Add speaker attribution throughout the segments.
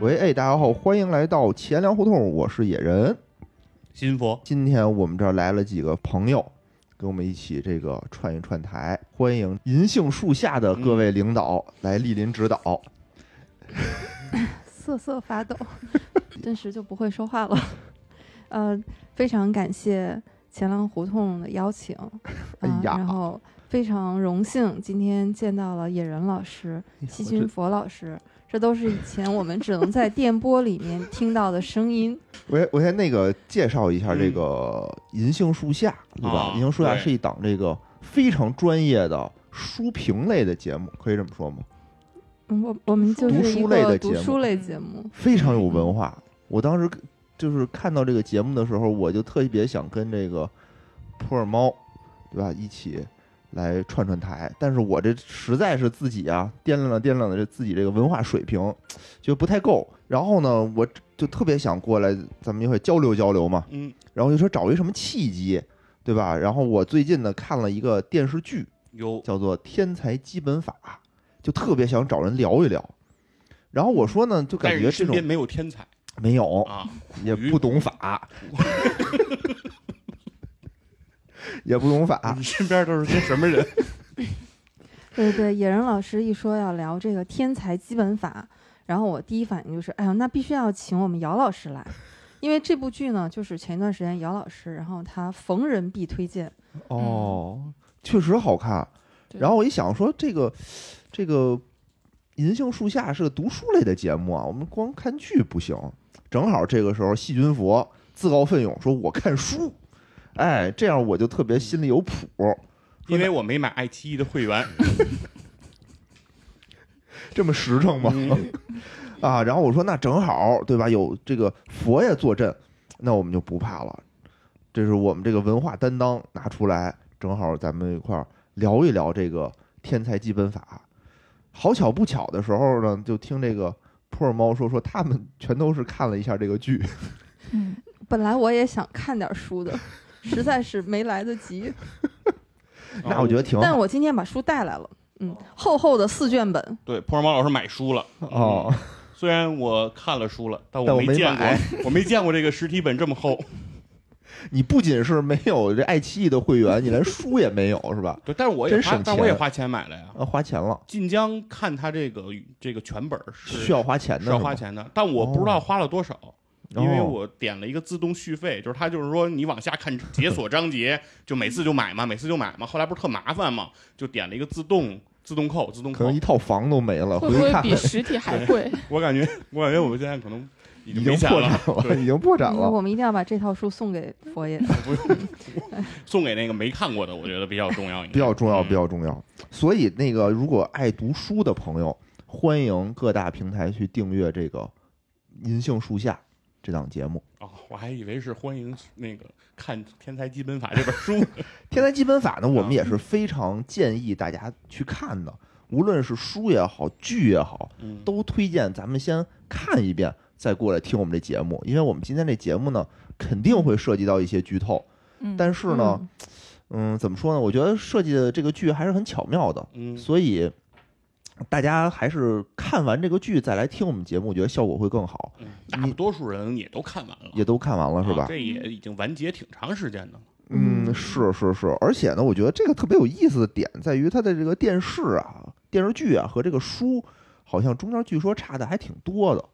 Speaker 1: 喂，哎，大家好，欢迎来到钱粮胡同，我是野人。
Speaker 2: 新佛，
Speaker 1: 今天我们这儿来了几个朋友，跟我们一起这个串一串台，欢迎银杏树下的各位领导来莅临指导。
Speaker 3: 瑟瑟 发抖，顿时就不会说话了。 呃，非常感谢钱粮胡同的邀请，
Speaker 1: 哎
Speaker 3: 啊
Speaker 1: 呀
Speaker 3: 然后非常荣幸今天见到了野人老师、细菌佛老师，这都是以前我们只能在电波里面听到的声音。
Speaker 1: 我先我先那个介绍一下
Speaker 2: 嗯
Speaker 1: 这个银杏树下，对吧？
Speaker 2: 啊
Speaker 1: 银杏树下
Speaker 2: 对
Speaker 1: 是一档这个非常专业的书评类的节目，可以这么说吗？
Speaker 3: 嗯，我我们就
Speaker 1: 读
Speaker 3: 是
Speaker 1: 书
Speaker 3: 一
Speaker 1: 类的
Speaker 3: 个读
Speaker 1: 节目
Speaker 3: 书类节目，
Speaker 1: 非常有文化。我当时就是看到这个节目的时候，我就特别想跟这个普洱猫，对吧，一起来串串台。但是我这实在是自己啊，掂量了掂量了这自己这个文化水平，就不太够。然后呢，我就特别想过来，咱们一块交流交流嘛。
Speaker 2: 嗯，
Speaker 1: 然后就说找一什么契机，对吧？然后我最近呢看了一个电视剧，
Speaker 2: 有
Speaker 1: 叫做《天才基本法》，就特别想找人聊一聊。然后我说呢，就
Speaker 2: 但
Speaker 1: 感
Speaker 2: 是
Speaker 1: 觉
Speaker 2: 你
Speaker 1: 这
Speaker 2: 身
Speaker 1: 种哦
Speaker 2: 边没有天才
Speaker 1: 没有，
Speaker 2: 啊，
Speaker 1: 也不懂法， 也不懂法。
Speaker 2: 你身边都是些什么人？
Speaker 3: 对对，野人老师一说要聊这个天才基本法，然后我第一反应就是，哎呦，那必须要请我们姚老师来，因为这部剧呢，就是前一段时间姚老师，然后他逢人必推荐，
Speaker 1: 哦，确实好看。
Speaker 3: 对
Speaker 1: 然后我一想说，这个这个银杏树下是个读书类的节目啊，我们光看剧不行。正好这个时候，细菌佛自告奋勇说：“我看书。”哎，这样我就特别心里有谱。
Speaker 2: 因为我没买爱奇艺的 会员，
Speaker 1: 这么实诚吗？
Speaker 2: 嗯
Speaker 1: 啊，然后我说那正好，对吧？有这个佛爷坐镇，那我们就不怕了。这是我们这个文化担当拿出来，正好咱们一块儿聊一聊这个天才基本法。好巧不巧的时候呢，就听这个普洱猫说说他们全都是看了一下这个剧，
Speaker 4: 嗯，
Speaker 3: 本来我也想看点书的， 实在是没来得及，
Speaker 2: 哦
Speaker 1: 那我觉得挺
Speaker 3: 但
Speaker 1: 好
Speaker 3: 我今天把书带来了，嗯，厚厚的四卷本，
Speaker 2: 对，普洱猫老师买书了。
Speaker 1: 哦。
Speaker 2: 虽然我看了书了，但
Speaker 1: 但
Speaker 2: 我
Speaker 1: 我没
Speaker 2: 见
Speaker 1: 买
Speaker 2: 过，我没见过这个实体本这么厚。
Speaker 1: 你不仅是没有这爱奇艺的会员，你连书也没有是吧？
Speaker 2: 对，但是我也
Speaker 1: 真
Speaker 2: 花，
Speaker 1: 省
Speaker 2: 但我也
Speaker 1: 钱
Speaker 2: 花钱买了呀。
Speaker 1: 啊，花钱了，
Speaker 2: 晋江看他这个这个全本儿是
Speaker 1: 需要花钱的
Speaker 2: 是
Speaker 1: 是
Speaker 2: 要
Speaker 1: 吗，
Speaker 2: 花钱的，但我不知道花了多少。因为
Speaker 1: 哦
Speaker 2: 我点了一个自动续费，就是它就是说你往下看解锁章节，就每次就买嘛，每次就买嘛。后来不是特麻烦嘛，就点了一个自动自动扣自动
Speaker 1: 可
Speaker 2: 扣
Speaker 1: 能一。套房都没了，呃回
Speaker 4: 会不
Speaker 1: 去
Speaker 4: 会
Speaker 1: 看
Speaker 4: 比实体还贵？
Speaker 2: 我感觉 我感觉我现在可能已经
Speaker 1: 经
Speaker 2: 没钱
Speaker 1: 破
Speaker 2: 了，
Speaker 1: 产了，已经破产
Speaker 3: 我
Speaker 1: 了。
Speaker 3: 我们一定要把这套书送给佛爷。
Speaker 2: 不是送给那个没看过的，我觉 得比较重要一点，
Speaker 1: 比较重要，
Speaker 2: 嗯
Speaker 1: 比较重要。所以，那个如果爱读书的朋友，欢迎各大平台去订阅这个《银杏树下》这档节目。
Speaker 2: 哦，我还以为是欢迎那个看《天才基本法》这本书
Speaker 1: 《天才基本法》呢，我们也是非常建议大家去看的，无论是书也好，剧也好，
Speaker 2: 嗯，
Speaker 1: 都推荐咱们先看一遍，再过来听我们这节目。因为我们今天这节目呢，肯定会涉及到一些剧透，
Speaker 4: 嗯，
Speaker 1: 但是呢，嗯，怎么说呢？我觉得设计的这个剧还是很巧妙的。
Speaker 2: 嗯
Speaker 1: 所以大家还是看完这个剧再来听我们节目，我觉得效果会更好。
Speaker 2: 嗯大
Speaker 1: 你
Speaker 2: 多数人也都看完了，
Speaker 1: 也都看完了是吧
Speaker 2: 啊？这也已经完结挺长时间的了，
Speaker 1: 嗯，是是是，而且呢，我觉得这个特别有意思的点在于它的这个电视啊、电视剧啊和这个书，好像中间据说差的还挺多的。
Speaker 2: 嗯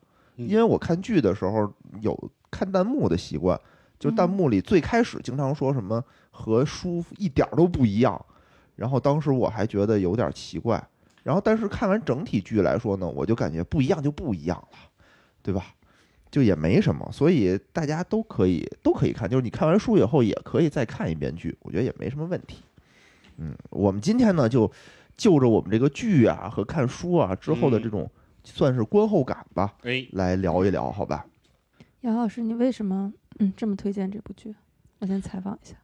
Speaker 1: 因为我看剧的时候有看弹幕的习惯，就弹幕里最开始经常说什么和书一点儿都不一样，然后当时我还觉得有点奇怪，然后但是看完整体剧来说呢，我就感觉不一样就不一样了，对吧？就也没什么，所以大家都可以都可以看，就是你看完书以后也可以再看一遍剧，我觉得也没什么问题。嗯，我们今天呢就就着我们这个剧啊和看书啊之后的这种算是观后感吧，
Speaker 2: 哎，
Speaker 1: 来聊一聊，好吧？
Speaker 3: 姚老师，你为什么嗯这么推荐这部剧？我先采访一下。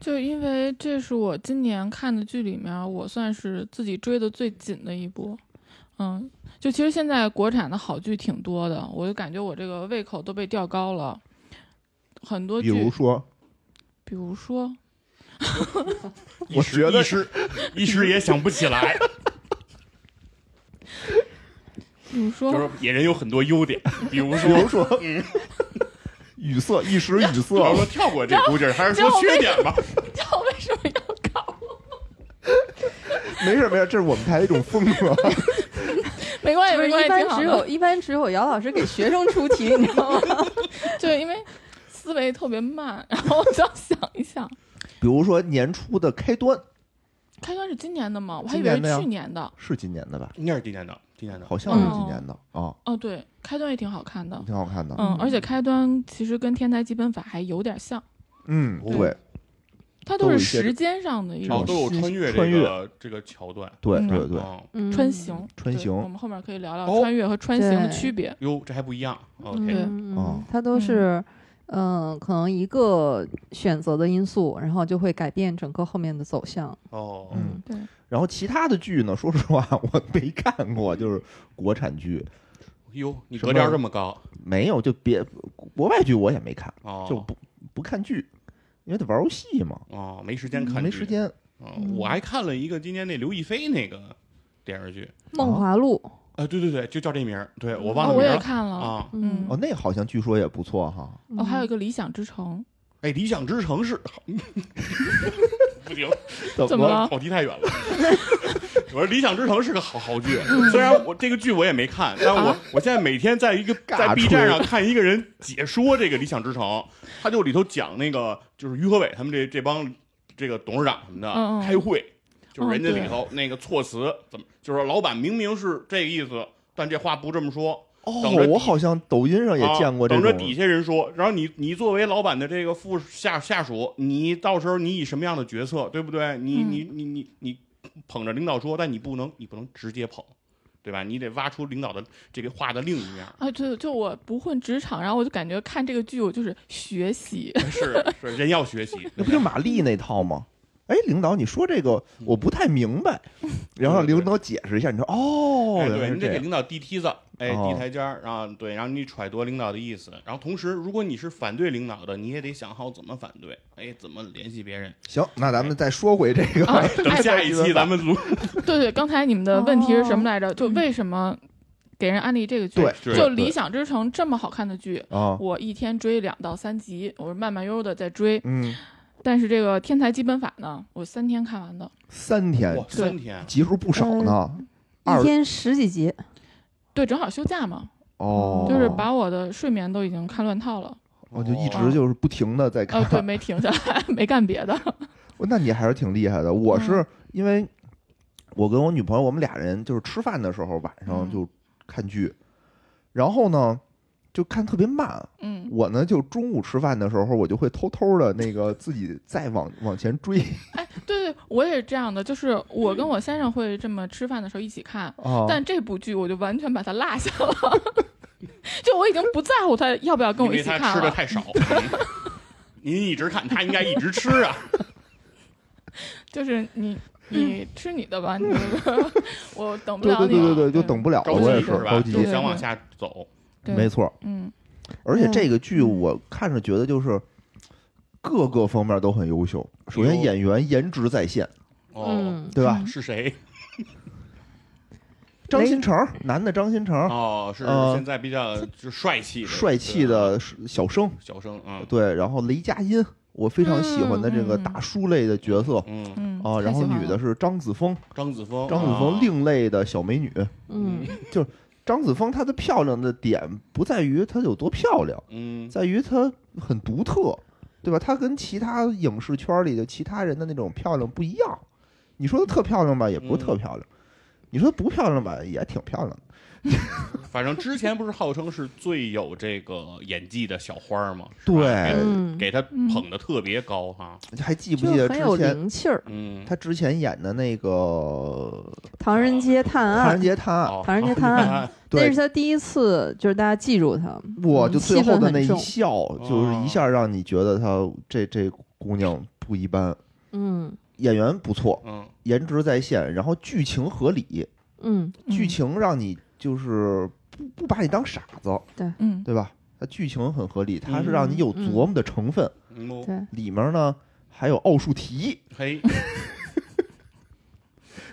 Speaker 4: 就因为这是我今年看的剧里面，我算是自己追的最紧的一部。嗯，就其实现在国产的好剧挺多的，我就感觉我这个胃口都被吊高了。很多
Speaker 1: 比
Speaker 4: 剧，比
Speaker 1: 如
Speaker 4: 如
Speaker 1: 说，
Speaker 4: 说，
Speaker 2: 一时
Speaker 1: 我觉得
Speaker 2: 一 时一时也想不起来，
Speaker 4: 比如
Speaker 2: 就
Speaker 4: 说
Speaker 2: 是野人有很多优点，比
Speaker 1: 比
Speaker 2: 如
Speaker 1: 如
Speaker 2: 说。
Speaker 1: 说，
Speaker 4: 嗯
Speaker 1: 语塞，一时语
Speaker 2: 不
Speaker 1: 塞
Speaker 2: 要说跳过这估计，还是说缺点吧。
Speaker 4: 他为什么要搞？
Speaker 1: 没事没事，这是我们台的一种风格。
Speaker 4: 没关系，
Speaker 3: 不是
Speaker 4: 没
Speaker 3: 一
Speaker 4: 关系，
Speaker 3: 般
Speaker 4: 挺好
Speaker 3: 只
Speaker 4: 的。
Speaker 3: 有一般只有姚老师给学生出题，你知道吗？
Speaker 4: 对，因为思维特别慢， 然后我就要想一想。
Speaker 1: 比如说年初的开端
Speaker 4: 开端是今年的吗？我还
Speaker 1: 今
Speaker 4: 以为
Speaker 1: 年的呀
Speaker 4: 是去年的。
Speaker 1: 是今年的吧？
Speaker 2: 应该是今年的，今年的。
Speaker 1: 好像是今年的啊，
Speaker 4: 哦，对，开端也挺好看的。
Speaker 1: 挺好看的。
Speaker 4: 嗯，而且开端其实跟天台基本法还有点像，
Speaker 1: 嗯，对
Speaker 4: 对它
Speaker 1: 都
Speaker 4: 都
Speaker 1: 有
Speaker 4: 是
Speaker 1: 一些
Speaker 4: 时间上的一
Speaker 2: 哦，
Speaker 4: 种
Speaker 2: 都有穿越这
Speaker 1: 穿
Speaker 2: 个这个桥段。
Speaker 1: 对
Speaker 4: 嗯
Speaker 1: 对对，
Speaker 2: 哦
Speaker 3: 嗯
Speaker 4: 穿行。
Speaker 1: 穿
Speaker 4: 对
Speaker 1: 行
Speaker 4: 我们后面可以聊聊
Speaker 2: 哦
Speaker 4: 穿越和穿行的
Speaker 3: 对
Speaker 4: 区别。
Speaker 2: 哟，这还不一样。OK，
Speaker 4: 对
Speaker 3: 嗯，
Speaker 1: 哦
Speaker 3: 嗯它都是，嗯，可能一个选择的因素，然后就会改变整个后面的走向。
Speaker 2: 哦，
Speaker 1: 嗯
Speaker 4: 对，
Speaker 1: 然后其他的剧呢，说实话 我没看过，就是国产剧
Speaker 2: 哟，你
Speaker 1: 什
Speaker 2: 格
Speaker 1: 么
Speaker 2: 调这么高
Speaker 1: 没有，就别国外剧我也没看，
Speaker 2: 哦，
Speaker 1: 就不不看剧，因为得玩游戏嘛，
Speaker 2: 哦，没时间看，
Speaker 1: 没时。间。
Speaker 2: 哦，我还看了一个今年那刘亦菲那个电视剧，
Speaker 3: 梦华录，
Speaker 2: 啊，对对对，就叫这名儿，对我忘
Speaker 4: 哦，
Speaker 2: 了
Speaker 4: 我
Speaker 2: 名儿
Speaker 4: 也
Speaker 2: 了
Speaker 4: 看了。
Speaker 2: 啊。
Speaker 4: 嗯
Speaker 1: 哦，那好像据说也不错哈。
Speaker 3: 嗯
Speaker 4: 哦，还有一个理想之城，
Speaker 2: 哎，理想之城 是，不行，
Speaker 4: 怎么了
Speaker 2: 跑题太 远了。我说《理想之城》是个好好剧，
Speaker 4: 嗯
Speaker 2: 虽然我这个剧我也没看，但
Speaker 4: 啊
Speaker 2: 我、我现在每天在一个
Speaker 1: 尬
Speaker 2: 在 B
Speaker 1: 吹
Speaker 2: 站上看一个人解说这个《理想之城》，他就里头讲那个就是于和伟他们这这帮这个董事长什么的、
Speaker 4: 嗯嗯
Speaker 2: 开会，就是
Speaker 4: 哦
Speaker 2: 人家
Speaker 4: 对
Speaker 2: 里头那个措辞怎么，就是说老板明明是这个意思，但这话不这么说，
Speaker 1: 哦
Speaker 2: 等着，底
Speaker 1: 我好像抖音上也见过这
Speaker 2: 啊。
Speaker 1: 种。
Speaker 2: 等着底下人说，然后你你作为老板的这个副下下属，你到时候你以什么样的角色，对不对？你、
Speaker 4: 嗯。
Speaker 2: 你你你你捧着领导说，但你不能你不能直接捧，对吧？你得挖出领导的这个话的另一面
Speaker 4: 啊，对，就我不混职场，然后我就感觉看这个剧，我就是学习。
Speaker 2: 是是，人要学习，对
Speaker 1: 那
Speaker 2: 不
Speaker 1: 不
Speaker 2: 对
Speaker 1: 就玛丽那套吗？哎，领导，你说这个
Speaker 2: 嗯
Speaker 1: 我不太明 白，然后让领导解释一下。你说 哦，
Speaker 2: 哎
Speaker 1: 原来
Speaker 2: 对，
Speaker 1: 是
Speaker 2: 你得
Speaker 1: 这
Speaker 2: 给
Speaker 1: 样。
Speaker 2: 领导递梯子，哎，
Speaker 1: 哦
Speaker 2: 递台阶儿啊，对，然后你揣度领导的意思，然后同时，如果你是反对领导的，你也得想好怎么反对，哎，怎么联系别人。
Speaker 1: 行，那咱们再说回这个。
Speaker 4: 啊
Speaker 2: 等下一期咱们 录，
Speaker 4: 对对，刚才你们的问题是什么来着？就为什么给人安利这个剧？
Speaker 1: 对，
Speaker 2: 对
Speaker 4: 就《理想之城》这么好看的剧，
Speaker 1: 啊，
Speaker 4: 我一天追两到三集，我是慢慢悠悠的在追。
Speaker 1: 嗯，
Speaker 4: 但是这个《天才基本法》呢，我三天看完的，
Speaker 1: 三天
Speaker 2: 哇，三天，
Speaker 1: 集数不少呢。
Speaker 4: 嗯
Speaker 1: 二
Speaker 3: 一天十几集，
Speaker 4: 对，正好休假嘛，
Speaker 1: 哦，
Speaker 4: 就是把我的睡眠都已经看乱 套了。
Speaker 1: 我就一直就是不停的在
Speaker 4: 呃，对，
Speaker 1: 看。
Speaker 4: 没停下来，没干别的。
Speaker 1: 我那你还是挺厉害的。我是因为我跟我女朋友，我们俩人就是吃饭的时候晚上
Speaker 4: 嗯
Speaker 1: 就看剧，然后呢就看特别慢，
Speaker 4: 嗯，
Speaker 1: 我呢，就中午吃饭的时候，我就会偷偷的那个自己再往往前追
Speaker 4: 哎，对对，我也是这样的，就是我跟我先生会这么吃饭的时候一起看，
Speaker 1: 啊。
Speaker 4: 但这部剧我就完全把它落下了， 就我已经不在乎他要不要跟我
Speaker 2: 因
Speaker 4: 一
Speaker 2: 为
Speaker 4: 起
Speaker 2: 他
Speaker 4: 看
Speaker 2: 吃的
Speaker 4: 了。
Speaker 2: 太少。 您一直看，他应该一直吃啊。
Speaker 4: 就是你你吃你 的吧，你我等不
Speaker 1: 对
Speaker 4: 了
Speaker 1: 对
Speaker 4: 你
Speaker 1: 对
Speaker 4: 了。
Speaker 1: 对对，就等不了了，
Speaker 2: 着
Speaker 1: 我也
Speaker 2: 急
Speaker 1: 是
Speaker 2: 吧？
Speaker 1: 着急
Speaker 2: 就，是想往下走。
Speaker 4: 对
Speaker 1: 没错。
Speaker 4: 嗯，
Speaker 1: 而且这个剧我看着觉得就是各个方面都很优秀，首先
Speaker 2: 有
Speaker 1: 演员颜值在线，
Speaker 2: 哦，
Speaker 3: 嗯，
Speaker 1: 对吧？
Speaker 2: 是谁？
Speaker 1: 张新成，男的张新成，
Speaker 2: 哦，是
Speaker 1: 呃
Speaker 2: 现在比较就帅气 的、
Speaker 1: 帅气的小生，
Speaker 2: 对小生啊，
Speaker 1: 对，然后雷佳音，我非常喜欢的这个
Speaker 4: 嗯嗯
Speaker 1: 大叔类的角色
Speaker 2: 嗯，
Speaker 4: 嗯
Speaker 1: 啊，然后女的，是张子枫，
Speaker 2: 张子枫，
Speaker 1: 张子枫
Speaker 2: 啊
Speaker 1: 另类的小美女，
Speaker 3: 嗯，
Speaker 1: 张子枫她的漂亮的点不在于她有多漂亮，
Speaker 2: 嗯，
Speaker 1: 在于她很独特，对吧？她跟其他影视圈里的其他人的那种漂亮不一样。你说她特漂亮吧，也不是特漂亮；你说她不漂亮吧，也挺漂亮的。
Speaker 2: 反正之前不是号称是最有这个演技的小花儿吗？是吧
Speaker 1: 对
Speaker 3: 嗯
Speaker 2: 给给他捧的特别高哈。
Speaker 1: 还记不
Speaker 3: 就
Speaker 1: 记得
Speaker 3: 很
Speaker 1: 之
Speaker 3: 有
Speaker 1: 前
Speaker 3: 灵气儿。
Speaker 2: 嗯，
Speaker 1: 她之前演的那个
Speaker 3: 《唐人街探
Speaker 1: 《唐
Speaker 3: 案
Speaker 1: 人》，街探案》？
Speaker 2: 哦
Speaker 3: 唐人街探案，嗯那
Speaker 1: 对
Speaker 3: 是，他第一次，就是大家记住他。
Speaker 1: 我
Speaker 3: 嗯
Speaker 1: 就最
Speaker 3: 戏份
Speaker 1: 后的
Speaker 3: 很
Speaker 1: 那一
Speaker 3: 重
Speaker 1: 笑，就是一下让你觉得她这这姑娘不一般，
Speaker 3: 嗯
Speaker 1: 演员不错，
Speaker 2: 嗯，
Speaker 1: 颜值在线，然后剧情合理。
Speaker 3: 嗯，
Speaker 1: 剧，情让你就是不不把你当傻子，
Speaker 4: 嗯
Speaker 1: 对吧？它剧情很合理，它是
Speaker 2: 嗯
Speaker 1: 让你有琢磨的成分，
Speaker 2: 嗯哦
Speaker 3: 对，
Speaker 1: 里面呢还有奥数题，
Speaker 2: 嘿，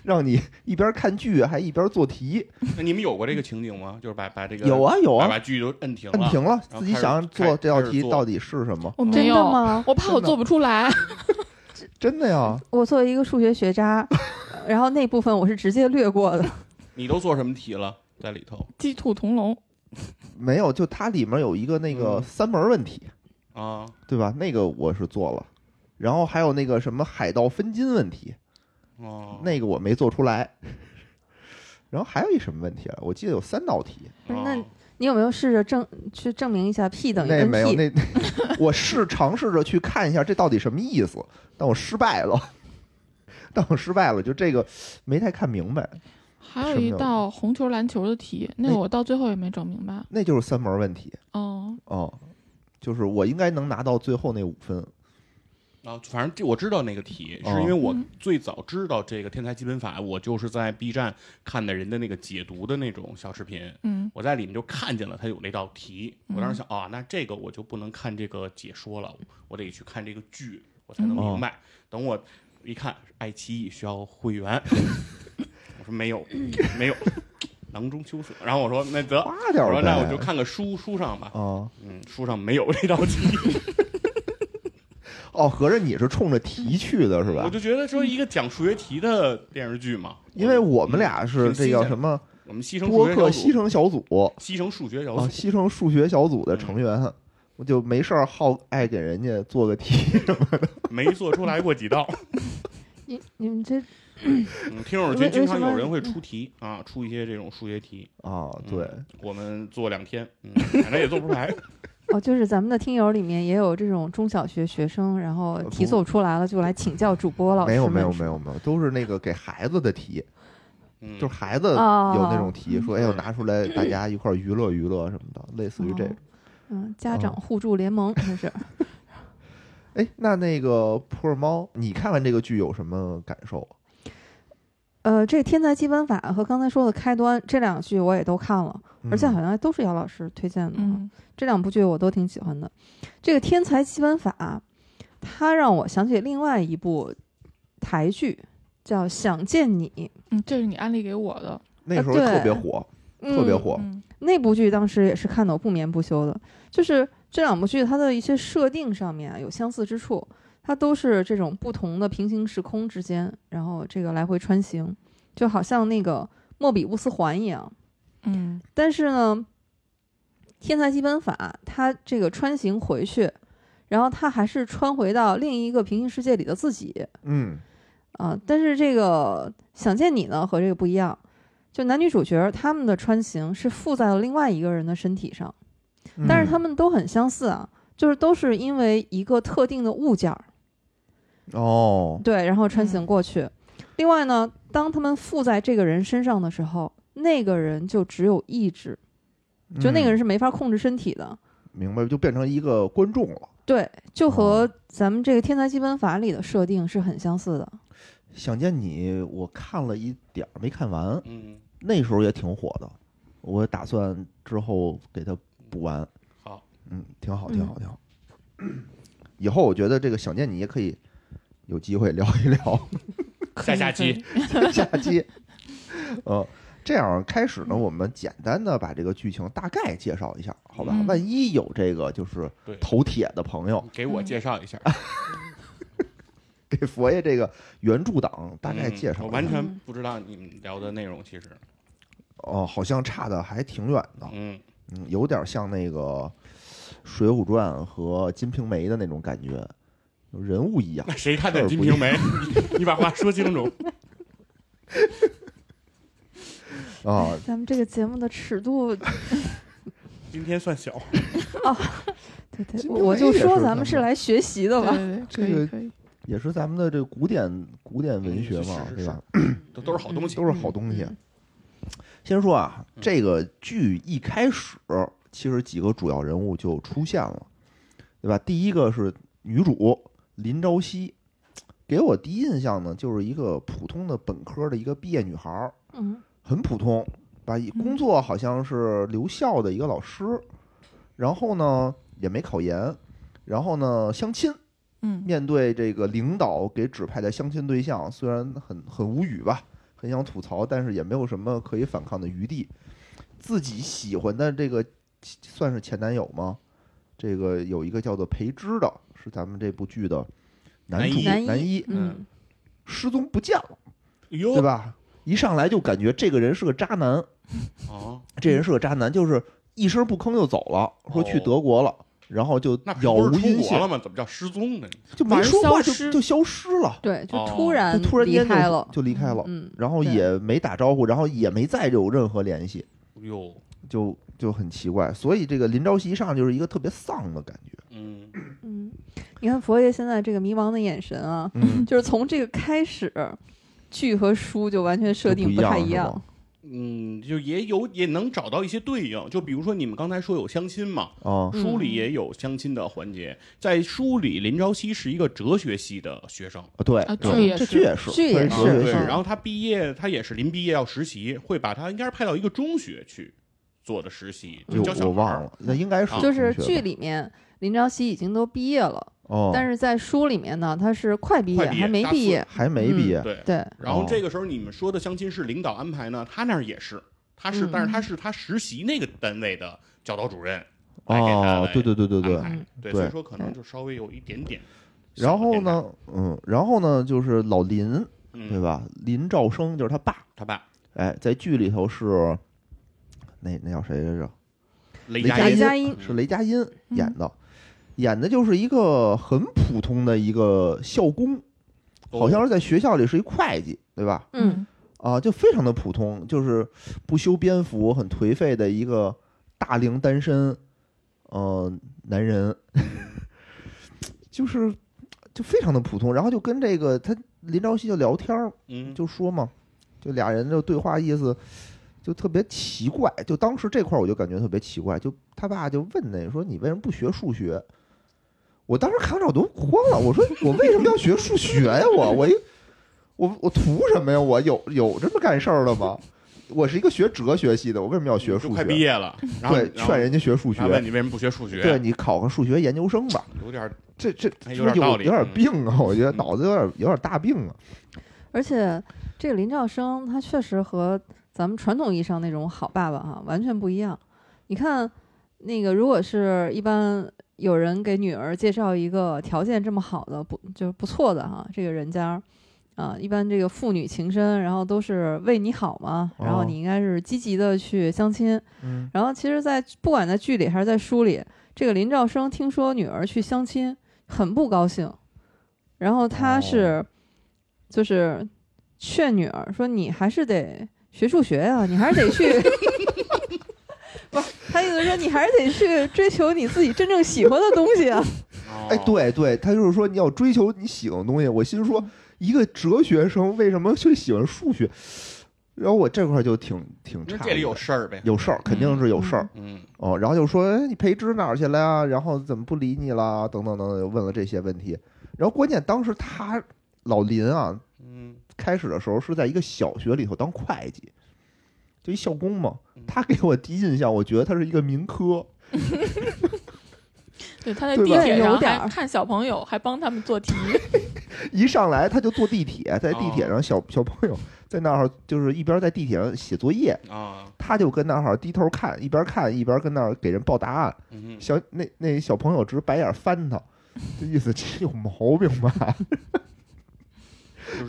Speaker 1: 让你一边看剧还一边做题。
Speaker 2: 那你们有过这个情景吗？就是把把这个
Speaker 1: 有啊有
Speaker 2: 把
Speaker 1: 啊，
Speaker 2: 把剧都摁停了，
Speaker 1: 摁停了，
Speaker 2: 然后
Speaker 1: 自己
Speaker 2: 开始
Speaker 1: 想
Speaker 2: 开
Speaker 1: 做这道
Speaker 2: 开始
Speaker 1: 题
Speaker 2: 做
Speaker 1: 到底是什么？
Speaker 4: 我没
Speaker 3: 真的
Speaker 4: 有，
Speaker 3: 吗？
Speaker 4: 我怕
Speaker 1: 哦
Speaker 4: 我
Speaker 1: 真的
Speaker 4: 做不出来。
Speaker 1: 真的呀，
Speaker 3: 我作为一个数学学渣，然后那部分我是直接略过的。
Speaker 2: 你都做什么题了？在里头
Speaker 4: 鸡兔同笼，
Speaker 1: 没有，就它里面有一个那个
Speaker 2: 嗯
Speaker 1: 三门问题，
Speaker 2: 啊，
Speaker 1: 对吧？那个我是做了，然后还有那个什么海盗分金问题，
Speaker 2: 哦，
Speaker 1: 那个我没做出来。 然后还有一什么问题啊？我记得有三道题，
Speaker 3: 不是
Speaker 2: 哦
Speaker 3: 那你有没有试着证去证明一下 p 等于
Speaker 1: 那
Speaker 3: n
Speaker 1: 没有
Speaker 3: p？
Speaker 1: 那， 我试尝试着去看一下这到底什么意思，但我失败了， 但我失败了，就这个没太看明白，
Speaker 4: 还有
Speaker 1: 什么哎
Speaker 4: 一
Speaker 1: 呀
Speaker 4: 道红球篮球的题，那
Speaker 1: 那
Speaker 4: 个我到最后也没整明白。
Speaker 1: 那就是三门问题
Speaker 4: 哦，
Speaker 1: 哦、就是我应该能拿到最后那五分，
Speaker 2: 啊，反正这我知道那个题，是
Speaker 1: 哦
Speaker 2: 因为我
Speaker 4: 嗯
Speaker 2: 最早知道这个天才基本法，我就是在 B 站看的人的那个解读的那种小视频，
Speaker 4: 嗯，
Speaker 2: 我在里面就看见了他有那道题，
Speaker 1: 嗯
Speaker 2: 我当时想啊，那这个我就不能看这个解说了，我得去看这个剧，我才能
Speaker 1: 嗯
Speaker 2: 明白。等我一看，爱奇艺需要会员， 我说没有，没有，囊中羞涩。然后我说那 得，
Speaker 1: 花点
Speaker 2: 我
Speaker 1: 儿呗。
Speaker 2: 说那我就看个书书上吧，
Speaker 1: 啊
Speaker 2: 嗯，书上没有这道 题。
Speaker 1: 哦，合着你是冲着题去的是吧
Speaker 2: 我？就觉得说一个讲数学题的电视剧嘛，
Speaker 1: 因为我们俩是
Speaker 2: 挺新
Speaker 1: 这叫
Speaker 2: 鲜
Speaker 1: 什么
Speaker 2: 我们牺牲
Speaker 1: 播
Speaker 2: 数学
Speaker 1: 客
Speaker 2: 小
Speaker 1: 牺
Speaker 2: 组，
Speaker 1: 牲小组
Speaker 2: 牺牲数学小
Speaker 1: 啊，
Speaker 2: 组，嗯
Speaker 1: 牺牲数学小组的成员，我就没事儿好爱给人家做个 题。
Speaker 2: 没做出来过 几道。
Speaker 3: 你你们这
Speaker 2: 嗯，听友
Speaker 3: 为
Speaker 2: 群经常
Speaker 3: 为什么
Speaker 2: 有人会出题啊，出一些这种数学题，嗯
Speaker 1: 啊，嗯对，
Speaker 2: 我们做两天， 嗯，反正也做不出来。
Speaker 3: 哦，就是咱们的听友里面也有这种中小学学生，然后
Speaker 1: 呃
Speaker 3: 题
Speaker 1: 不
Speaker 3: 做不出来了就来请教主播老师
Speaker 1: 没有
Speaker 3: 们
Speaker 1: 没有
Speaker 3: 是
Speaker 1: 没有没有，都是那个给孩子的题，
Speaker 2: 嗯，
Speaker 1: 就是孩子有
Speaker 3: 哦
Speaker 1: 那种题，说哎呦
Speaker 2: 对
Speaker 1: 拿出来大家一块儿娱乐娱乐什么的，类似于这种
Speaker 3: 哦。嗯，家长互助联盟这是。
Speaker 1: 哎，那那个普洱猫，你看完这个剧有什么感受？
Speaker 3: 呃，这《天才基本法》和刚才说的《开端》这两句我也都看了，而且
Speaker 1: 嗯
Speaker 3: 好像都是姚老师推荐的。
Speaker 4: 嗯，
Speaker 3: 这两部剧我都挺喜欢的。这个《天才基本法》，它让我想起另外一部台剧，叫《想见你》，
Speaker 4: 嗯，这是你安利给我的，
Speaker 1: 那
Speaker 3: 啊
Speaker 1: 时候特
Speaker 3: 对
Speaker 1: 别火，特别
Speaker 3: 嗯
Speaker 1: 火。
Speaker 4: 嗯
Speaker 3: 那部剧当时也是看得我不眠不休的，就是这两部剧它的一些设定上面啊有相似之处，它都是这种不同的平行时空之间，然后这个来回穿行，就好像那个莫比乌斯环一样。
Speaker 4: 嗯
Speaker 3: 但是呢，天才基本法它这个穿行回去，然后它还是穿回到另一个平行世界里的自己
Speaker 1: 嗯，
Speaker 3: 啊、但是这个想见你呢和这个不一样，就男女主角他们的穿行是附在了另外一个人的身体上，
Speaker 1: 嗯
Speaker 3: 但是他们都很相似啊，就是都是因为一个特定的物件儿
Speaker 1: 哦，
Speaker 3: 对，然后穿行过去。另外呢，当他们附在这个人身上的时候，那个人就只有意志，就那个人
Speaker 1: 嗯
Speaker 3: 是没法控制身体的。
Speaker 1: 明白，就变成一个观众了。
Speaker 3: 对，就
Speaker 1: 哦
Speaker 3: 和咱们这个《天才基本法》里的设定是很相似的。
Speaker 1: 想见你，我看了一点儿没看完，
Speaker 2: 嗯，
Speaker 1: 那时候也挺火的，我打算之后给它补完。
Speaker 2: 好，
Speaker 1: 嗯，挺好，挺好，挺好。以后我觉得这个想见你也可以有机会聊一聊
Speaker 4: 可以
Speaker 2: 下期
Speaker 4: 可以
Speaker 1: 下期。呃，这样开始呢，我们简单的把这个剧情大概介绍一下，好吧？
Speaker 4: 嗯
Speaker 1: 万一有这个就是
Speaker 2: 对
Speaker 1: 头铁的朋友，
Speaker 2: 给我介绍一下，
Speaker 1: 嗯给佛爷这个原著党大概
Speaker 2: 嗯
Speaker 1: 介绍
Speaker 2: 我
Speaker 1: 一下。
Speaker 2: 完全不知道你们聊的内容，其实，
Speaker 1: 哦，好像差的还挺远的。
Speaker 2: 嗯，
Speaker 1: 嗯，有点像那个《水浒传》和《金瓶梅》的那种感觉，人物 一样
Speaker 2: 那。谁看的
Speaker 1: 事儿
Speaker 2: 《金
Speaker 1: 不一
Speaker 2: 瓶梅》？你 把话说清楚。
Speaker 1: 啊。
Speaker 3: 咱们这个节目的尺 度，对
Speaker 2: 今天算小，
Speaker 3: 对，
Speaker 1: 金
Speaker 3: 我
Speaker 1: 瓶
Speaker 3: 我
Speaker 1: 梅
Speaker 3: 就
Speaker 1: 也
Speaker 3: 说
Speaker 1: 是
Speaker 3: 咱
Speaker 1: 咱
Speaker 3: 们是
Speaker 1: 们
Speaker 3: 来学习的吧。
Speaker 4: 对
Speaker 1: 这
Speaker 4: 对对，可
Speaker 1: 个
Speaker 4: 以可以，
Speaker 1: 也是咱们的这个古典古典文学嘛，
Speaker 2: 嗯是是
Speaker 1: 对吧？
Speaker 2: 都都是好东西
Speaker 1: 都。是好东西
Speaker 3: 嗯。
Speaker 1: 先说啊，
Speaker 2: 嗯
Speaker 1: 这个剧一开始，其实几个主要人物就出现了，对吧？第一个是女主林朝夕，给我第一印象呢，就是一个普通的本科的一个毕业女孩儿，
Speaker 3: 嗯，
Speaker 1: 很普通，吧？一工作好像是留校的一个老师，然后呢也没考研，然后呢相亲，
Speaker 4: 嗯
Speaker 1: 面对这个领导给指派的相亲对象，虽然很很无语吧，很想吐槽，但是也没有什么可以反抗的余地。自己喜欢的这个算是前男友吗？这个有一个叫做裴之的，是咱们这部剧的男主
Speaker 2: 男
Speaker 3: 一
Speaker 1: 男一，
Speaker 3: 嗯，
Speaker 1: 失踪不见了，
Speaker 2: 哟
Speaker 1: 对吧？一上来就感觉这个人是个渣男，
Speaker 2: 哦，
Speaker 1: 这人是个渣男，就是一声不吭就走了，说去德国了，然后就
Speaker 2: 那不
Speaker 1: 杳无
Speaker 2: 是出
Speaker 1: 音
Speaker 2: 国
Speaker 1: 信
Speaker 2: 了，吗？怎么叫失踪呢？
Speaker 1: 就没说话
Speaker 4: 反而
Speaker 1: 就
Speaker 4: 消失
Speaker 1: 就消失了，
Speaker 3: 对，就
Speaker 2: 哦
Speaker 3: 突然
Speaker 1: 就突然
Speaker 3: 嗯离
Speaker 1: 间
Speaker 3: 开
Speaker 1: 就
Speaker 3: 了，
Speaker 1: 就离开了，
Speaker 3: 嗯，
Speaker 1: 然后
Speaker 3: 对
Speaker 1: 也没打招呼，然后也没再有任何联系，
Speaker 2: 哟，
Speaker 1: 就就很奇怪。所以这个林朝夕一上就是一个特别丧的感觉，
Speaker 2: 嗯，
Speaker 3: 嗯，你看佛爷现在这个迷茫的眼神啊，
Speaker 1: 嗯，
Speaker 3: 就是从这个开始，剧和书就完全设定
Speaker 1: 不
Speaker 3: 太
Speaker 1: 样
Speaker 3: 一
Speaker 1: 是
Speaker 3: 样
Speaker 1: 吧。
Speaker 2: 嗯，就也有也能找到一些对应，就比如说你们刚才说有相亲嘛，
Speaker 3: 嗯
Speaker 1: 啊，
Speaker 2: 书里
Speaker 4: 嗯
Speaker 2: 也有相亲的环节，在书里林朝夕是一个哲学系的学生，啊
Speaker 1: 啊对
Speaker 4: 啊，
Speaker 1: 对
Speaker 4: 剧也
Speaker 1: 这
Speaker 4: 是
Speaker 1: 剧也是，
Speaker 3: 剧也
Speaker 1: 这
Speaker 3: 是啊
Speaker 1: 哲学
Speaker 2: 对，
Speaker 3: 是
Speaker 2: 然后他毕业，他也是临毕业要实习，会把他应该是派到一个中学去做的实习，就教
Speaker 1: 就
Speaker 2: 小
Speaker 1: 我
Speaker 2: 孩
Speaker 1: 忘
Speaker 2: 儿。
Speaker 1: 了，那应该是
Speaker 3: 啊就是
Speaker 1: 同学
Speaker 3: 剧
Speaker 1: 吧，
Speaker 3: 里面林朝夕已经都毕业了，
Speaker 1: 哦，
Speaker 3: 但是在书里面呢，他是快毕业
Speaker 2: 快毕业
Speaker 3: 还没
Speaker 2: 大
Speaker 3: 毕
Speaker 2: 四哎
Speaker 3: 业，
Speaker 1: 还没毕业，
Speaker 2: 嗯对，
Speaker 3: 对，
Speaker 2: 然后
Speaker 1: 哦
Speaker 2: 这个时候你们说的相亲是领导安排呢，他那儿也是，他是，
Speaker 3: 嗯
Speaker 2: 但是他是他实习那个单位的教导主任来给他
Speaker 1: 哦
Speaker 2: 来，
Speaker 1: 对对对对对
Speaker 2: 安，排
Speaker 3: 嗯
Speaker 2: 对，
Speaker 1: 对
Speaker 2: 所以说可能就稍微有一点点。
Speaker 1: 然后？呢，嗯，然后呢，就是老林，对
Speaker 2: 嗯，
Speaker 1: 吧？林兆生就是他爸，
Speaker 2: 他爸
Speaker 1: 哎，在剧里头是那那叫谁来着？
Speaker 2: 雷
Speaker 1: 雷
Speaker 2: 佳
Speaker 1: 佳
Speaker 3: 雷
Speaker 2: 音
Speaker 1: 音啊
Speaker 3: 佳音，嗯
Speaker 1: 是雷佳音演的，演的就是一个很普通的一个校工，
Speaker 2: 哦
Speaker 1: 好像是在学校里是一会计，对吧？
Speaker 3: 嗯，
Speaker 1: 啊，就非常的普通，就是不修边幅、很颓废的一个大龄单身，呃，男人， 就是就非常的普通。然后就跟这个他林朝夕就聊天儿，
Speaker 2: 嗯，
Speaker 1: 就说嘛，就俩人就对话意思就特别奇怪。就当时这块儿我就感觉特别奇怪，就他爸就问那说你为什么不学数学？我当时看着我都慌了，我 说我为什么要学数学呀？我我一我我图什么呀？我有有这么干事儿的吗？我是一个学哲学系的，我为什么要学
Speaker 2: 就
Speaker 1: 数
Speaker 2: 快毕
Speaker 1: 学？
Speaker 2: 业了，然后
Speaker 1: 对，劝人家学数
Speaker 2: 他问
Speaker 1: 学，
Speaker 2: 你为什么不学数学？
Speaker 1: 对你考个数学研究生吧。
Speaker 2: 有点
Speaker 1: 这这
Speaker 2: 哎有
Speaker 1: 有
Speaker 2: 点道理
Speaker 1: 有点
Speaker 2: 嗯
Speaker 1: 病啊！我觉得
Speaker 2: 嗯
Speaker 1: 脑子有点有点大病啊。
Speaker 3: 而且这个林兆生他确实和咱们传统意义上那种好爸爸哈、完全不一样。你看，那个如果是一般有人给女儿介绍一个条件这么好的，不就是不错的哈、这个人家啊，一般这个父女情深，然后都是为你好嘛，然后
Speaker 1: 哦
Speaker 3: 你应该是积极的去相亲。
Speaker 1: 嗯，
Speaker 3: 然后其实在，不管在剧里还是在书里，这个林兆生听说女儿去相亲，很不高兴。然后他
Speaker 1: 哦
Speaker 3: 是，就是劝女儿说：“你还是得学数学呀、你还是 得去。”不是，他意思说你还是得去追求你自己真正喜欢的东西啊。
Speaker 1: 哎
Speaker 2: 哎，
Speaker 1: 对对，他就是说你要追求你喜欢的东西。我心说，一个哲学生为什么就喜欢数学？然后我这块儿就挺挺
Speaker 2: 那
Speaker 1: 差的。
Speaker 2: 这里有事儿呗。
Speaker 1: 有事儿，肯定是有事儿、
Speaker 2: 嗯，
Speaker 1: 哦。然后就说，哎，你培植哪儿去了呀？然后怎么不理你啦？等等等等，就问了这些问题。然后关键当时他老林啊，
Speaker 2: 嗯，
Speaker 1: 开始的时候是在一个小学里头当会计，就一校工嘛
Speaker 2: 嗯。
Speaker 1: 他给我第一印象，我觉得他是一个民科，
Speaker 4: 对，他在
Speaker 1: 对
Speaker 4: 地
Speaker 1: 吧
Speaker 4: 铁
Speaker 3: 有
Speaker 4: 上
Speaker 3: 点儿
Speaker 4: 还看小朋友，还帮他们 做题，
Speaker 1: 一上来他就坐地铁，在地铁
Speaker 2: 哦
Speaker 1: 上小小朋友在那儿就是一边在地铁上写作业，
Speaker 2: 啊，
Speaker 1: 他就跟那儿低头看，一边看一边跟那儿给人报答案。
Speaker 2: 嗯，
Speaker 1: 小那那小朋友直白眼翻他，这意思这有毛病吧？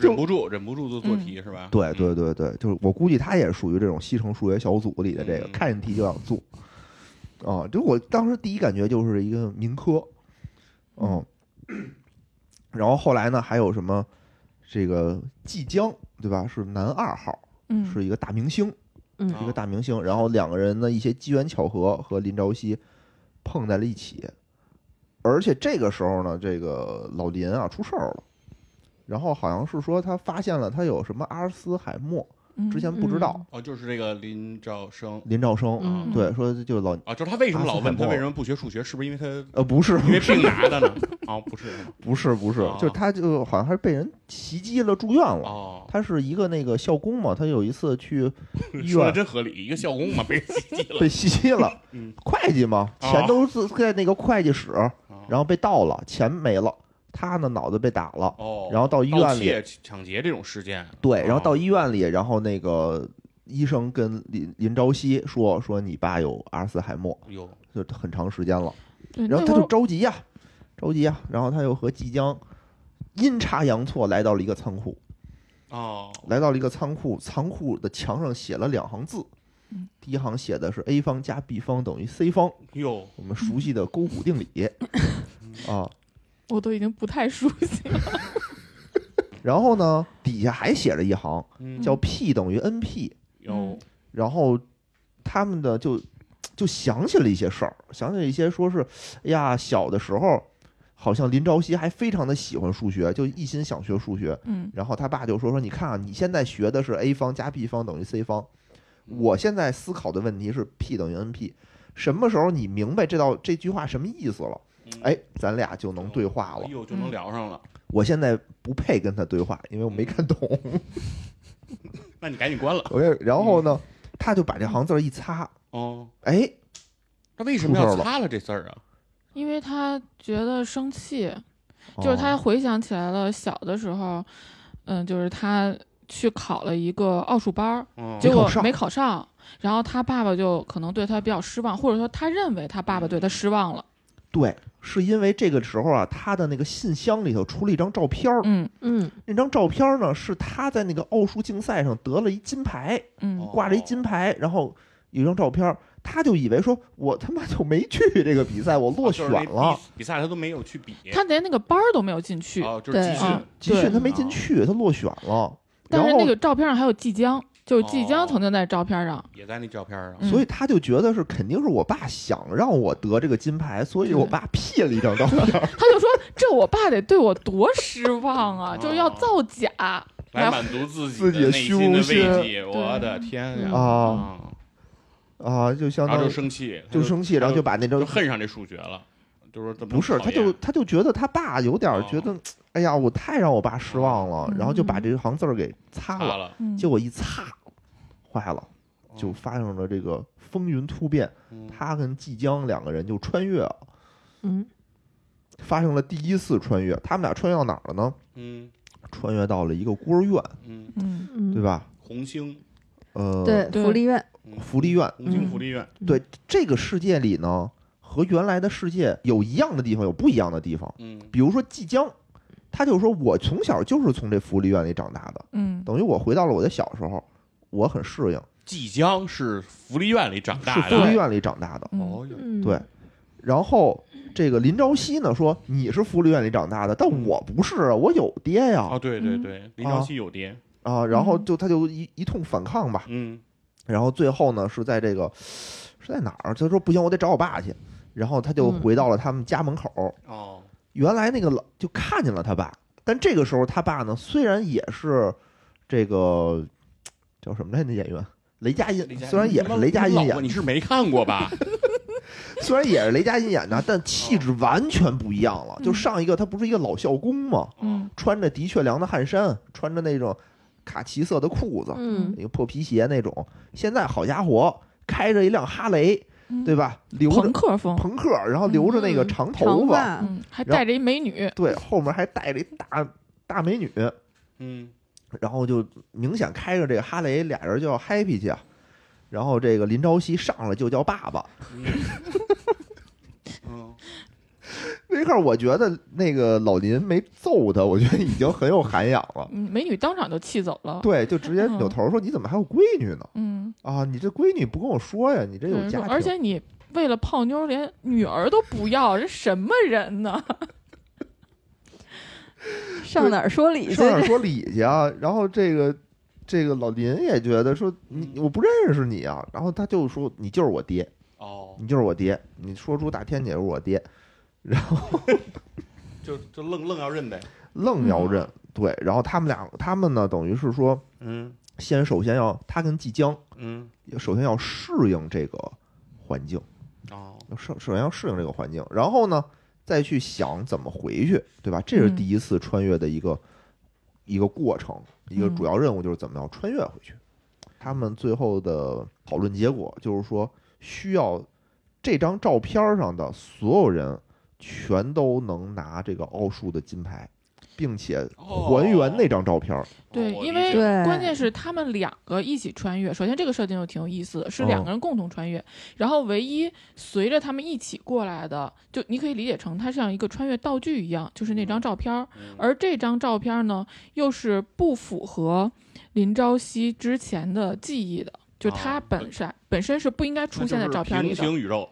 Speaker 2: 就忍不住，忍不住就做题
Speaker 3: 嗯
Speaker 2: 是 吧？嗯
Speaker 1: 对对对对，就是我估计他也属于这种西城数学小组里的这个，
Speaker 2: 嗯
Speaker 1: 看见题就想做。啊，就我当时第一感觉就是一个民科，嗯，然后后来呢还有什么这个即江对吧？是男二号，
Speaker 4: 嗯，
Speaker 1: 是一个大明星，
Speaker 3: 嗯
Speaker 1: 是一个
Speaker 2: 哦
Speaker 1: 大明星。然后两个人呢，一些机缘巧合和林朝夕碰在了一起，而且这个时候呢，这个老林啊出事儿了，然后好像是说他发现了他有什么阿尔茨海默，
Speaker 4: 嗯
Speaker 1: 之前不知道。
Speaker 2: 哦，就是这个林兆生
Speaker 1: 林兆生、
Speaker 3: 嗯
Speaker 1: 对说就老
Speaker 2: 啊，就是他为什么老问他
Speaker 1: 阿斯海默
Speaker 2: 为什么不学数学？是不是因为他
Speaker 1: 呃不是
Speaker 2: 因为病拿的呢？哦，不是
Speaker 1: 不是不是，
Speaker 2: 啊
Speaker 1: 就是他就好像还是被人袭击了住院了。
Speaker 2: 哦，
Speaker 1: 他是一个那个校工嘛，他有一次去医
Speaker 2: 说的
Speaker 1: 院
Speaker 2: 真合理，一个校工嘛，被人袭 击了。
Speaker 1: 被袭击了，
Speaker 2: 嗯
Speaker 1: 会计嘛，
Speaker 2: 啊
Speaker 1: 钱都是在那个会计室，
Speaker 2: 然
Speaker 1: 然后被盗了，钱没了，他呢脑子被打了，
Speaker 2: 哦，
Speaker 1: 然后到医院
Speaker 2: 盗
Speaker 1: 里，
Speaker 2: 窃、抢劫这种事件，
Speaker 1: 对，然后到
Speaker 2: 哦
Speaker 1: 医院里，然后那个医生跟林林朝夕说说你爸有阿尔茨海默，
Speaker 2: 有
Speaker 1: 就很长时间了，
Speaker 4: 对，
Speaker 1: 然
Speaker 4: 那
Speaker 1: 后
Speaker 4: 会
Speaker 1: 他就
Speaker 4: 儿
Speaker 1: 着急呀、着急呀、然后他又和即将阴差阳错来到了一个仓库，
Speaker 2: 哦，
Speaker 1: 来到了一个仓库，仓库的墙上写了两行字
Speaker 4: 嗯，
Speaker 1: 第一行写的是 a 方加 b 方等于 c 方，
Speaker 2: 有
Speaker 1: 我们熟悉的勾股定理啊。
Speaker 4: 我都已经不太熟悉了。
Speaker 1: 然后呢，底下还写着一行
Speaker 2: 嗯
Speaker 1: 叫 p 等于 np，
Speaker 2: 有
Speaker 1: 然后他们的就就想起了一些事儿，想起了一些说是，哎呀，小的时候好像林朝夕还非常的喜欢数学，就一心想学数学。
Speaker 4: 嗯
Speaker 1: 然后他爸就说说，你看啊，你现在学的是 a 方加 b 方等于 c 方，
Speaker 2: 嗯
Speaker 1: 我现在思考的问题是 p 等于 np。什么时候你明白这道这句话什么意思了？哎，，咱俩就能对话了
Speaker 2: 嗯哎。呦，就能聊上了。
Speaker 1: 我现在不配跟他对话，因为我没 看懂。
Speaker 2: 那你赶紧关了
Speaker 1: 我也然后呢，
Speaker 2: 嗯
Speaker 1: 他就把这行字儿一擦，
Speaker 2: 哦。
Speaker 1: 哎，
Speaker 2: 那为什
Speaker 1: 出
Speaker 2: 么
Speaker 1: 事
Speaker 2: 要
Speaker 1: 儿了
Speaker 2: 擦了这字儿啊？
Speaker 4: 因为他觉得生气，就是他
Speaker 1: 哦
Speaker 4: 回想起来了小的时候，嗯，就是他去考了一个奥数班儿，
Speaker 2: 嗯
Speaker 4: 结果
Speaker 1: 考上
Speaker 4: 没考上，然后他爸爸就可能对他比较失望，或者说他认为他爸爸对他失望了。
Speaker 1: 对，是因为这个时候啊，他的那个信箱里头出了一张照片儿，
Speaker 4: 嗯
Speaker 3: 嗯，
Speaker 1: 那张照片儿呢是他在那个奥数竞赛上得了一金牌，
Speaker 2: 哦
Speaker 4: 嗯
Speaker 1: 挂了一金牌，然后有一张照片儿，他就以为说我他妈就没去这个比赛，我落
Speaker 2: 哦
Speaker 1: 选
Speaker 2: 就是那
Speaker 1: 了，
Speaker 2: 比比赛他都没有去比，
Speaker 4: 他连那个班儿都没有进去，
Speaker 2: 哦就是集
Speaker 3: 对
Speaker 2: 训
Speaker 4: 嗯，
Speaker 1: 集训
Speaker 4: 对
Speaker 1: 他没进去，他落选了，然
Speaker 4: 但是那
Speaker 1: 后
Speaker 4: 个照片上还有即将，就是即
Speaker 2: 哦
Speaker 4: 将曾经在照片上，
Speaker 2: 也在那照片上。
Speaker 4: 嗯
Speaker 1: 所以他就觉得是肯定是我爸想让我得这个金牌，所以我
Speaker 4: 对
Speaker 1: 爸 P 了一张照片儿，
Speaker 4: 他就说这我爸得对我多失望啊，
Speaker 2: 哦
Speaker 4: 就是要造假。
Speaker 2: 来满足自己
Speaker 1: 自己
Speaker 2: 的
Speaker 1: 的
Speaker 2: 内心的慰
Speaker 1: 羞辱
Speaker 2: 藉。我的天呀！
Speaker 4: 嗯
Speaker 1: 啊
Speaker 2: 嗯
Speaker 1: 啊，就相
Speaker 2: 然后
Speaker 1: 当
Speaker 2: 就
Speaker 1: 于
Speaker 2: 生气，他
Speaker 1: 就生气，然后就把那张
Speaker 2: 就恨上这数学了，就说怎么
Speaker 1: 不是，他就他就觉得他爸有点儿觉得，哎呀，我太让我爸失望了，然后就把这行字儿给擦
Speaker 2: 擦
Speaker 1: 了，
Speaker 2: 了，哦
Speaker 4: 嗯
Speaker 1: 结果一擦，坏了，就发生了这个风云突变，
Speaker 2: 嗯
Speaker 1: 他跟季江两个人就穿越了，
Speaker 3: 嗯，
Speaker 1: 发生了第一次穿越，他们俩穿越到哪儿了呢？
Speaker 2: 嗯
Speaker 1: 穿越到了一个孤儿院，
Speaker 2: 嗯，
Speaker 4: 嗯，
Speaker 3: 嗯
Speaker 1: 对吧？
Speaker 2: 红星
Speaker 1: 呃，
Speaker 3: 对，
Speaker 4: 对
Speaker 3: 福利院，
Speaker 2: 嗯
Speaker 1: 福利院，
Speaker 2: 红星
Speaker 4: 嗯
Speaker 2: 福利院，
Speaker 1: 对这个世界里呢，和原来的世界有一样的地方，有不一样的地方。
Speaker 2: 嗯
Speaker 1: 比如说季江，他就说我从小就是从这福利院里长大的。
Speaker 4: 嗯，
Speaker 1: 等于我回到了我的小时候，我很适应，
Speaker 2: 即将是福利院里长
Speaker 1: 是
Speaker 2: 大的，
Speaker 1: 福利院里长大的。
Speaker 4: 嗯
Speaker 2: 哦哟，
Speaker 3: 嗯，
Speaker 1: 对，然后这个林朝夕呢说你是福利院里长大的，但我不是啊，我有爹呀
Speaker 2: 哦对对对，林朝夕有爹，
Speaker 1: 啊。然
Speaker 3: 嗯
Speaker 1: 后就他就一一通反抗吧，
Speaker 2: 嗯
Speaker 1: 然后最后呢是在这个是在哪儿？他说不行，我得找我爸去。然后他就
Speaker 3: 嗯
Speaker 1: 回到了他们家门口，
Speaker 2: 哦
Speaker 1: 原来那个老就看见了他爸，但这个时候他爸呢虽然也是这个叫什么来着？那演员雷佳音
Speaker 2: 雷佳，音
Speaker 1: 虽然也是雷佳音
Speaker 2: 你
Speaker 1: 演
Speaker 2: 老婆，你是没看过吧？
Speaker 1: 虽然也是雷佳音演的，但气质完全不一样了。
Speaker 4: 嗯
Speaker 1: 就上一个，他不是一个老校工吗？
Speaker 2: 哦
Speaker 4: 嗯
Speaker 1: 穿着的确良的汗衫，穿着那种卡其色的裤子，
Speaker 3: 嗯，
Speaker 1: 那个破皮鞋那种。现在好家伙，开着一辆哈雷，
Speaker 4: 嗯
Speaker 1: 对吧？留着
Speaker 4: 朋克风，
Speaker 1: 朋克，然后留着那个
Speaker 3: 嗯
Speaker 1: 长头
Speaker 3: 长
Speaker 1: 发，
Speaker 3: 发，
Speaker 4: 嗯，还带着一美女，
Speaker 1: 对，后面还带着一大大美女，
Speaker 2: 嗯
Speaker 1: 然后就明显开着这个哈雷，俩人就要 happy 去啊。然后这个林朝夕上来就叫爸爸，
Speaker 2: 嗯嗯
Speaker 1: 那块儿我觉得那个老林没揍他，我觉得已经很有涵养了。
Speaker 4: 嗯，美女当场就气走了。
Speaker 1: 对，就直接扭
Speaker 4: 嗯
Speaker 1: 头说：“你怎么还有闺女呢？
Speaker 4: 嗯，
Speaker 1: 啊，你这闺女不跟我说呀？你这
Speaker 4: 对
Speaker 1: 有家庭，
Speaker 4: 嗯而且你为了泡妞连女儿都不要，这什么人呢？
Speaker 1: 对
Speaker 3: 上哪儿说理去？
Speaker 1: 上哪儿说理去啊？”然后这个这个老林也觉得说：“你
Speaker 4: 嗯
Speaker 1: 我不认识你啊。”然后他就说：“你就是我爹，
Speaker 2: 哦，
Speaker 1: 你就是我爹，你说出大天你就是我爹。”然后
Speaker 2: 就就愣愣要认呗，
Speaker 1: 愣
Speaker 4: 嗯
Speaker 1: 要认、对，然后他们俩他们呢，等于是说，
Speaker 2: 嗯
Speaker 1: 先首先要他跟季江
Speaker 2: 嗯
Speaker 1: 首先要适应这个环境。
Speaker 2: 哦
Speaker 1: 首首先要适应这个环境，然后呢，再去想怎么回去，对吧？这是
Speaker 4: 嗯
Speaker 1: 第一次穿越的一个、一个过程，一个
Speaker 4: 嗯
Speaker 1: 主要任务就是怎么样穿越回去。他们最后的讨论结果就是说，需要这张照片上的所有人全都能拿这个奥数的金牌，并且还原那张照片儿。
Speaker 4: 对
Speaker 2: 哦我
Speaker 4: 因
Speaker 2: 理
Speaker 4: 为
Speaker 2: 解了
Speaker 3: 对，嗯
Speaker 4: 关键是他们两个一起穿越。首先，这个设定就挺有意思的，是
Speaker 2: 哦
Speaker 4: 两个人共同穿越。然后，唯一随着他们一起过来的，就你可以理解成它像一个穿越道具一样，就是那张照片儿。
Speaker 2: 嗯
Speaker 4: 而这张照片儿呢，又是不符合林朝夕之前的记忆的，就他
Speaker 2: 哦
Speaker 4: 本身、本身是不应该出现在照片
Speaker 2: 那
Speaker 4: 里
Speaker 2: 就是
Speaker 4: 的。
Speaker 2: 平行宇宙，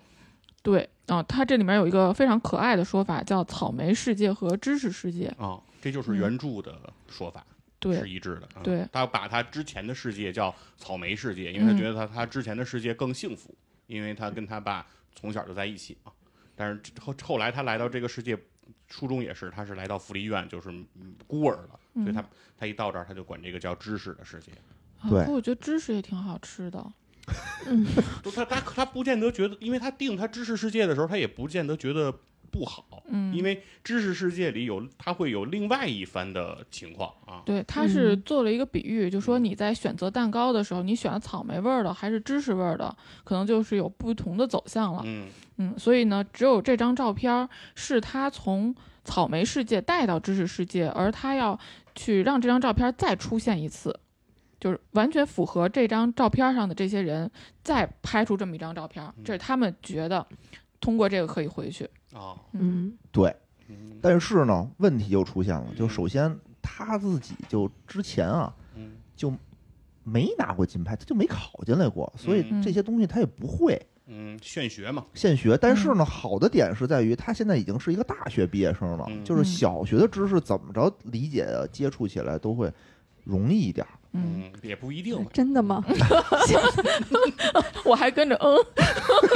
Speaker 4: 对啊，它这里面有一个非常可爱的说法，叫“草莓世界”和“知识世界
Speaker 2: 啊、这就是原著的说法，”。
Speaker 4: 对
Speaker 2: 是，一致的。啊
Speaker 4: 对
Speaker 2: 他把他之前的世界叫草莓世界，因为他
Speaker 4: 嗯
Speaker 2: 觉得他他之前的世界更幸福，因为他跟他爸从小就在一起嘛。但是这后后来他来到这个世界，初中也是，他是来到福利院，就是嗯孤儿了，所
Speaker 4: 嗯
Speaker 2: 以他他一到这儿他就管这个叫知识的世界。
Speaker 4: 啊
Speaker 1: 对
Speaker 4: 不过我觉得芝士也挺好吃的。
Speaker 2: 就他他他不见得觉得，因为他定他知识世界的时候，他也不见得觉得不好，
Speaker 4: 嗯，
Speaker 2: 因为知识世界里有他会有另外一番的情况啊。
Speaker 4: 对，他是
Speaker 3: 嗯
Speaker 4: 做了一个比喻，就说你在选择蛋糕的时候，你选了草莓味儿的还是芝士味儿的，可能就是有不同的走向了。
Speaker 2: 嗯，
Speaker 4: 嗯，所以呢，只有这张照片儿是他从草莓世界带到知识世界，而他要去让这张照片儿再出现一次，就是完全符合这张照片儿上的这些人再拍出这么一张照片儿，这是他们觉得通过这个可以回去。
Speaker 2: 哦，
Speaker 3: 嗯，
Speaker 1: 对，
Speaker 2: 嗯
Speaker 1: 但是呢，问题又出现了，就
Speaker 2: 嗯
Speaker 1: 首先他自己就之前啊
Speaker 2: 嗯
Speaker 1: 就没拿过金牌，他就没考进来过，所以
Speaker 4: 嗯
Speaker 1: 这些东西他也不会。
Speaker 2: 嗯，炫学嘛，
Speaker 1: 现学，但是
Speaker 4: 嗯
Speaker 1: 呢，好的点是在于他现在已经是一个大学毕业生了，
Speaker 2: 嗯
Speaker 1: 就是小学的知识怎么着理解接触起来都会容易一点儿。
Speaker 4: 嗯，，
Speaker 2: 也不一定吧。
Speaker 3: 真的吗？
Speaker 4: 我还跟着嗯，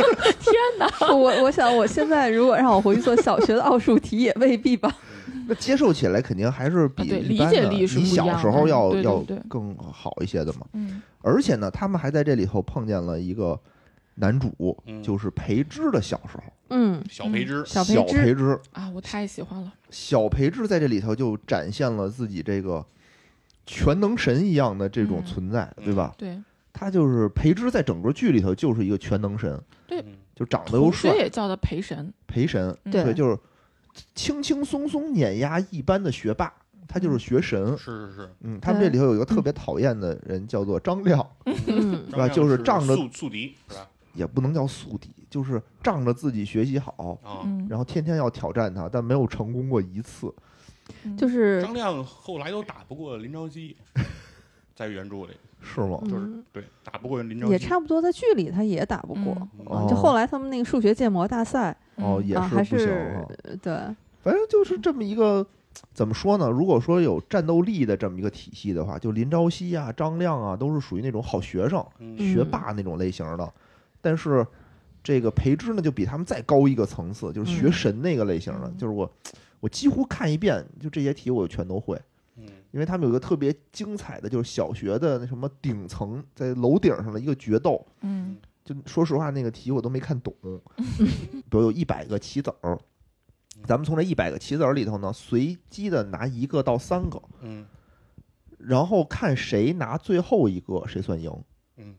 Speaker 3: 我我想我现在如果让我回去做小学的奥数题，也未必吧。
Speaker 1: 那接受起来肯定还是比
Speaker 4: 嗯啊对
Speaker 1: 一般的
Speaker 4: 理解力是不
Speaker 1: 你
Speaker 4: 一样的
Speaker 1: 小时候要
Speaker 4: 对对对
Speaker 1: 要更好一些的嘛。
Speaker 4: 嗯
Speaker 1: 而且呢，他们还在这里头碰见了一个男主，
Speaker 2: 嗯
Speaker 1: 就是裴之的小时候，
Speaker 3: 嗯，
Speaker 2: 小培之，
Speaker 3: 小
Speaker 1: 小
Speaker 3: 培之
Speaker 1: 裴之，
Speaker 4: 啊，我太喜欢了。
Speaker 1: 小裴之在这里头就展现了自己这个全能神一样的这种
Speaker 4: 嗯
Speaker 1: 存在，
Speaker 2: 嗯
Speaker 1: 对吧？
Speaker 4: 对，
Speaker 1: 他就是裴之，在整个剧里头就是一个全能神，
Speaker 4: 对
Speaker 2: 嗯
Speaker 1: 就长得又
Speaker 4: 同
Speaker 1: 帅
Speaker 4: 学，也叫他陪神。
Speaker 1: 陪神，
Speaker 4: 嗯
Speaker 3: 对
Speaker 1: 对，就是轻轻松松碾压一般的学霸，他就是学神。
Speaker 2: 是是是，
Speaker 1: 嗯，他们这里头有一个特别讨厌的人，叫做张亮，
Speaker 3: 嗯
Speaker 1: 吧就是仗着
Speaker 2: 宿宿敌是吧？
Speaker 1: 也不能叫宿敌，就是仗着自己学习好，
Speaker 2: 啊，
Speaker 4: 嗯，
Speaker 1: 然后天天要挑战他，但没有成功过一次。
Speaker 4: 嗯
Speaker 3: 就是
Speaker 2: 张亮后来都打不过林朝夕，在原著里
Speaker 1: 是吗？
Speaker 2: 就是
Speaker 3: 嗯
Speaker 2: 对打不过林朝夕，
Speaker 3: 也差不多，在剧里他也打不过。
Speaker 2: 嗯
Speaker 1: 哦
Speaker 3: 啊，就后来他们那个数学建模大赛，
Speaker 1: 哦，也
Speaker 3: 啊，
Speaker 1: 不
Speaker 3: 还
Speaker 1: 行
Speaker 3: 是
Speaker 1: 啊。
Speaker 3: 呃对，
Speaker 1: 反正就是这么一个，怎么说呢？如果说有战斗力的这么一个体系的话，就林朝夕啊、张亮啊，都是属于那种好学生。
Speaker 2: 嗯
Speaker 3: 嗯
Speaker 1: 学霸那种类型的，但是这个培之呢，就比他们再高一个层次，就是学
Speaker 3: 嗯
Speaker 1: 神那个类型的，
Speaker 4: 嗯
Speaker 1: 就是我我几乎看一遍就这些题我全都会，
Speaker 2: 嗯
Speaker 1: 因为他们有一个特别精彩的，就是小学的那什么顶层在楼顶上的一个决斗，
Speaker 4: 嗯
Speaker 1: 就说实话那个题我都没看懂，比如有一百个棋子儿。咱们从这一百个棋子儿里头呢，随机的拿一个到三个，
Speaker 2: 嗯
Speaker 1: 然后看谁拿最后一个，谁算赢。
Speaker 2: 嗯，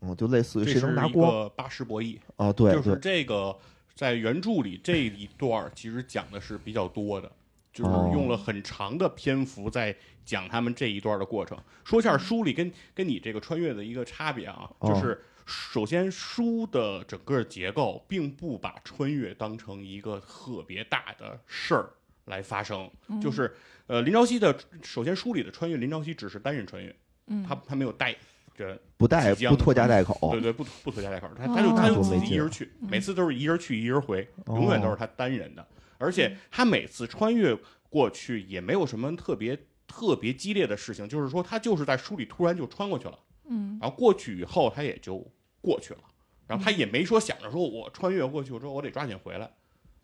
Speaker 1: 嗯，就类似于
Speaker 2: 这
Speaker 1: 谁能
Speaker 2: 是
Speaker 1: 拿
Speaker 2: 一
Speaker 1: 光
Speaker 2: 个八十博弈，
Speaker 1: 啊？对，
Speaker 2: 就是
Speaker 1: 对
Speaker 2: 这个在原著里这一段儿其实讲的是比较多的。就是
Speaker 1: 哦
Speaker 2: 用了很长的篇幅在讲他们这一段儿的过程。说一下书里跟跟你这个穿越的一个差别啊，
Speaker 1: 哦
Speaker 2: 就是首先书的整个结构并不把穿越当成一个特别大的事儿来发生，
Speaker 4: 嗯
Speaker 2: 就是呃林朝夕的首先书里的穿越，林朝夕只是单人穿越，
Speaker 4: 嗯，
Speaker 2: 他他没有带人，
Speaker 1: 不带
Speaker 2: 即将
Speaker 1: 不拖家带口，
Speaker 2: 对对，不不拖家带口，他他就他
Speaker 1: 哦
Speaker 2: 就
Speaker 1: 那
Speaker 2: 自
Speaker 1: 多没
Speaker 2: 己一
Speaker 1: 劲
Speaker 2: 人去，每次都是一人去一人回，
Speaker 1: 哦
Speaker 2: 永远都是他单人的，而且他每次穿越过去也没有什么特别特别激烈的事情，就是说他就是在书里突然就穿过去了，
Speaker 4: 嗯
Speaker 2: 然后过去以后他也就过去了，然后他也没说想着说我穿越过去之后我得抓紧回来，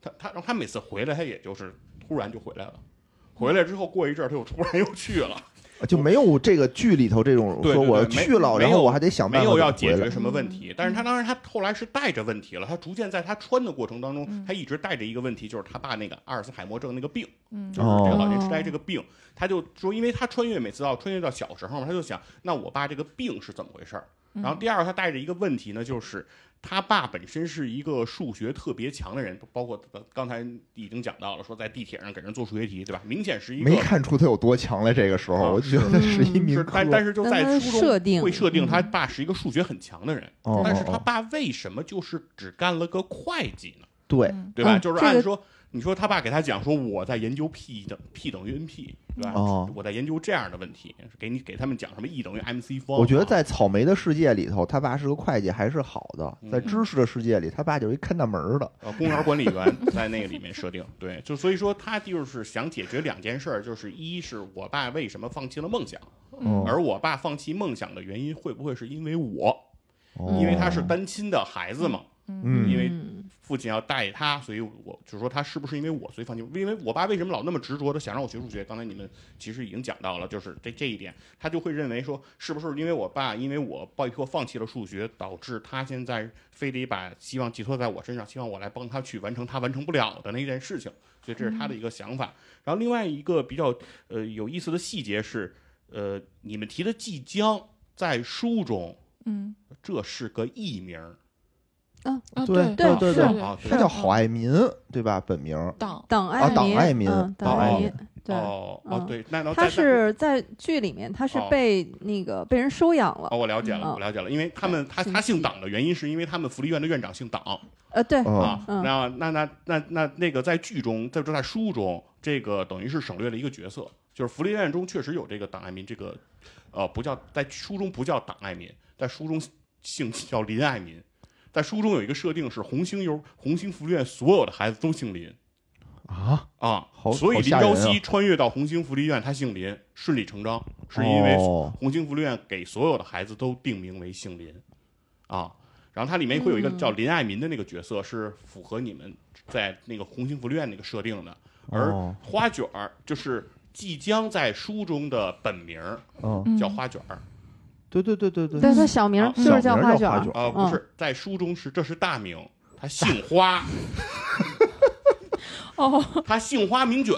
Speaker 2: 他他然后他每次回来他也就是突然就回来了，回来之后过一阵儿他又突然又去 了。
Speaker 1: 啊就没有这个剧里头这种
Speaker 2: 对
Speaker 1: 说
Speaker 2: 对
Speaker 1: 我
Speaker 2: 对没
Speaker 1: 去了，
Speaker 2: 没
Speaker 1: 然
Speaker 2: 有
Speaker 1: 后我还得想办
Speaker 2: 没
Speaker 1: 法
Speaker 2: 有要
Speaker 1: 怎么
Speaker 2: 解
Speaker 1: 回
Speaker 2: 决
Speaker 1: 来。
Speaker 2: 什么问题，但是他当然他后来是带着问题了，他逐渐在他穿的过程当中，他一直带着一个问题，就是他爸那个阿尔茨海默症那个病，
Speaker 4: 嗯
Speaker 2: 就是这个老
Speaker 3: 哦
Speaker 2: 年痴呆这个病，他就说，因为他穿越每次到穿越到
Speaker 4: 嗯
Speaker 3: 嗯
Speaker 2: 小时候嘛，他就想，那我爸这个病是怎么回事儿？然后第二个他带着一个问题呢，就是他爸本身是一个数学特别强的人，包括刚才已经讲到了，说在地铁上给人做数学题，对吧？明显是一
Speaker 1: 没
Speaker 2: 个
Speaker 1: 看出他有多强来。这个时
Speaker 2: 啊
Speaker 1: 候，我就觉得是一
Speaker 3: 嗯
Speaker 1: 民
Speaker 2: 是，
Speaker 1: 科
Speaker 2: 但。但是就
Speaker 3: 但
Speaker 2: 在
Speaker 3: 他
Speaker 2: 初中
Speaker 3: 设定
Speaker 2: 会设定他
Speaker 4: 嗯
Speaker 2: 爸是一个数学很强的人，
Speaker 1: 哦
Speaker 2: 但是
Speaker 1: 哦
Speaker 2: 他
Speaker 1: 哦
Speaker 2: 爸为什么就是只干了个会计呢？
Speaker 1: 对，
Speaker 4: 嗯
Speaker 2: 对吧？
Speaker 3: 嗯
Speaker 2: 就是
Speaker 3: 这
Speaker 2: 按
Speaker 3: 个
Speaker 2: 说、你说他爸给他讲说我在研究 p 等 p 等于 NP，对吧？
Speaker 1: 哦
Speaker 2: 我在研究这样的问题，给你给他们讲什么 E 等于 MC 方啊。
Speaker 1: 我觉得在草莓的世界里头，他爸是个会计还是好的
Speaker 2: 嗯；
Speaker 1: 在知识的世界里，他爸就是一看大门儿的。
Speaker 2: 呃，公园管理员在那个里面设定，对，就所以说他就是想解决两件事儿，就是一是我爸为什么放弃了梦想，
Speaker 1: 嗯
Speaker 2: 而我爸放弃梦想的原因会不会是因为我，
Speaker 1: 哦
Speaker 2: 因为他是单亲的孩子嘛，
Speaker 1: 嗯
Speaker 2: 因为
Speaker 3: 嗯
Speaker 2: 父亲要带他，所以我就是说他是不是因为我所以放弃？因为我爸为什么老那么执着的想让我学数学？刚才你们其实已经讲到了，就是这这一点，他就会认为说是不是因为我爸因为我被迫放弃了数学，导致他现在非得把希望寄托在我身上，希望我来帮他去完成他完成不了的那件事情，所以这是他的一个想法。然后另外一个比较呃有意思的细节是，呃，你们提的即将在书中，
Speaker 4: 嗯
Speaker 2: 这是个艺名儿
Speaker 3: 啊，
Speaker 4: 啊
Speaker 1: 对对
Speaker 4: 对
Speaker 1: 对
Speaker 4: 是
Speaker 1: 对
Speaker 2: 啊，对
Speaker 1: 他叫郝爱民，对吧？本名儿
Speaker 4: 党
Speaker 3: 党
Speaker 1: 啊
Speaker 3: 爱
Speaker 1: 党
Speaker 3: 民，
Speaker 1: 爱民
Speaker 3: 嗯，
Speaker 1: 党
Speaker 3: 党
Speaker 2: 爱
Speaker 3: 爱
Speaker 2: 民
Speaker 3: 民，对。
Speaker 2: 哦哦
Speaker 3: 嗯
Speaker 2: 对，那那
Speaker 3: 他
Speaker 2: 在在
Speaker 3: 是在剧里面，他是
Speaker 2: 哦
Speaker 3: 被那个被人收养了
Speaker 2: 哦，，我了解了，
Speaker 3: 嗯
Speaker 2: 我了解了，因为他们他
Speaker 4: 信
Speaker 2: 他
Speaker 4: 息
Speaker 2: 姓党的原因是因为他们福利院的院长姓党
Speaker 3: 呃，对，
Speaker 1: 哦
Speaker 2: 啊，
Speaker 3: 嗯
Speaker 2: 那那那那那那个在剧中，在就在书中，这个等于是省略了一个角色，就是福利院中确实有这个党爱民这个，呃，不叫在书中不叫党爱民，在书中姓叫林爱民。在书中有一个设定是红星游红星福利院所有的孩子都姓林
Speaker 1: 啊，
Speaker 2: 啊
Speaker 1: 好，
Speaker 2: 所以
Speaker 1: 好
Speaker 2: 林
Speaker 1: 吓人
Speaker 2: 朝
Speaker 1: 啊
Speaker 2: 夕穿越到红星福利院，他姓林，顺理成章，是因为
Speaker 1: 哦
Speaker 2: 红星福利院给所有的孩子都定名为姓林，啊，然后它里面会有一个
Speaker 3: 嗯
Speaker 2: 叫林爱民的那个角色是符合你们在那个红星福利院那个设定的，而
Speaker 1: 哦
Speaker 2: 花卷儿就是即将在书中的本名儿
Speaker 1: 嗯，
Speaker 4: 嗯
Speaker 2: 叫花卷儿，
Speaker 1: 对对对对对
Speaker 3: 对他小名
Speaker 2: 啊
Speaker 3: 就是
Speaker 1: 小名
Speaker 3: 花
Speaker 1: 叫花
Speaker 3: 卷
Speaker 1: 卷儿
Speaker 3: 儿，
Speaker 2: 啊，不
Speaker 4: 嗯
Speaker 2: 是在书中是这是大名，他姓 花，
Speaker 4: 哦
Speaker 2: 他姓花名卷，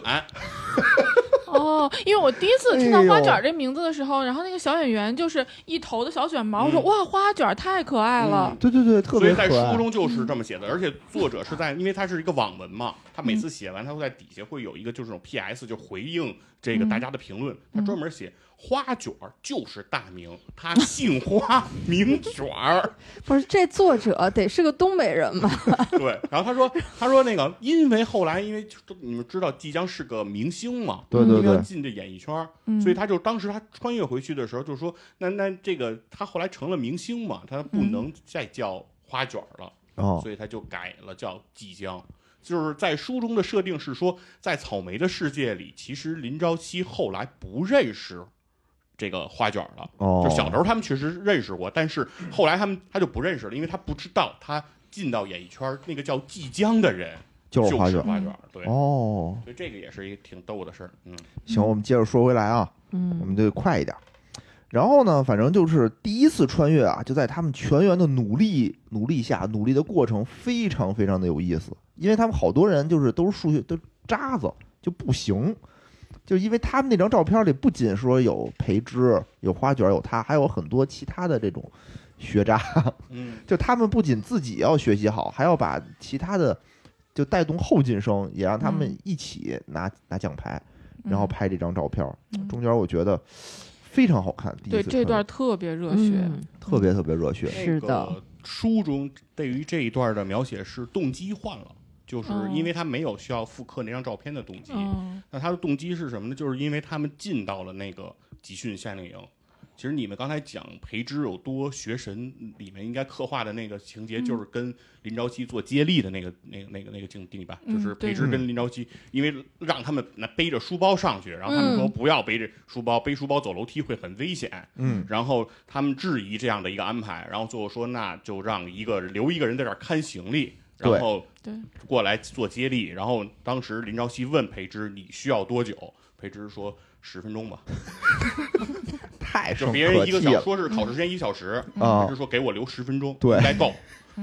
Speaker 4: 哦，因为我第一次听到
Speaker 1: 哎呦
Speaker 4: 花卷儿这名字的时候，然后那个小演员就是一头的小卷毛，我说
Speaker 2: 嗯
Speaker 4: 哇，花卷儿太可爱了。
Speaker 1: 对对对，特
Speaker 2: 所
Speaker 1: 别
Speaker 2: 以在
Speaker 1: 可
Speaker 2: 书
Speaker 1: 爱。
Speaker 2: 中就是这么写的，而且作者 是在，因为它是一个网文嘛，他
Speaker 1: 嗯
Speaker 2: 每次写完，他会在底下会有一个就是这种 P.S. 就回应这
Speaker 1: 嗯
Speaker 2: 个大家的评论，他专门写花卷儿就是大名，他姓花名卷儿，
Speaker 3: 不是这作者得是个东北人吧？
Speaker 2: 对。然后他说，他说那个，因为后来因为你们知道即将是个明星嘛，
Speaker 1: 对
Speaker 2: 因
Speaker 1: 对
Speaker 2: 为要
Speaker 1: 对，
Speaker 2: 进这演艺圈儿，
Speaker 4: 嗯
Speaker 2: 所以他就当时他穿越回去的时候就说，那那这个他后来成了明星嘛，他
Speaker 1: 嗯
Speaker 2: 不能再叫花卷儿了。
Speaker 1: 哦
Speaker 2: 所以他就改了叫即将。就是在书中的设定是说，在草莓的世界里，其实林朝夕后来不认识这个花卷了。
Speaker 1: 哦，
Speaker 2: 就小时候他们确实认识过，但是后来他们他就不认识了，因为他不知道他进到演艺圈那个叫即将的人
Speaker 1: 就
Speaker 2: 就是
Speaker 1: 花
Speaker 2: 是
Speaker 1: 卷
Speaker 2: 花卷。对，
Speaker 1: 哦。
Speaker 2: 所以这个也是一个挺逗的事儿。嗯，
Speaker 1: 行，我们接着说回来啊，我
Speaker 3: 嗯
Speaker 1: 们就快一点。然后呢，反正就是第一次穿越啊，就在他们全员的努力努力下，努力的过程非常非常的有意思，因为他们好多人就是都是数学都是渣子就不行，就因为他们那张照片里不仅说有培之、有花卷、有他，还有很多其他的这种学渣，
Speaker 2: 嗯，
Speaker 1: 就他们不仅自己要学习好，还要把其他的就带动后进生，也让他们
Speaker 4: 嗯
Speaker 1: 一起拿、拿奖牌。
Speaker 4: 嗯
Speaker 1: 然后拍这张照片儿，
Speaker 4: 嗯
Speaker 1: 中间我觉得非常好看。第一
Speaker 4: 对
Speaker 1: 次
Speaker 4: 这
Speaker 1: 穿
Speaker 4: 段特别热血，
Speaker 3: 嗯，
Speaker 1: 特别特别热血，
Speaker 3: 是的。
Speaker 2: 书中对于这一段的描写是动机换了，就是
Speaker 3: 哦
Speaker 2: 因为他没有需要复刻那张照片的动机。
Speaker 4: 嗯
Speaker 2: 那他的动机是什么呢？就是因为他们进到了那个集训夏令营。其实你们刚才讲培之有多学神，里面应该刻画的那个情
Speaker 4: 嗯
Speaker 2: 节，就是跟林朝夕做接力的那个、那个、那个、那个境地吧，
Speaker 4: 嗯
Speaker 2: 就是培之
Speaker 1: 对
Speaker 2: 跟林朝夕，因为让他们那背着书包上去，然后他们
Speaker 4: 嗯
Speaker 2: 说不要背着书包，背书包走楼梯会很危险。
Speaker 1: 嗯，
Speaker 2: 然后他们质疑这样的一个安排，然后最后说那就让一个留一个人在这儿看行李，然
Speaker 1: 对
Speaker 2: 后
Speaker 4: 对
Speaker 2: 过来做接力。然后当时林朝夕问培之你需要多久？培之说十分钟吧，
Speaker 1: 太
Speaker 2: 就
Speaker 1: 生
Speaker 2: 别人
Speaker 1: 可
Speaker 2: 一个
Speaker 1: 气
Speaker 2: 小
Speaker 1: 了
Speaker 2: 说是考试时间一小时，
Speaker 1: 啊
Speaker 2: 培之！说给我留十分钟，
Speaker 1: 对
Speaker 2: 应该够。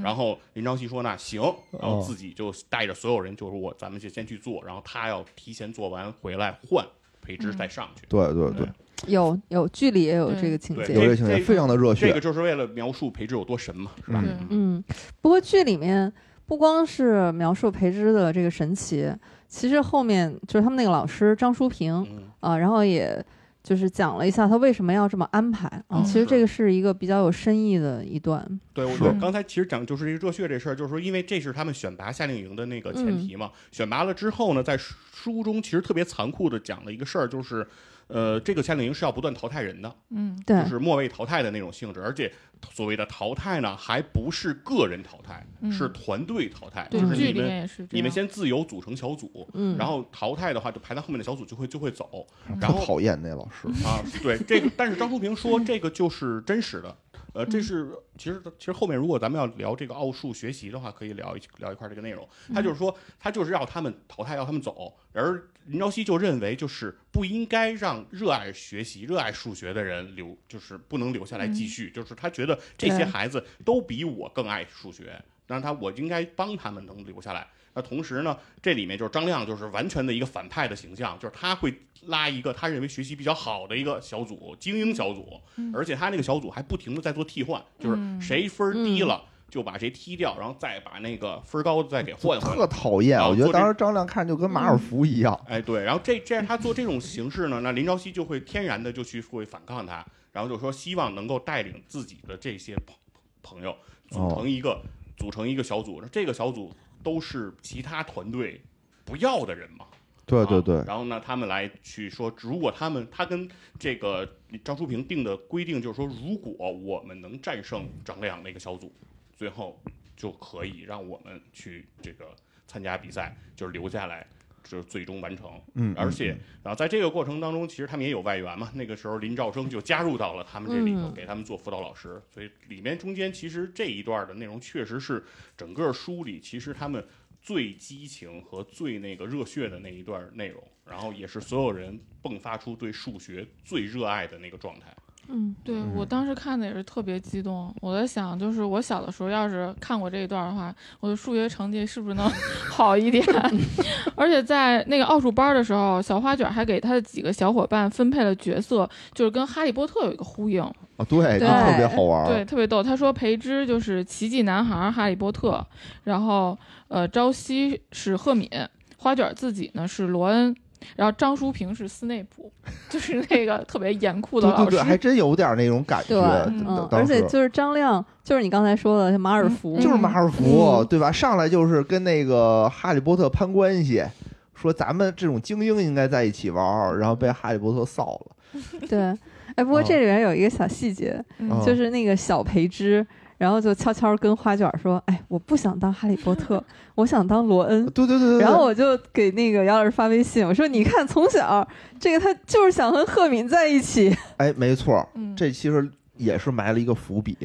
Speaker 2: 然后林朝夕说那行，然后
Speaker 1: 哦
Speaker 2: 自己就带着所有人，就是我咱们就先去做，然后他要提前做完回来换。垂直再上去。
Speaker 1: 对对对，
Speaker 3: 有有剧里也有
Speaker 4: 对
Speaker 3: 这个情
Speaker 2: 对
Speaker 1: 有
Speaker 3: 节，
Speaker 1: 这情节非常的热
Speaker 2: 嗯这
Speaker 1: 血
Speaker 2: 个，就是为了描述培植有多神嘛，是吧？
Speaker 4: 对
Speaker 1: 嗯
Speaker 3: 嗯，不过剧里面不光是描述培之的这个神奇，其实后面就是他们那个老师张淑平
Speaker 2: 嗯，
Speaker 3: 啊、然后也就是讲了一下他为什么要这么安排啊、
Speaker 4: 嗯
Speaker 3: 其实
Speaker 2: 是
Speaker 3: 这个是一个比较有深意的一段，
Speaker 2: 对，我
Speaker 1: 是
Speaker 2: 对刚才其实讲就是这个热血这事儿，就是说，因为这是他们选拔夏令营的那个
Speaker 4: 嗯
Speaker 2: 前提嘛。选拔了之后呢，在书中其实特别残酷的讲了一个事儿，就是，呃，这个夏令营是要不断淘汰人的，
Speaker 4: 嗯
Speaker 3: 对
Speaker 2: 就，是末位淘汰的那种性质，而且所谓的淘汰呢，还不是个人淘汰，
Speaker 4: 嗯
Speaker 2: 是团队淘汰，
Speaker 4: 对
Speaker 2: 就，是
Speaker 4: 剧
Speaker 2: 你
Speaker 4: 里
Speaker 2: 们
Speaker 4: 面也是这样。
Speaker 2: 你们先自由组成小组，
Speaker 3: 嗯，
Speaker 2: 然后淘汰的话就排到后面的小组就会就会走，然
Speaker 1: 特
Speaker 2: 后
Speaker 1: 讨厌那老师。
Speaker 2: 啊，对这个，但是张淑平说这个就是真实的，呃，这是其实其实后面如果咱们要聊这个奥数学习的话，可以聊一聊一块儿这个内容。他就是说，他就是要他们淘汰，要他们走，而林朝夕就认为就是不应该让热爱学习、热爱数学的人留，就是不能留下来继续，就是他觉得这些
Speaker 4: 对
Speaker 2: 孩子都比我更爱数学，让他我应该帮他们能留下来。那同时呢，这里面就是张亮，就是完全的一个反派的形象，就是他会拉一个他认为学习比较好的一个小组，精英小组，
Speaker 4: 嗯
Speaker 2: 而且他那个小组还不停的在做替换，就是
Speaker 4: 嗯
Speaker 2: 谁分儿低了就把谁踢掉，然后再把那个分儿高的再给换回来。
Speaker 1: 特讨厌，
Speaker 2: 啊
Speaker 1: 我觉得
Speaker 2: 做这
Speaker 1: 当时张亮看着就跟马尔福一样，
Speaker 2: 哎，对，然后这这样他做这种形式呢，那林朝夕就会天然的就去会反抗他，然后就说希望能够带领自己的这些朋朋友组成一个、组成一个小组，那这个小组都是其他团队不要的人嘛，
Speaker 1: 对对
Speaker 2: 啊
Speaker 1: 对，
Speaker 2: 然后呢，他们来去说，如果他们他跟这个张淑平定的规定就是说，如果我们能战胜张亮那个小组，最后就可以让我们去这个参加比赛，就是留下来。就是最终完成，
Speaker 1: 嗯，
Speaker 2: 而且，然后在这个过程当中，其实他们也有外援嘛。那个时候，林兆生就加入到了他们这里头，
Speaker 3: 嗯
Speaker 2: 给他们做辅导老师。所以里面中间其实这一段的内容，确实是整个书里其实他们最激情和最那个热血的那一段内容，然后也是所有人迸发出对数学最热爱的那个状态。
Speaker 3: 嗯
Speaker 4: 对
Speaker 1: 嗯
Speaker 4: 我当时看的也是特别激动，我在想，就是我小的时候要是看过这一段的话，我的数学成绩是不是能 好一点？而且在那个奥数班的时候，小花卷还给他的几个小伙伴分配了角色，就是跟哈利波特有一个呼应，
Speaker 1: 啊，对，就
Speaker 3: 对
Speaker 1: 特别好玩
Speaker 4: 对，
Speaker 1: 儿，
Speaker 4: 特别逗。他说培之就是奇迹男孩哈利波特，然后呃朝夕是赫敏，花卷自己呢是罗恩。然后张淑平是斯内普， 就是那个特别严酷的
Speaker 1: 对
Speaker 4: 老师。
Speaker 1: 对对，还真有点那种感觉
Speaker 3: 对，
Speaker 1: 当
Speaker 3: 嗯，
Speaker 1: 当
Speaker 3: 而且
Speaker 1: 时
Speaker 3: 就是张亮，就是你刚才说的马尔福，
Speaker 4: 嗯
Speaker 1: 就是马尔福，
Speaker 4: 嗯
Speaker 1: 对吧？上来就是跟那个哈利波特攀关系，说咱们这种精英应该在一起玩儿，然后被哈利波特臊了。
Speaker 3: 对，哎，不过
Speaker 2: 嗯
Speaker 3: 这里面有一个小细节，
Speaker 4: 嗯
Speaker 1: 嗯
Speaker 3: 就是那个小培之，然后就悄悄跟花卷说：“哎，我不想当哈利波特， 我想当罗恩。
Speaker 1: 对对对”对，
Speaker 3: 然后我就给那个姚老师发微信，我说：“你看，从小这个他就是想和赫敏在一起。
Speaker 1: 哎，没错儿，
Speaker 4: 嗯
Speaker 1: 这其实也是埋了一个伏笔，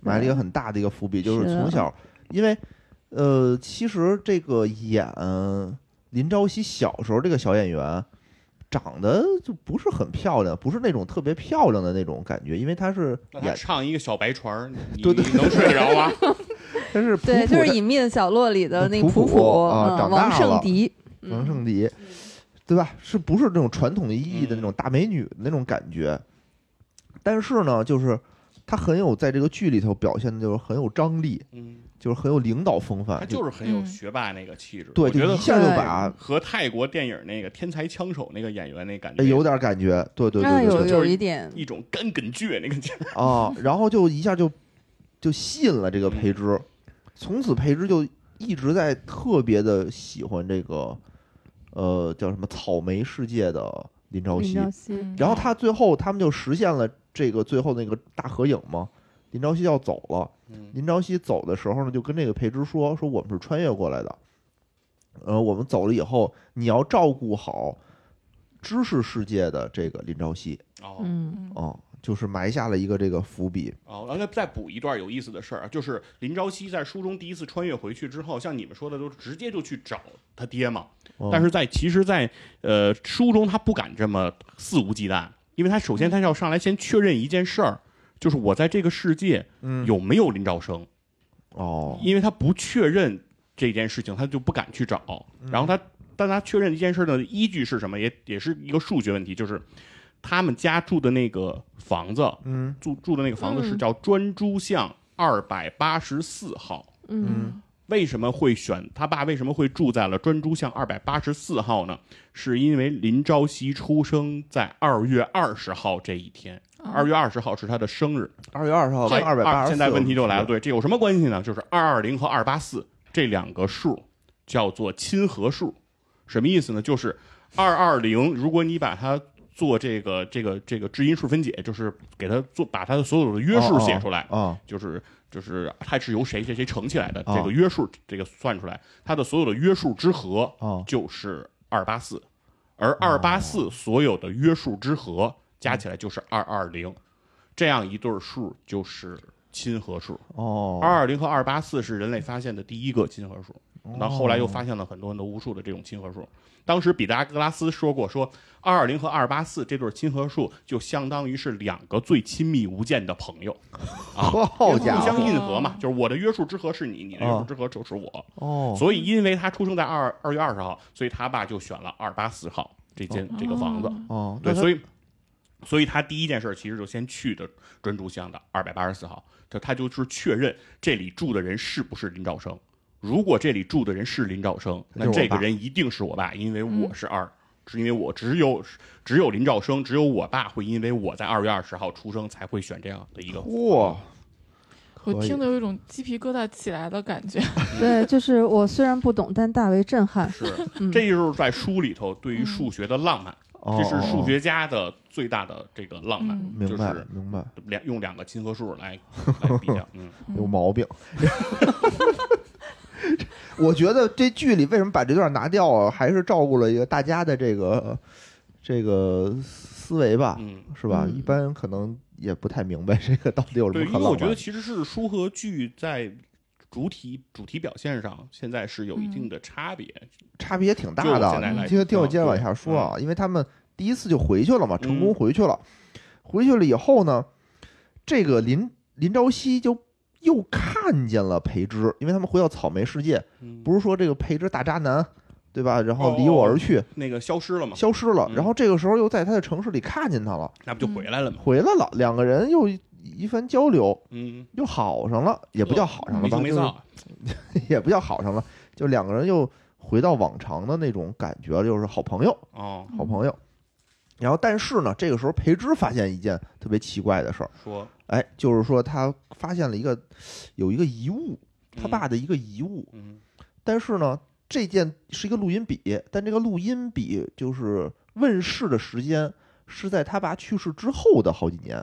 Speaker 1: 埋了一个很大的一个伏笔，就是
Speaker 3: 是
Speaker 1: 从小，因为呃，其实这个演林朝夕小时候这个小演员。长得就不是很漂亮，不是那种特别漂亮的那种感觉，因为她是
Speaker 2: 那他
Speaker 1: 演，
Speaker 2: 唱一个小白船儿， 你
Speaker 1: 对对
Speaker 2: 你能睡得着吗？
Speaker 1: 她是”普
Speaker 3: 对，
Speaker 1: 普
Speaker 3: 就
Speaker 1: 的
Speaker 3: 是《隐秘的角落》里的那个
Speaker 1: 普
Speaker 3: 普
Speaker 1: 普啊
Speaker 3: 嗯
Speaker 1: 长大
Speaker 3: 王
Speaker 1: 了
Speaker 3: 圣迪，嗯
Speaker 1: 王圣迪，对吧？是不是那种传统意义的那种大美女的那种感觉？但是呢，就是她很有在这个剧里头表现的，就是很有张力，
Speaker 2: 嗯，
Speaker 1: 就是很有领导风
Speaker 2: 他
Speaker 1: 范，
Speaker 2: 就是很有
Speaker 4: 嗯
Speaker 2: 学霸那个气质。
Speaker 1: 对，
Speaker 2: 我觉
Speaker 1: 就
Speaker 2: 得
Speaker 1: 一下就
Speaker 3: 对
Speaker 1: 把
Speaker 2: 和泰国电影那个天才枪手那个演员那感
Speaker 1: 哎
Speaker 2: 觉
Speaker 1: 有点感觉，对对
Speaker 3: 那
Speaker 1: 对对
Speaker 3: 有
Speaker 1: 对
Speaker 3: 有一点，
Speaker 2: 一种干梗倔那个劲儿。
Speaker 1: 啊，然后就一下就就吸引了这个培之，从此培之就一直在特别的喜欢这个呃叫什么草莓世界的林朝
Speaker 3: 林
Speaker 1: 夕，
Speaker 3: 朝啊夕，
Speaker 4: 嗯
Speaker 1: 然后他最后他们就实现了这个最后那个大合影嘛。林朝夕要走了，
Speaker 2: 嗯
Speaker 1: 林朝夕走的时候呢，就跟这个培之说：“说我们是穿越过来的，呃，我们走了以后，你要照顾好知识世界的这个林朝夕
Speaker 2: 哦，
Speaker 3: 嗯，
Speaker 1: 啊、就是埋下了一个这个伏笔。
Speaker 2: 哦，然后再补一段有意思的事儿啊，就是林朝夕在书中第一次穿越回去之后，像你们说的，都直接就去找他爹嘛。
Speaker 1: 嗯
Speaker 2: 但是在其实在，呃书中他不敢这么肆无忌惮，因为他首先他要上来先确认一件事儿，就是我在这个世界
Speaker 1: 嗯
Speaker 2: 有没有林兆生，
Speaker 1: 哦，
Speaker 2: 嗯因为他不确认这件事情，他就不敢去找。然后他大家确认一件事的依据是什么？也也是一个数学问题，就是他们家住的那个房子，
Speaker 1: 嗯
Speaker 2: 住住的那个房子是
Speaker 4: 嗯
Speaker 2: 叫专诸巷二百八十四号。
Speaker 3: 嗯
Speaker 2: 为什么会选他爸？为什么会住在了专诸巷二百八十四号呢？是因为林朝夕出生在二月二十号这一天，二月二十号是他的生日。
Speaker 1: 二月二十号跟
Speaker 2: 这
Speaker 1: 哦
Speaker 2: 啊
Speaker 1: 二百八十，
Speaker 2: 现在问题就来了，，对，这有什么关系呢？就是二二零和二八四这两个数叫做亲和数，什么意思呢？就是二二零，如果你把它做这个这个这个质因数分解，就是给它做把它的所有的约数写出来，
Speaker 1: 啊，
Speaker 2: 就是就是它是由谁谁谁乘起来的，
Speaker 1: 哦
Speaker 2: 这个约数这个算出来，它的所有的约数之和
Speaker 1: 哦
Speaker 2: 就是二八四，而二八四所有的约数之和加起来就是二二零，这样一对儿数就是亲和数。
Speaker 1: 哦，
Speaker 2: 二二零和二八四是人类发现的第一个亲和数，那后来又发现了很多很多无数的这种亲和数。当时毕达哥拉斯说过，说二二零和二八四这对亲和数就相当于是两个最亲密无间的朋友，
Speaker 1: 好
Speaker 2: 因为
Speaker 1: 家伙，
Speaker 2: 互相印合嘛，就是我的约束之和是你，你的约束之和就是我。
Speaker 1: 哦，
Speaker 2: 所以，因为他出生在二二月二十号，所以他爸就选了二八四号这间这个房子。
Speaker 1: 哦，
Speaker 2: 对，所
Speaker 1: 以
Speaker 2: 以，所以他第一件事其实就先去的专注巷的二百八十四号，他他就是确认这里住的人是不是林兆生。如果这里住的人是林兆生，
Speaker 1: 就是
Speaker 2: 那
Speaker 1: 我
Speaker 2: 这个
Speaker 1: 爸
Speaker 2: 人一定是我爸，因为
Speaker 4: 嗯
Speaker 2: 我是二，是因为我只有只有林兆生，只有我爸会因为我在二月二十号出生才会选这样的一个。
Speaker 1: 哇，可
Speaker 4: 我
Speaker 1: 以
Speaker 4: 听得有一种鸡皮疙瘩起来的感觉。
Speaker 3: 对，就是我虽然不懂，但大为震 撼。
Speaker 2: 是，
Speaker 3: 嗯，
Speaker 2: 这就是在书里头对于数学的浪漫，
Speaker 1: 哦
Speaker 2: 这是数，
Speaker 1: 哦
Speaker 2: 学家的最大的这个浪漫，
Speaker 4: 嗯
Speaker 1: 哦明白
Speaker 2: 就是
Speaker 1: 明白，
Speaker 2: 两用两个亲和数来来比 较。嗯，
Speaker 1: 有毛病。我觉得这剧里为什么把这段拿掉啊？还是照顾了一个大家的这个这个思维吧，
Speaker 2: 嗯，
Speaker 1: 是吧？
Speaker 3: 嗯
Speaker 1: 一般可能也不太明白这个到底有什
Speaker 2: 对，
Speaker 1: 么
Speaker 2: 因
Speaker 1: 可
Speaker 2: 为
Speaker 1: 浪
Speaker 2: 我觉得
Speaker 1: 漫
Speaker 2: 其实是书和剧在主体主题表现上，现在是有一定的差别。
Speaker 1: 差别也挺大
Speaker 2: 就
Speaker 1: 的
Speaker 2: 现在
Speaker 1: 啊。
Speaker 2: 来嗯
Speaker 1: 你听听我
Speaker 2: 讲
Speaker 1: 接着往
Speaker 2: 对
Speaker 1: 下说啊，因为他们第一次就回去了
Speaker 2: 嗯
Speaker 1: 嘛，成功回去了。回去了以后呢，这个林林朝夕就又看见了裴之，因为他们回到草莓世界，
Speaker 2: 嗯，
Speaker 1: 不是说这个裴之大渣男，对吧？然后离
Speaker 2: 哦
Speaker 1: 我而去，
Speaker 2: 那个消失了嘛，
Speaker 1: 消失了。
Speaker 2: 嗯
Speaker 1: 然后这个时候又在他的城市里看见他了，
Speaker 2: 那不就回来了嘛？
Speaker 1: 回来了，两个人又一一番交流，
Speaker 2: 嗯，
Speaker 1: 又好上了，也不叫好上了
Speaker 2: 没
Speaker 1: 吧，
Speaker 2: 羞没
Speaker 1: 就是
Speaker 2: 臊。
Speaker 1: 也不叫好上了，就两个人又回到往常的那种感觉了，就是好朋友，
Speaker 2: 哦，
Speaker 1: 好朋友。然后，但是呢，这个时候裴之发现一件特别奇怪的事儿，
Speaker 2: 说
Speaker 1: 哎，就是说他发现了一个有一个遗物，他爸，的一个遗物，
Speaker 2: 嗯
Speaker 1: 但是呢，这件是一个录音笔，但这个录音笔就是问世的时间是在他爸去世之后的好几年，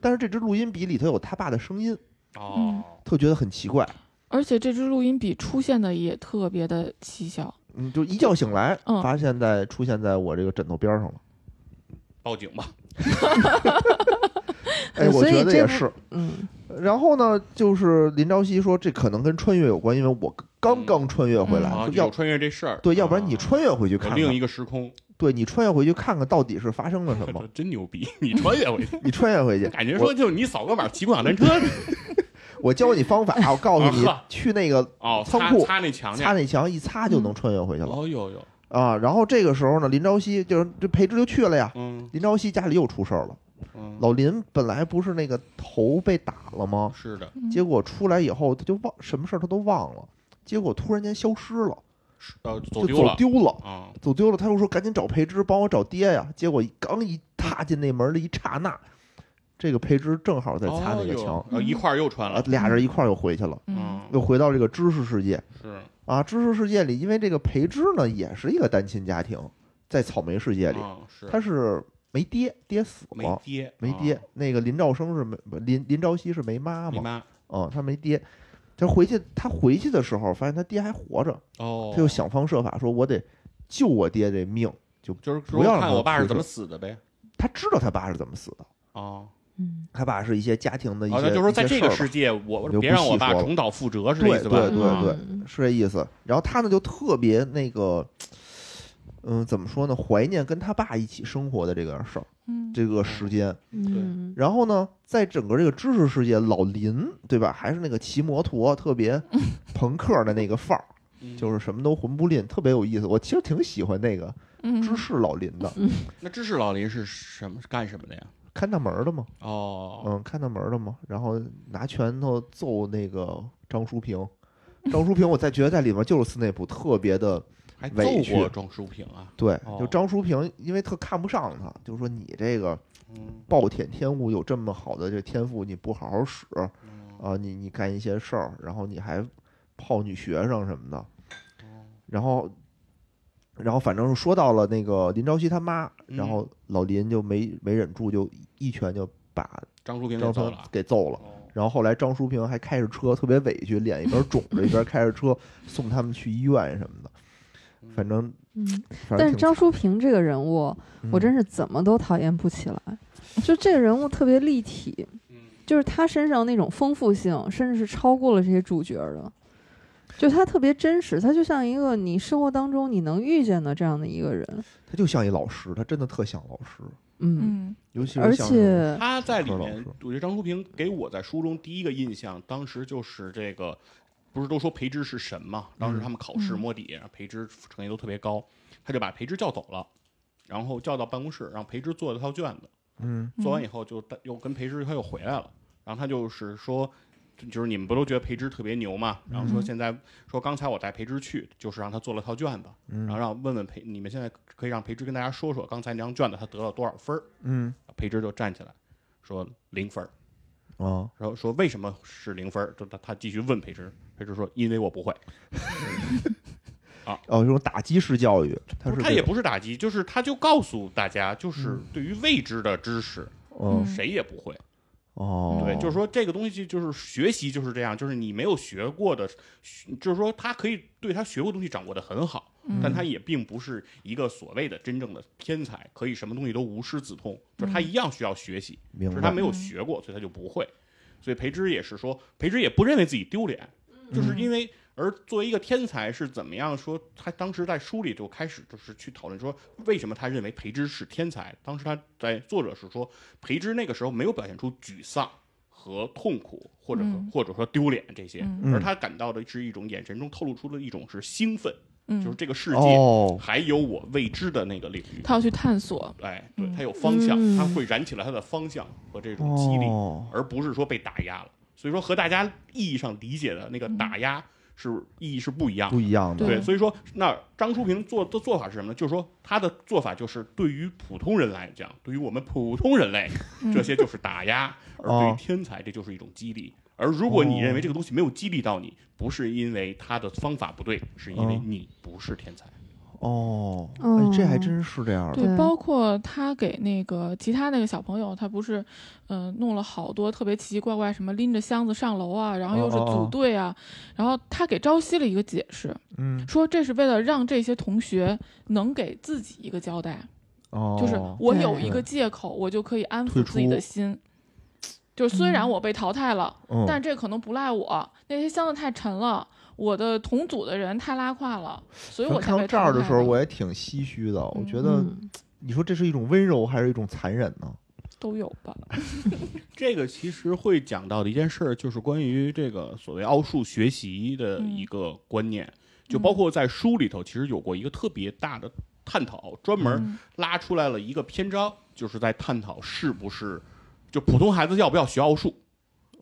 Speaker 1: 但是这只录音笔里头有他爸的声音，
Speaker 2: 嗯，哦，
Speaker 1: 特觉得很奇怪。
Speaker 4: 而且这支录音笔出现的也特别的蹊跷，
Speaker 1: 嗯，就一觉醒来，
Speaker 4: 嗯
Speaker 1: 发现在出现在我这个枕头边上了。
Speaker 2: 报警吧。
Speaker 1: 哎，
Speaker 3: 嗯
Speaker 1: 我
Speaker 3: 所以
Speaker 1: 觉得
Speaker 3: 这
Speaker 1: 也
Speaker 3: 部
Speaker 1: 是。
Speaker 3: 嗯，
Speaker 1: 然后呢，就是林朝夕说这可能跟穿越有关，因为我刚刚穿越回来，
Speaker 2: 嗯啊，
Speaker 1: 要
Speaker 2: 有穿越这事儿，
Speaker 1: 对，要不然你
Speaker 2: 啊
Speaker 1: 穿越回去
Speaker 2: 有
Speaker 1: 看
Speaker 2: 另
Speaker 1: 看，
Speaker 2: 一个时空，。
Speaker 1: 对你穿越回去看看到底是发生了什么
Speaker 2: 真牛逼！你穿越回去，
Speaker 1: 你穿越回去，
Speaker 2: 感觉
Speaker 1: 我
Speaker 2: 说就是你扫个码骑共享单车
Speaker 1: 我教你方法，我告诉你
Speaker 2: 啊
Speaker 1: 去那个
Speaker 2: 哦，
Speaker 1: 仓
Speaker 2: 擦
Speaker 1: 库
Speaker 2: 擦那墙去
Speaker 1: 擦。那墙一擦就能
Speaker 4: 嗯
Speaker 1: 穿越回去了、
Speaker 2: 哦呦呦，
Speaker 1: 啊。然后这个时候呢，林朝夕就是这裴之就去了呀。
Speaker 2: 嗯
Speaker 1: 林朝夕家里又出事儿了，
Speaker 2: 嗯，
Speaker 1: 老林本来不是那个头被打了吗？
Speaker 2: 是的，
Speaker 4: 嗯
Speaker 1: 结果出来以后他就忘什么事儿他都忘了，结果突然间消失了，
Speaker 2: 是呃，走
Speaker 1: 就
Speaker 2: 丢了
Speaker 1: 走丢了。
Speaker 2: 啊，
Speaker 1: 走丢了，他又说赶紧找裴之帮我找爹呀。结果刚一踏进那门的一刹那，这个裴之正好在擦那个墙，
Speaker 2: 哦呦呃，一块儿又穿
Speaker 1: 啊
Speaker 2: 了，，
Speaker 1: 俩人一块儿又回去了，
Speaker 4: 嗯，
Speaker 1: 又回到这个知识世界。
Speaker 2: 是
Speaker 1: 啊，知识世界里，因为这个裴之呢也是一个单亲家庭，在草莓世界里，
Speaker 2: 啊是
Speaker 1: 他是没爹，爹死
Speaker 2: 没
Speaker 1: 了，
Speaker 2: 爹，
Speaker 1: 没
Speaker 2: 啊
Speaker 1: 爹。，那个林兆生是没林林朝夕是没妈
Speaker 2: 你
Speaker 1: 嘛，
Speaker 2: 妈
Speaker 1: 啊，他没爹。他回去，他回去的时候发现他爹还活着，
Speaker 2: 哦，
Speaker 1: 他就想方设法说，我得救我爹这命。
Speaker 2: 就是
Speaker 1: 不要让
Speaker 2: 看
Speaker 1: 他
Speaker 2: 我爸
Speaker 1: 出
Speaker 2: 是
Speaker 1: 事
Speaker 2: 怎么死的呗，
Speaker 1: 他知道他爸是怎么死的，
Speaker 2: 哦，
Speaker 3: 嗯，
Speaker 1: 他爸是一些家庭的一些，
Speaker 2: 好哦像就是说在
Speaker 1: 一些
Speaker 2: 这个
Speaker 1: 事儿
Speaker 2: 世
Speaker 1: 吧
Speaker 2: 界，我
Speaker 1: 就不
Speaker 2: 别让
Speaker 1: 细
Speaker 2: 我爸
Speaker 1: 说了
Speaker 2: 重蹈覆辙，是这
Speaker 1: 对
Speaker 2: 意思吧？
Speaker 1: 对对
Speaker 2: 啊
Speaker 1: 对，是这意思。然后他呢就特别那个，嗯，怎么说呢？怀念跟他爸一起生活的这个事儿。
Speaker 4: 嗯，
Speaker 1: 这个时间。
Speaker 3: 嗯，
Speaker 1: 然后呢，在整个这个知识 世界，老林对吧，还是那个骑摩托特别朋克的那个范儿，
Speaker 2: 嗯
Speaker 1: 就是什么都混不吝，特别有意思。我其实挺喜欢那个
Speaker 4: 嗯，
Speaker 1: 芝士老林的，
Speaker 2: 嗯那知识老林是什么干什么的呀？
Speaker 1: 看大门儿的嘛，
Speaker 2: 哦，
Speaker 1: 嗯，看大门儿的嘛，然后拿拳头揍那个张淑平。张淑平，我在觉得在里面就是斯内普，特别的
Speaker 2: 还揍
Speaker 1: 委屈
Speaker 2: 过庄淑平啊？
Speaker 1: 对。
Speaker 2: 哦
Speaker 1: 就张淑平，因为特看不上他，就说你这个
Speaker 2: 嗯，
Speaker 1: 暴殄天物有这么好的这天赋，你不好好使啊、
Speaker 2: 嗯
Speaker 1: 你你干一些事儿，然后你还泡女学生什么的，
Speaker 2: 哦
Speaker 1: 然后然后反正说到了那个林朝夕他妈，然
Speaker 2: 嗯
Speaker 1: 后老林就没没忍住，就一拳就把
Speaker 2: 张淑平
Speaker 1: 张淑
Speaker 2: 就走
Speaker 1: 平
Speaker 2: 了。
Speaker 1: 给揍了。
Speaker 2: 哦
Speaker 1: 然后后来张淑平还开着车，特别委屈，脸一边肿着一边开着车送他们去医院什么的。反正
Speaker 3: 嗯，
Speaker 1: 反正
Speaker 3: 但是
Speaker 1: 挺
Speaker 3: 张
Speaker 1: 惨
Speaker 3: 淑平这个人物，我
Speaker 1: 嗯
Speaker 3: 真是怎么都讨厌不起来。就这个人物特别立体，
Speaker 2: 嗯
Speaker 3: 就是他身上那种丰富性，甚至是超过了这些主角的。就他特别真实，他就像一个你生活当中你能遇见的这样的一个人。
Speaker 1: 他就像一老师，他真的特像老师，
Speaker 3: 嗯，
Speaker 4: 嗯
Speaker 1: 尤其是
Speaker 3: 而
Speaker 1: 像那种
Speaker 3: 且
Speaker 2: 他在里
Speaker 1: 何老
Speaker 2: 面
Speaker 1: 师，
Speaker 2: 我觉得张淑平给我在书中第一个印象，当时就是这个，不是都说培植是神嘛？当时他们考试
Speaker 4: 嗯
Speaker 2: 摸底，培植成绩都特别高，他就把培植叫走了，然后叫到办公室，让培植做了套卷子。
Speaker 1: 嗯
Speaker 2: 做完以后就带又跟培植他又回来了，然后他就是说，就就是你们不都觉得培植特别牛嘛？然后说
Speaker 4: 嗯
Speaker 2: 现在说刚才我带培植去，就是让他做了套卷子，
Speaker 1: 嗯
Speaker 2: 然后让问问培你们现在可以让培植跟大家说说刚才那张卷子他得了多少分儿？
Speaker 1: 嗯
Speaker 2: 啊培植就站起来说零分儿，
Speaker 1: 啊，
Speaker 2: 然后说为什么是零分儿？就他他继续问培植，培植说因为我不会，
Speaker 1: 哦，这种打击式教育，他
Speaker 2: 不
Speaker 1: 是
Speaker 2: 是他
Speaker 1: 这
Speaker 2: 也
Speaker 1: 种
Speaker 2: 不是打击，就是他就告诉大家，就是
Speaker 1: 嗯
Speaker 2: 对于未知的知识
Speaker 1: 嗯
Speaker 4: 嗯
Speaker 2: 谁也不会。
Speaker 1: 哦，
Speaker 2: 对，就是说这个东西就是学习就是这样，就是你没有学过的，学就是说他可以对他学过的东西掌握的很好，
Speaker 1: 嗯
Speaker 4: 嗯
Speaker 2: 但他也并不是一个所谓的真正的天才，可以什么东西都无师自通，就
Speaker 1: 嗯
Speaker 2: 是他一样需要学习，
Speaker 1: 明
Speaker 2: 只是他
Speaker 1: 白，
Speaker 4: 嗯
Speaker 2: 没有学过，所以他就不会。所以培植也是说，培植也不认为自己丢脸，
Speaker 4: 嗯
Speaker 1: 嗯
Speaker 2: 就是因为。而作为一个天才是怎么样说？他当时在书里就开始就是去讨论说，为什么他认为培植是天才？当时他在作者是说，培植那个时候没有表现出沮丧和痛苦，或者和、
Speaker 4: 嗯
Speaker 2: 或者说丢脸这些，
Speaker 4: 嗯
Speaker 1: 嗯
Speaker 2: 而他感到的是一种眼神中透露出的一种是兴奋，
Speaker 4: 嗯，
Speaker 2: 就是这个世界、
Speaker 1: 哦，
Speaker 2: 还有我未知的那个领域。
Speaker 4: 他要去探索，
Speaker 2: 哎，对
Speaker 4: 嗯
Speaker 2: 他有方向，
Speaker 3: 嗯
Speaker 2: 他会燃起了他的方向和这种激励，
Speaker 1: 哦
Speaker 2: 而不是说被打压了。所以说和大家意义上理解的那个打压是意义是不一样的。
Speaker 1: 不一样的，
Speaker 4: 对
Speaker 2: 对，所以说那张淑平做的做法是什么呢？就是说他的做法就是对于普通人来讲，对于我们普通人类，
Speaker 4: 嗯
Speaker 2: 这些就是打压，而对于
Speaker 1: 哦
Speaker 2: 天才，这就是一种激励。而如果你认为这个东西没有激励到你，不是因为他的方法不对，是因为
Speaker 1: 嗯
Speaker 2: 你不是天才。
Speaker 1: 哦，哎，这还真是这样的，
Speaker 4: 嗯对，
Speaker 3: 对
Speaker 4: 包括他给那个其他那个小朋友，他不是，嗯、弄了好多特别奇奇怪怪，什么拎着箱子上楼啊，然后又是
Speaker 1: 哦哦哦
Speaker 4: 组队啊，然后他给朝夕了一个解释，
Speaker 1: 嗯，
Speaker 4: 说这是为了让这些同学能给自己一个交代，
Speaker 1: 哦，
Speaker 4: 就是我有
Speaker 3: 对
Speaker 4: 一个借口，我就可以安
Speaker 1: 退
Speaker 4: 抚
Speaker 1: 出
Speaker 4: 自己的心。就是虽然
Speaker 3: 嗯
Speaker 4: 我被淘汰了，
Speaker 1: 嗯，
Speaker 4: 但这可能不赖我，那些箱子太沉了，我的同组的人太拉胯了，所以我才
Speaker 1: 看
Speaker 4: 被
Speaker 1: 到这儿
Speaker 4: 淘
Speaker 1: 的
Speaker 4: 汰
Speaker 1: 时候，
Speaker 4: 了
Speaker 1: 我也挺唏嘘的，我觉得
Speaker 3: 嗯，
Speaker 1: 你说这是一种温柔还是一种残忍呢？
Speaker 4: 都有吧。
Speaker 2: 这个其实会讲到的一件事儿，就是关于这个所谓奥数学习的一个观念，就包括在书里头，其实有过一个特别大的探讨，专门拉出来了一个篇章，就是在探讨是不是就普通孩子要不要学奥数，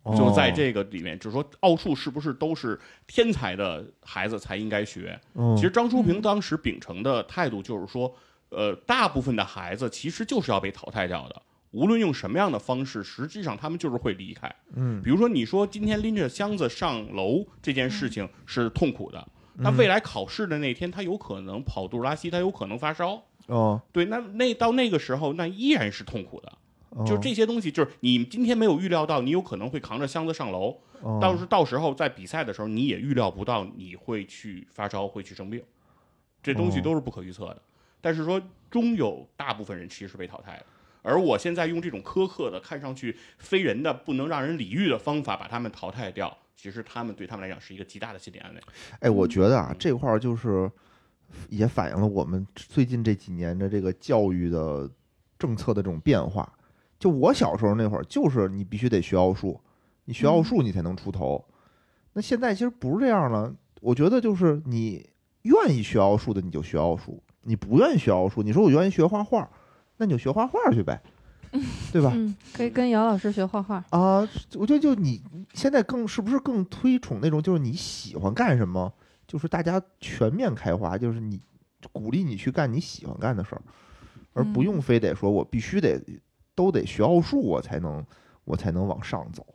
Speaker 1: 哦
Speaker 2: 就在这个里面，就是说奥数是不是都是天才的孩子才应该学？
Speaker 1: 哦，
Speaker 2: 其实张淑平
Speaker 4: 嗯
Speaker 2: 当时秉承的态度就是说，呃，大部分的孩子其实就是要被淘汰掉的，无论用什么样的方式，实际上他们就是会离开。
Speaker 1: 嗯，
Speaker 2: 比如说，你说今天拎着箱子上楼这件事情是痛苦的，
Speaker 1: 嗯
Speaker 2: 那未来考试的那天，他有可能跑肚拉稀，他有可能发烧。
Speaker 1: 哦，
Speaker 2: 对，那那到那个时候，那依然是痛苦的。
Speaker 1: 哦
Speaker 2: 就是，这些东西，就是你今天没有预料到，你有可能会扛着箱子上楼，
Speaker 1: 哦
Speaker 2: 到时到时候在比赛的时候，你也预料不到你会去发烧，会去生病，这东西
Speaker 1: 哦
Speaker 2: 都是不可预测的。但是说，终有大部分人其实是被淘汰的。而我现在用这种苛刻的、看上去非人的、不能让人理喻的方法把他们淘汰掉，其实他们对他们来讲是一个极大的心理安慰。
Speaker 1: 哎，我觉得啊，这块儿就是也反映了我们最近这几年的这个教育的政策的这种变化。就我小时候那会儿，就是你必须得学奥数，你学奥数你才能出头。那现在其实不是这样了，我觉得就是你愿意学奥数的你就学奥数，你不愿意学奥数，你说我愿意学画画，那你就学画画去呗，对吧？
Speaker 3: 嗯，可以跟姚老师学画画。
Speaker 1: 啊，我觉得就你现在更是不是更推崇那种，就是你喜欢干什么，就是大家全面开花，就是你鼓励你去干你喜欢干的事儿，而不用非得说我必须得都得学奥数，我才能我才能往上走。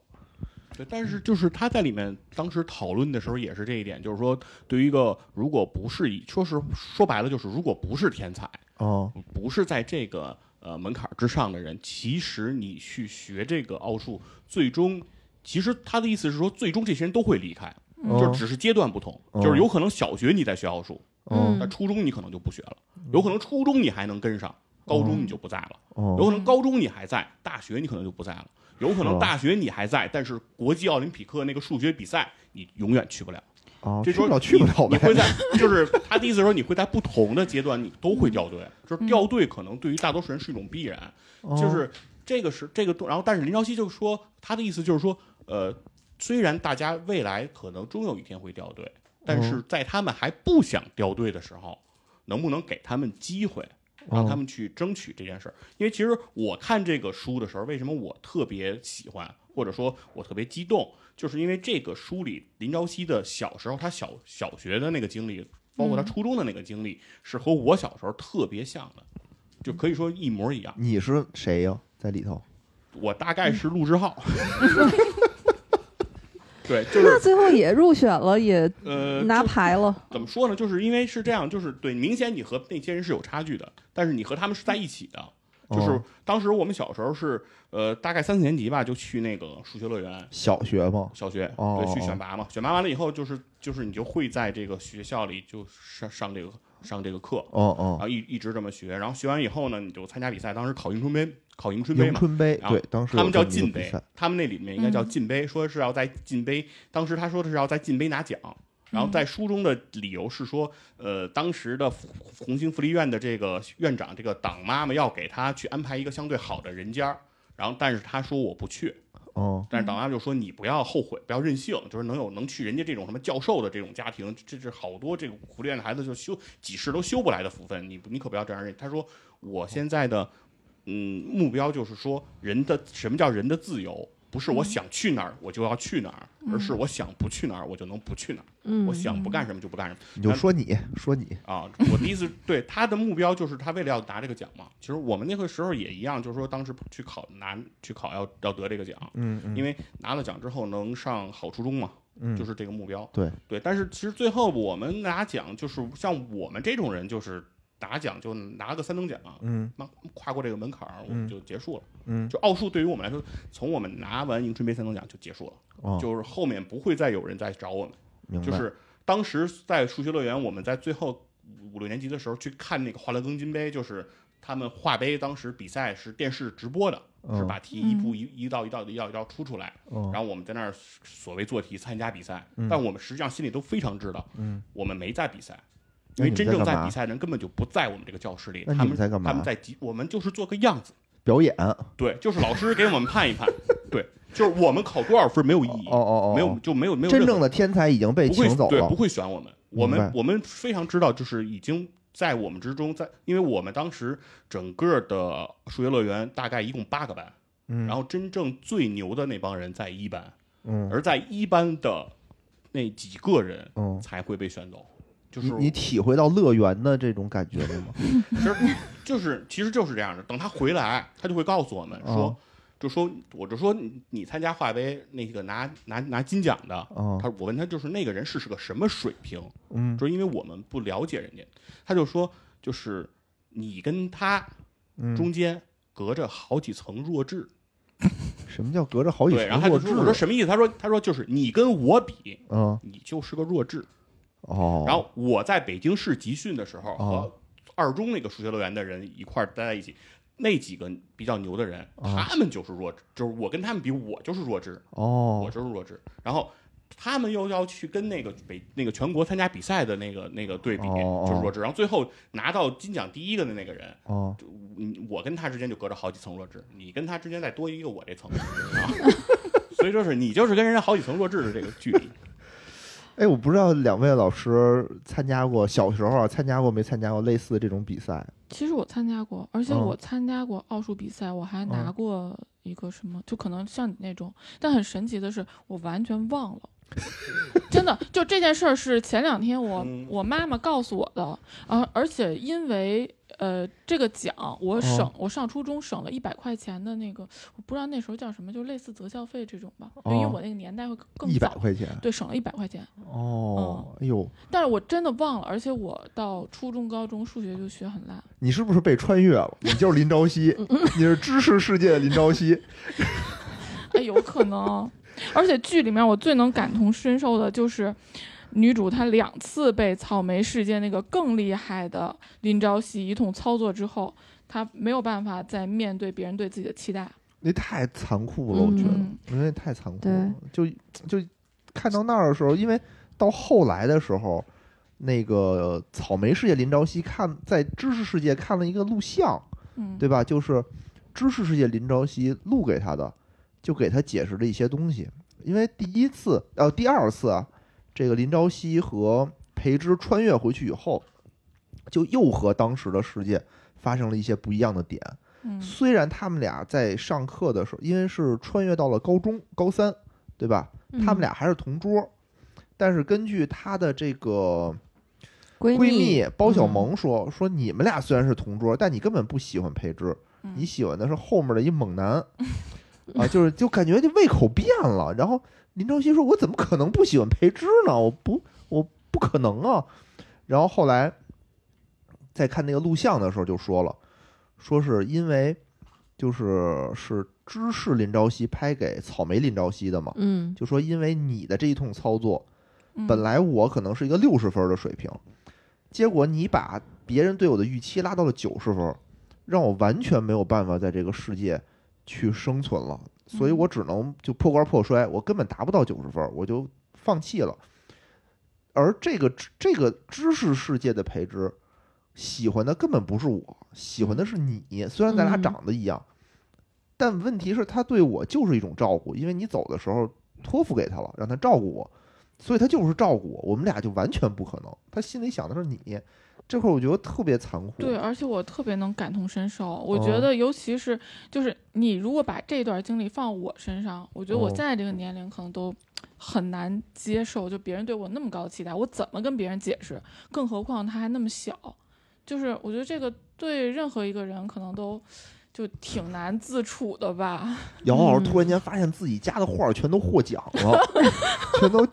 Speaker 2: 对，但是就是他在里面当时讨论的时候也是这一点，就是说，对于一个如果不是以说是说白了就是如果不是天才，
Speaker 1: 哦，
Speaker 2: 不是在这个呃门槛之上的人，其实你去学这个奥数，最终其实他的意思是说，最终这些人都会离开，
Speaker 4: 嗯
Speaker 2: 就是只是阶段不同，
Speaker 1: 哦
Speaker 2: 就是有可能小学你在学奥数，
Speaker 1: 哦
Speaker 2: 那初中你可能就不学了，有可能初中你还能跟上，高中你就不在了，有
Speaker 1: 哦
Speaker 2: 可能高中你还在，大学你可能就不在了，有可
Speaker 1: 是吧
Speaker 2: 能大学你还在，但是国际奥林匹克那个数学比赛你永远去不了。
Speaker 1: 哦，
Speaker 2: 这
Speaker 1: 去不
Speaker 2: 说
Speaker 1: 了去不了
Speaker 2: 你
Speaker 1: 呗。
Speaker 2: 会在，就是他的意思是说，你会在不同的阶段，你都会掉队。就是掉队，可能对于大多数人是一种必然。
Speaker 1: 哦
Speaker 2: 就是这个是这个东，然后但是林朝夕就说，他的意思就是说，呃，虽然大家未来可能终有一天会掉队，但是
Speaker 1: 哦
Speaker 2: 在他们还不想掉队的时候，能不能给他们机会，
Speaker 1: 哦
Speaker 2: 让他们去争取这件事儿？因为其实我看这个书的时候，为什么我特别喜欢，或者说我特别激动，就是因为这个书里林朝夕的小时候，他小小学的那个经历，包括他
Speaker 4: 嗯
Speaker 2: 初中的那个经历，是和我小时候特别像的，就可以说一模一样。
Speaker 1: 你是谁呀、在里头？
Speaker 2: 我大概是陆志浩。 对，就
Speaker 3: 那
Speaker 2: 是
Speaker 3: 最后也入选 了，也
Speaker 2: 呃，
Speaker 3: 拿牌了。
Speaker 2: 怎么说呢？就是因为是这样，就是对，明显你和那些人是有差距的，但是你和他们是在一起的。就是
Speaker 1: 哦
Speaker 2: 当时我们小时候是呃，大概三四年级吧，就去那个数学乐园。
Speaker 1: 小学吗？
Speaker 2: 小学
Speaker 1: 哦
Speaker 2: 对去选拔嘛，选拔完了以后就是就是你就会在这个学校里就上上这个上这个课，
Speaker 1: 哦
Speaker 2: 然
Speaker 1: 哦，
Speaker 2: 后一一直这么学，然后学完以后呢，你就参加比赛。当时考迎春杯，考迎春杯
Speaker 1: 迎
Speaker 2: 嘛，
Speaker 1: 春杯
Speaker 2: 然后
Speaker 1: 对，当时
Speaker 2: 他
Speaker 1: 有
Speaker 2: 们
Speaker 1: 这
Speaker 2: 叫
Speaker 1: 么一个
Speaker 2: 进
Speaker 1: 比
Speaker 2: 杯
Speaker 1: 赛，
Speaker 2: 他们那里面应该叫进杯，说是要在进杯。当时他说的是要在进杯拿奖，然后在书中的理由是说，呃，当时的红红星福利院的这个院长，这个党妈妈要给他去安排一个相对好的人家儿，然后但是他说我不去，
Speaker 1: 哦
Speaker 3: 嗯
Speaker 2: 但是党妈妈就说你不要后悔，不要任性，就是能有能去人家这种什么教授的这种家庭，这是好多这个苦练的孩子就修几世都修不来的福分，你不你可不要这样认。他说我现在的嗯目标就是说人的什么叫人的自由，不是
Speaker 3: 嗯
Speaker 2: 我想去哪儿我就要去哪儿，而是我想不去哪儿我就能不去哪儿，
Speaker 3: 嗯，
Speaker 2: 我想不干什么就不干什么。
Speaker 1: 你就说你说你
Speaker 2: 啊，我的意思，对他的目标就是他为了要拿这个奖嘛。其实我们那个时候也一样，就是说当时去考拿去考要要得这个奖，
Speaker 1: 嗯嗯
Speaker 2: 因为拿了奖之后能上好初中嘛，
Speaker 1: 嗯
Speaker 2: 就是这个目标。
Speaker 1: 对
Speaker 2: 对，但是其实最后我们拿奖，就是像我们这种人，就是拿奖就拿个三等奖，
Speaker 1: 嗯
Speaker 2: 那跨过这个门槛儿，我
Speaker 1: 嗯
Speaker 2: 们就结束了。
Speaker 1: 嗯
Speaker 2: 就奥数对于我们来说，从我们拿完迎春杯三等奖就结束了，
Speaker 1: 哦，
Speaker 2: 就是后面不会再有人再找我们。
Speaker 1: 明白
Speaker 2: 就是当时在数学乐园，我们在最后五六年级的时候去看那个华莱庚金杯，就是他们画杯当时比赛是电视直播的，是
Speaker 1: 嗯
Speaker 2: 把题一步一一道一道的一道一道出出来，
Speaker 1: 哦
Speaker 2: 然后我们在那儿所谓做题参加比赛，
Speaker 1: 嗯
Speaker 2: 但我们实际上心里都非常知道，
Speaker 1: 嗯
Speaker 2: 我们没在比赛。
Speaker 1: 那
Speaker 2: 因为
Speaker 1: 你们
Speaker 2: 真
Speaker 1: 在
Speaker 2: 正
Speaker 1: 干
Speaker 2: 在
Speaker 1: 嘛
Speaker 2: 比赛的人根本就不在我们这个教室里，
Speaker 1: 那你
Speaker 2: 他
Speaker 1: 们
Speaker 2: 们
Speaker 1: 在干嘛
Speaker 2: 他们在集，我们就是做个样子，
Speaker 1: 表演
Speaker 2: 对，就是老师给我们判一判，对，就是我们考多少分没有意义，
Speaker 1: 哦哦哦
Speaker 2: 没有就没有没有
Speaker 1: 真
Speaker 2: 任何
Speaker 1: 正的天才已经被
Speaker 2: 不会
Speaker 1: 请走
Speaker 2: 对，
Speaker 1: 了
Speaker 2: 不，会选我们。我们我们非常知道，就是已经在我们之中，在因为我们当时整个的数学乐园大概一共八个班，
Speaker 1: 嗯
Speaker 2: 然后真正最牛的那帮人在一班，
Speaker 1: 嗯
Speaker 2: 而在一班的那几个人
Speaker 1: 嗯，
Speaker 2: 才会被选走。就
Speaker 1: 你
Speaker 2: 是
Speaker 1: 你体会到乐园的这种感觉了吗？
Speaker 2: 其实就是其实就是这样的。等他回来，他就会告诉我们说，
Speaker 1: 哦
Speaker 2: 就说我就说你你参加华为那个拿拿拿金奖的，
Speaker 1: 哦
Speaker 2: 他我问他就是那个人是是个什么水平，
Speaker 1: 嗯
Speaker 2: 说因为我们不了解人家，他就说就是你跟他
Speaker 1: 嗯，
Speaker 2: 中间隔着好几层弱智，
Speaker 1: 什么叫隔着好几
Speaker 2: 对，然
Speaker 1: 层弱
Speaker 2: 后他就
Speaker 1: 智
Speaker 2: 说我？说什么意思？他说他说就是你跟我比，
Speaker 1: 嗯
Speaker 2: 你就是个弱智。
Speaker 1: 哦，
Speaker 2: 然后我在北京市集训的时候
Speaker 1: 哦
Speaker 2: 和二中那个数学乐园的人一块儿待在一起。那几个比较牛的人，
Speaker 1: 哦
Speaker 2: 他们就是弱智，就是我跟他们比，我就是弱智，我
Speaker 1: 哦
Speaker 2: 就是弱智。然后他们又要去跟那个北那个全国参加比赛的那个那个对比，
Speaker 1: 哦哦
Speaker 2: 就是弱智。然后最后拿到金奖第一个的那个人，
Speaker 1: 哦，
Speaker 2: 就你我跟他之间就隔着好几层弱智，你跟他之间再多一 个我这层，啊、所以就是你就是跟人家好几层弱智的这个距离。
Speaker 1: 哎，我不知道两位老师参加过小时候啊，参加过没参加过类似的这种比赛？
Speaker 4: 其实我参加过，而且
Speaker 1: 嗯
Speaker 4: 我参加过奥数比赛，我还拿
Speaker 1: 嗯
Speaker 4: 过一个什么，就可能像你那种。但很神奇的是，我完全忘了。 真的，就这件事儿是前两天我、
Speaker 2: 嗯
Speaker 4: 我妈妈告诉我的，啊，而且因为呃这个奖，我省、
Speaker 1: 哦
Speaker 4: 我上初中省了一百块钱的那个，我不知道那时候叫什么，就类似择校费这种吧，就因为
Speaker 1: 哦
Speaker 4: 我那个年代会更
Speaker 1: 一百
Speaker 4: 早，嗯
Speaker 1: 块钱
Speaker 4: 对，省了一百块钱。
Speaker 1: 哦，哎呦，
Speaker 4: 但是我真的忘了，而且我到初中、高中数学就学很烂，
Speaker 1: 你是不是被穿越了？你就是林朝 夕，你是知识世界的林朝夕。
Speaker 4: 哎，有可能。而且剧里面我最能感同身受的就是女主她两次被草莓事件那个更厉害的林朝夕一通操作之后，她没有办法再面对别人对自己的期待。
Speaker 1: 那太残酷了，我觉得，
Speaker 4: 嗯
Speaker 1: 我觉得太残酷了。就就看到那儿的时候，因为到后来的时候，那个草莓世界林朝夕看在知识世界看了一个录像，
Speaker 4: 嗯，
Speaker 1: 对吧？就是知识世界林朝夕录给他的，就给他解释了一些东西。因为第一次，呃，第二次啊，这个林朝夕和裴之穿越回去以后，就又和当时的世界发生了一些不一样的点。
Speaker 4: 嗯
Speaker 1: 虽然他们俩在上课的时候，因为是穿越到了高中高三，对吧？
Speaker 3: 嗯
Speaker 1: 他们俩还是同桌，但是根据她的这个
Speaker 3: 闺
Speaker 1: 闺蜜包小萌说、说，你们俩虽然是同桌，但你根本不喜欢裴之，
Speaker 4: 嗯
Speaker 1: 你喜欢的是后面的一猛男，啊，就是就感觉就胃口变了。然后林朝夕说：“我怎么可能不喜欢裴之呢？我不，我不可能啊。”然后后来在看那个录像的时候就说了，说是因为就是是芝士林朝夕拍给草莓林朝夕的嘛，
Speaker 3: 嗯
Speaker 1: 就说因为你的这一通操作，
Speaker 4: 嗯
Speaker 1: 本来我可能是一个六十分的水平，结果你把别人对我的预期拉到了九十分，让我完全没有办法在这个世界去生存了，所以我只能就破罐破摔，我根本达不到九十分，我就放弃了。而这个这个知识世界的培植，喜欢的根本不是我，喜欢的是你。虽然咱俩
Speaker 3: 嗯
Speaker 1: 长得一样，但问题是，他对我就是一种照顾，因为你走的时候托付给他了，让他照顾我，所以他就是照顾我，我们俩就完全不可能。他心里想的是你，这块儿我觉得特别残酷。
Speaker 4: 对，啊而且我特别能感同身受。我
Speaker 1: 哦
Speaker 4: 觉得，尤其是就是你如果把这段经历放我身上，我觉得我
Speaker 1: 哦
Speaker 4: 现在这个年龄可能都很难接受，就别人对我那么高的期待，我怎么跟别人解释？更何况他还那么小，就是我觉得这个对任何一个人可能都就挺难自处的吧。
Speaker 1: 姚老师
Speaker 3: 嗯
Speaker 1: 突然间发现自己家的画儿全都获奖了， 全都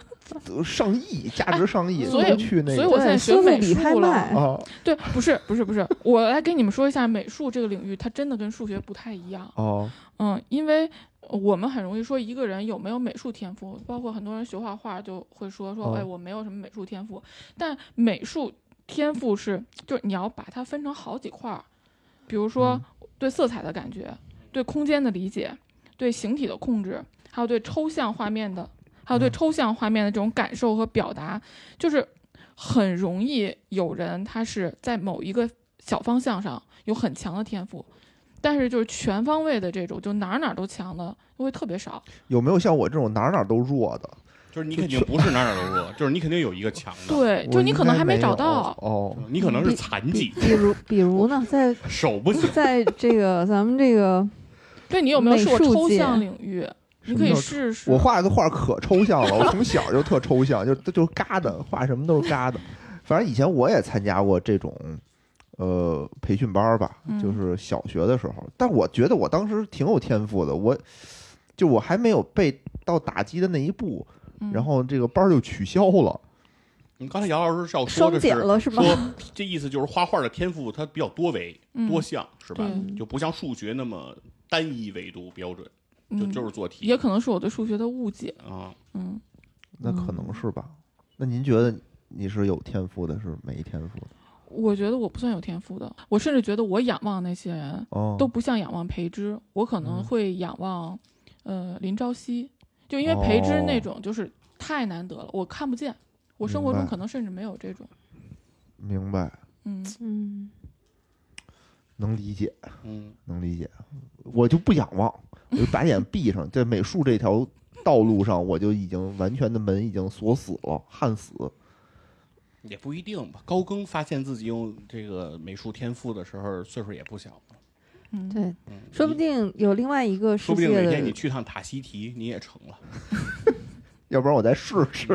Speaker 1: 呃上亿，价值上亿，
Speaker 4: 所以
Speaker 1: 都去那
Speaker 4: 所以
Speaker 1: 个
Speaker 4: 我现在
Speaker 3: 对
Speaker 4: 学
Speaker 3: 苏富
Speaker 4: 美
Speaker 3: 比拍
Speaker 4: 术了
Speaker 3: 卖，
Speaker 1: 啊
Speaker 4: 对，不是不是不是，我来给你们说一下美术这个领域，它真的跟数学不太一样。
Speaker 1: 哦
Speaker 4: 嗯，因为我们很容易说一个人有没有美术天赋，包括很多人学画画就会说说，
Speaker 1: 哦
Speaker 4: 哎，我没有什么美术天赋。但美术天赋是，就是你要把它分成好几块儿，比如
Speaker 1: 嗯
Speaker 4: 说对色彩的感觉，对空间的理解，对形体的控制，还有对抽象画面的，还有对
Speaker 1: 嗯
Speaker 4: 抽象画面的这种感受和表达，就是很容易有人他是在某一个小方向上有很强的天赋，但是就是全方位的这种，就哪儿哪儿都强的会特别少。
Speaker 1: 有没有像我这种哪儿哪儿都弱的？
Speaker 2: 就是你肯定不是哪哪都弱，就是你肯定有一个强的，
Speaker 4: 对，
Speaker 1: 我
Speaker 4: 就你
Speaker 1: 应
Speaker 4: 可能
Speaker 1: 该
Speaker 4: 还
Speaker 1: 没
Speaker 4: 找
Speaker 1: 有
Speaker 4: 到。
Speaker 1: 哦。
Speaker 2: 你可能是
Speaker 3: 比
Speaker 2: 残
Speaker 3: 比
Speaker 2: 疾，
Speaker 3: 比如比如呢，在
Speaker 2: 手不行。
Speaker 3: 在这个咱们这个
Speaker 4: 对你有没有
Speaker 3: 美
Speaker 4: 试过
Speaker 3: 术
Speaker 4: 抽
Speaker 3: 界
Speaker 4: 象领域？你可以试试。
Speaker 1: 我画的画可抽象了，我从小就特抽象，就就嘎的，画什么都是嘎的。反正以前我也参加过这种呃培训班儿吧，
Speaker 4: 嗯
Speaker 1: 就是小学的时候，但我觉得我当时挺有天赋的，我就我还没有被到打击的那一步，
Speaker 4: 嗯
Speaker 1: 然后这个班儿就取消了。
Speaker 2: 你刚才姚老师是要说
Speaker 3: 双
Speaker 2: 的
Speaker 3: 减
Speaker 2: 是。
Speaker 3: 了是吗？
Speaker 2: 说这意思就是画画的天赋它比较多维、
Speaker 4: 嗯
Speaker 2: 多项，是吧？
Speaker 4: 对
Speaker 2: 就不像数学那么单一维度标准，就
Speaker 4: 嗯
Speaker 2: 就是做题。
Speaker 4: 也可能是我对数学的误解。
Speaker 2: 啊，
Speaker 4: 嗯，
Speaker 1: 那可能是吧？那您觉得你是有天赋的，是没天赋的？
Speaker 4: 我觉得我不算有天赋的，我甚至觉得我仰望那些人
Speaker 1: 哦，
Speaker 4: 都不像仰望培之，我可能
Speaker 1: 嗯
Speaker 4: 会仰望，呃，林朝夕，就因为培之那种就是太难得了，我看不见，我生活
Speaker 1: 哦明
Speaker 4: 中
Speaker 1: 白
Speaker 4: 可能甚至没有这种。
Speaker 1: 明白，
Speaker 4: 嗯，
Speaker 3: 嗯，
Speaker 1: 能理解。
Speaker 2: 嗯，
Speaker 1: 能理解，我就不仰望，我就把眼闭上。在美术这条道路上，我就已经完全的门已经锁死了，焊死。
Speaker 2: 也不一定吧。高更发现自己有这个美术天赋的时候，岁数也不小了。
Speaker 4: 嗯，
Speaker 3: 对，
Speaker 2: 嗯，
Speaker 3: 说不
Speaker 2: 你，
Speaker 3: 定有另外一个世
Speaker 2: 说不定
Speaker 3: 界
Speaker 2: 哪天你
Speaker 3: 的，
Speaker 2: 去趟塔希提，你也成了。嗯
Speaker 1: 要不然我再试试。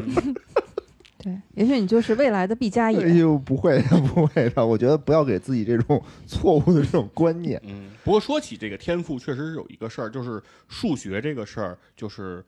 Speaker 3: 对，也许你就是未来的毕加
Speaker 1: 哎
Speaker 3: 野。
Speaker 1: 呦，不会的，不会的。我觉得不要给自己这种 错误的这种观念。
Speaker 2: 嗯，不过说起这个天赋，确实是有一个事儿，就是数学这个事儿，就是。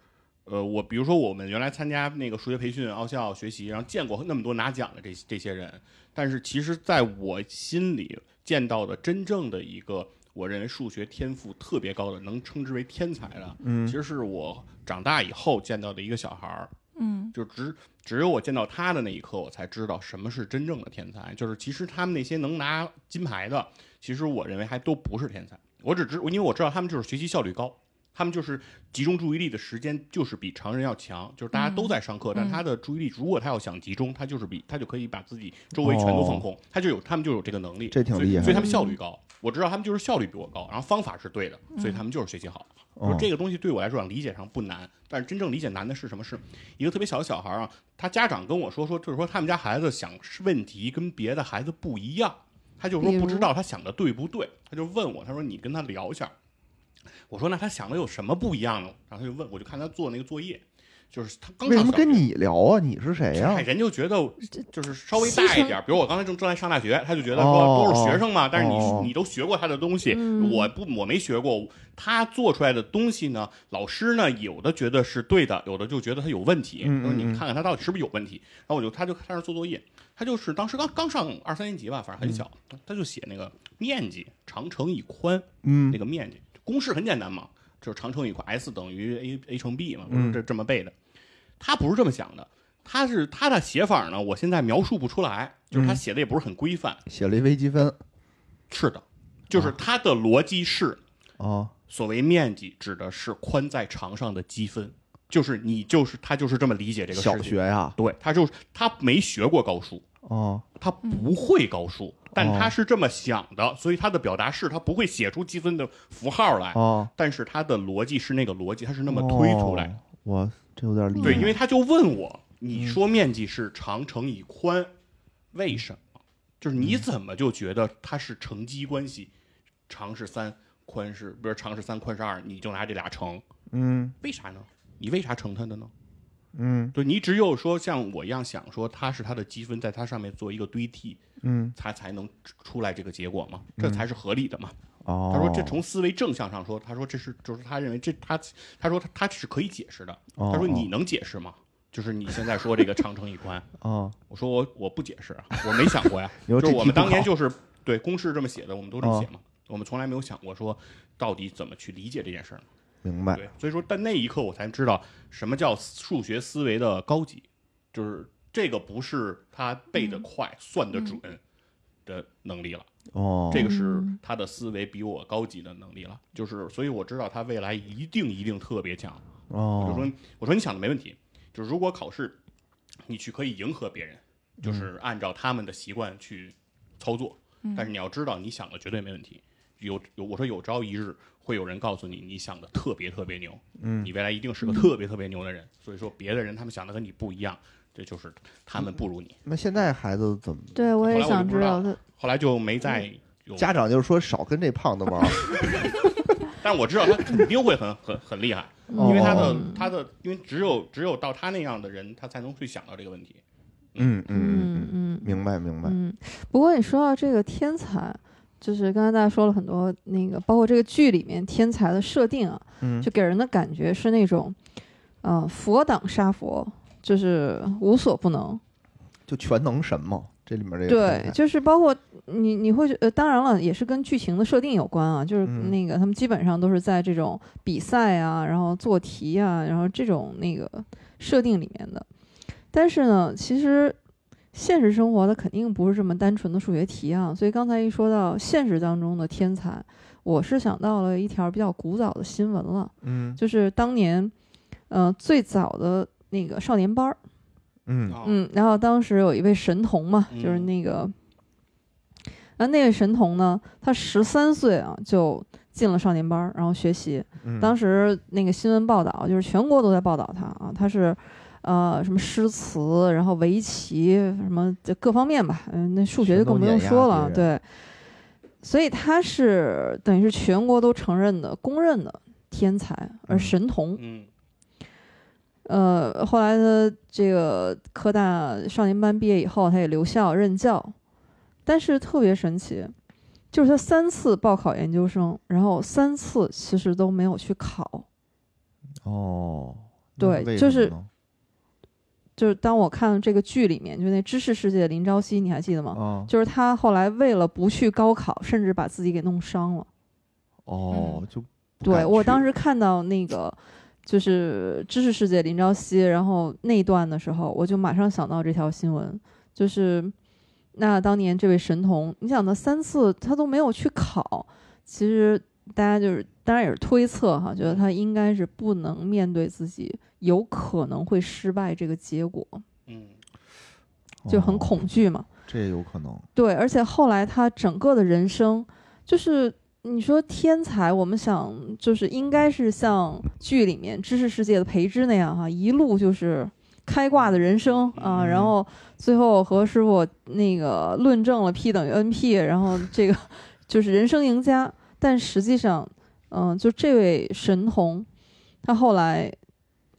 Speaker 2: 呃，我比如说，我们原来参加那个数学培训，奥校学习，然后见过那么多拿奖的这这些人，但是其实在我心里见到的真正的一个，我认为数学天赋特别高的，能称之为天才的，
Speaker 1: 嗯
Speaker 2: 其，实是我长大以后见到的一个小孩儿，
Speaker 4: 嗯
Speaker 2: 就只只有我见到他的那一刻，我才知道什么是真正的天才。就是其实他们那些能拿金牌的，其实我认为还都不是天才。我只知因为我知道他们就是学习效率高，他们就是集中注意力的时间就是比常人要强。就是大家都在上课，但他的注意力如果他要想集中，他就是比他就可以把自己周围全都放空，他就有他们就有这个能力。
Speaker 1: 哦这挺
Speaker 2: 所以
Speaker 1: 厉害
Speaker 2: 所以他们效率高。我知道他们就是效率比我高，然后方法是对的，所以他们就是学习好。就
Speaker 1: 哦
Speaker 2: 是这个东西对我来说理解上不难，但是真正理解难的是什么？是一个特别小的小孩儿啊，他家长跟我说说，就是说他们家孩子想问题跟别的孩子不一样，他就说
Speaker 3: 比如
Speaker 2: 不知道他想的对不对，他就问我，他说你跟他聊一下。我说那他想的有什么不一样呢？然后他就问，我就看他做那个作业，就是他刚
Speaker 1: 为
Speaker 2: 上
Speaker 1: 什么
Speaker 2: 小
Speaker 1: 跟
Speaker 2: 学
Speaker 1: 你聊啊？你是谁呀、
Speaker 2: 哎人就觉得就是稍微大一点，比如我刚才正正在上大学，他就觉得
Speaker 1: 哦
Speaker 2: 说都是学生嘛，但是你、
Speaker 1: 哦
Speaker 2: 你都学过他的东西，
Speaker 3: 嗯
Speaker 2: 我不我没学过，他做出来的东西呢，老师呢有的觉得是对的，有的就觉得他有问题，
Speaker 1: 嗯
Speaker 2: 说你
Speaker 1: 嗯嗯
Speaker 2: 看看他到底是不是有问题。然后我就他就开始做作业，他就是当时刚刚上二三年级吧，
Speaker 1: 嗯
Speaker 2: 反正很小，他就写那个面积长乘以宽，
Speaker 1: 嗯
Speaker 2: 那，个面积公式很简单嘛，就是长乘以宽 s 等于 a a 乘 b 嘛，不
Speaker 1: 嗯
Speaker 2: 是这这么背的。他不是这么想的，他是他的写法呢，我现在描述不出来，就是他
Speaker 1: 嗯
Speaker 2: 写的也不是很规范。
Speaker 1: 写了一微积分
Speaker 2: 是的，就是他的逻辑是，
Speaker 1: 啊，
Speaker 2: 所谓面积指的是宽在长上的积分，就是你就是他就是这么理解这个事
Speaker 1: 小
Speaker 2: 情。
Speaker 1: 学呀、
Speaker 2: 对，他就是他没学过高数，
Speaker 1: 哦，
Speaker 2: 他不会高数，但
Speaker 1: 哦
Speaker 2: 他是这么想的，所以他的表达是他不会写出积分的符号来。
Speaker 1: 哦，
Speaker 2: 但是他的逻辑是那个逻辑，他是那么推出来。
Speaker 1: 哦。嗯我这有点厉害。
Speaker 2: 对，因为他就问我，你
Speaker 1: 嗯
Speaker 2: 说面积是长乘以宽，为什么？就是你
Speaker 1: 嗯
Speaker 2: 怎么就觉得它是乘积关系，长是三，宽是不是长是三，宽是二，你就拿这俩乘，
Speaker 1: 嗯
Speaker 2: 为啥呢？你为啥乘它的呢？
Speaker 1: 嗯
Speaker 2: 对你只有说像我一样想说它是它的积分，在它上面做一个堆替，
Speaker 1: 嗯，
Speaker 2: 它才能出来这个结果嘛，这才是合理的嘛。
Speaker 1: 哦，
Speaker 2: 他说这从思维正向上说，他说这是就是他认为这他他说他他是可以解释的。
Speaker 1: 哦
Speaker 2: 他说你能解释吗？就是你现在说这个长城一宽，
Speaker 1: 哦，
Speaker 2: 我说我我不解释啊，我没想 过呀。
Speaker 1: 你说
Speaker 2: 就是
Speaker 1: 这
Speaker 2: 我
Speaker 1: 题
Speaker 2: 们
Speaker 1: 不
Speaker 2: 当
Speaker 1: 好
Speaker 2: 年
Speaker 1: 哦
Speaker 2: 就是对公式这么写的，我们都这么写嘛，我们从来没有想过说到底怎么去理解这件事儿。
Speaker 1: 明白，
Speaker 2: 对，所以说，但那一刻我才知道什么叫数学思维的高级，就是这个不是他背得快、算得准的能力了。
Speaker 1: 哦，
Speaker 2: 这个是他的思维比我高级的能力了，就是所以我知道他未来一定一定特别强。我
Speaker 1: 哦，
Speaker 2: 就说，我说你想的没问题，就是如果考试，你去可以迎合别人，
Speaker 1: 嗯
Speaker 2: 就是按照他们的习惯去操作，
Speaker 4: 嗯
Speaker 2: 但是你要知道你想的绝对没问题。有有，我说有朝一日会有人告诉你，你想的特别特别牛，嗯，你未来一定是个特别特别牛的人。所以说，别的人他们想的和你不一样，这就是他们不如你。
Speaker 1: 那现在孩子怎么？
Speaker 3: 对，我也
Speaker 2: 后来我就
Speaker 3: 想
Speaker 2: 不
Speaker 3: 知
Speaker 2: 知
Speaker 3: 道
Speaker 2: 道
Speaker 3: 他。
Speaker 2: 后来就没再有
Speaker 1: 家长就是说少跟这胖子玩儿，
Speaker 2: 但我知道他肯定会很很很厉害，
Speaker 1: 因
Speaker 2: 因为他的
Speaker 1: 哦、
Speaker 2: 他的，因为只有只有到他那样的人，他才能去想到这个问题。
Speaker 1: 嗯嗯嗯
Speaker 3: 嗯
Speaker 1: 嗯，
Speaker 3: 嗯
Speaker 1: 明白明白，
Speaker 3: 嗯，不过你说到这个天才，就是刚才大家说了很多那个，包括这个剧里面天才的设定啊，
Speaker 1: 嗯
Speaker 3: 就给人的感觉是那种，呃，佛挡杀佛，就是无所不能。
Speaker 1: 就全能神嘛，这里面这个
Speaker 3: 对
Speaker 1: 状，态
Speaker 3: 就是包括你你会觉呃，当然了，也是跟剧情的设定有关啊，就是
Speaker 1: 嗯
Speaker 3: 那个他们基本上都是在这种比赛啊，然后做题啊，然后这种那个设定里面的。但是呢，其实现实生活它肯定不是这么单纯的数学题啊，所以刚才一说到现实当中的天才，我是想到了一条比较古早的新闻了，
Speaker 1: 嗯
Speaker 3: 就是当年，呃，最早的那个少年班儿。
Speaker 1: 嗯
Speaker 2: 啊，
Speaker 3: 嗯嗯，然后当时有一位神童嘛，就是
Speaker 2: 嗯
Speaker 3: 那个，然后那个神童呢，他十三岁啊就进了少年班儿，然后学习。
Speaker 1: 嗯
Speaker 3: 当时那个新闻报道就是全国都在报道他啊，他是。呃，什么诗词，然后围棋，什么这各方面吧，嗯，那数学就
Speaker 1: 全都
Speaker 3: 更不用
Speaker 1: 碾压
Speaker 3: 说了，
Speaker 1: 别
Speaker 3: 对。所以他是等于是全国都承认的、公认的天才，而
Speaker 1: 嗯
Speaker 3: 神童
Speaker 2: 嗯
Speaker 3: 呃，后来他这个科大少年班毕业以后，他也留校任教，但是特别神奇，就是他三次报考研究生，然后三次其实都没有去考。
Speaker 1: 哦，
Speaker 3: 对
Speaker 1: 那为
Speaker 3: 就
Speaker 1: 什么
Speaker 3: 是
Speaker 1: 呢
Speaker 3: 就是当我看这个剧里面，就那知识世界的林朝夕，你还记得吗？
Speaker 1: 啊
Speaker 3: 就是他后来为了不去高考，甚至把自己给弄伤了。
Speaker 1: 哦，就不
Speaker 3: 嗯对
Speaker 1: 敢
Speaker 3: 我
Speaker 1: 去
Speaker 3: 当时看到那个就是知识世界林朝夕，然后那一段的时候，我就马上想到这条新闻，就是那当年这位神童，你想他三次他都没有去考，其实大家就是当然也是推测哈，觉得他应该是不能面对自己有可能会失败这个结果，
Speaker 2: 嗯，
Speaker 3: 就很
Speaker 1: 哦
Speaker 3: 恐惧嘛。
Speaker 1: 这也有可能，
Speaker 3: 对，而且后来他整个的人生，就是你说天才，我们想就是应该是像剧里面知识世界的培之那样哈、一路就是开挂的人生啊，
Speaker 1: 嗯
Speaker 3: 然后最后和师傅那个论证了 P 等于 NP，然后这个就是人生赢家。但实际上，嗯、就这位神童，他后来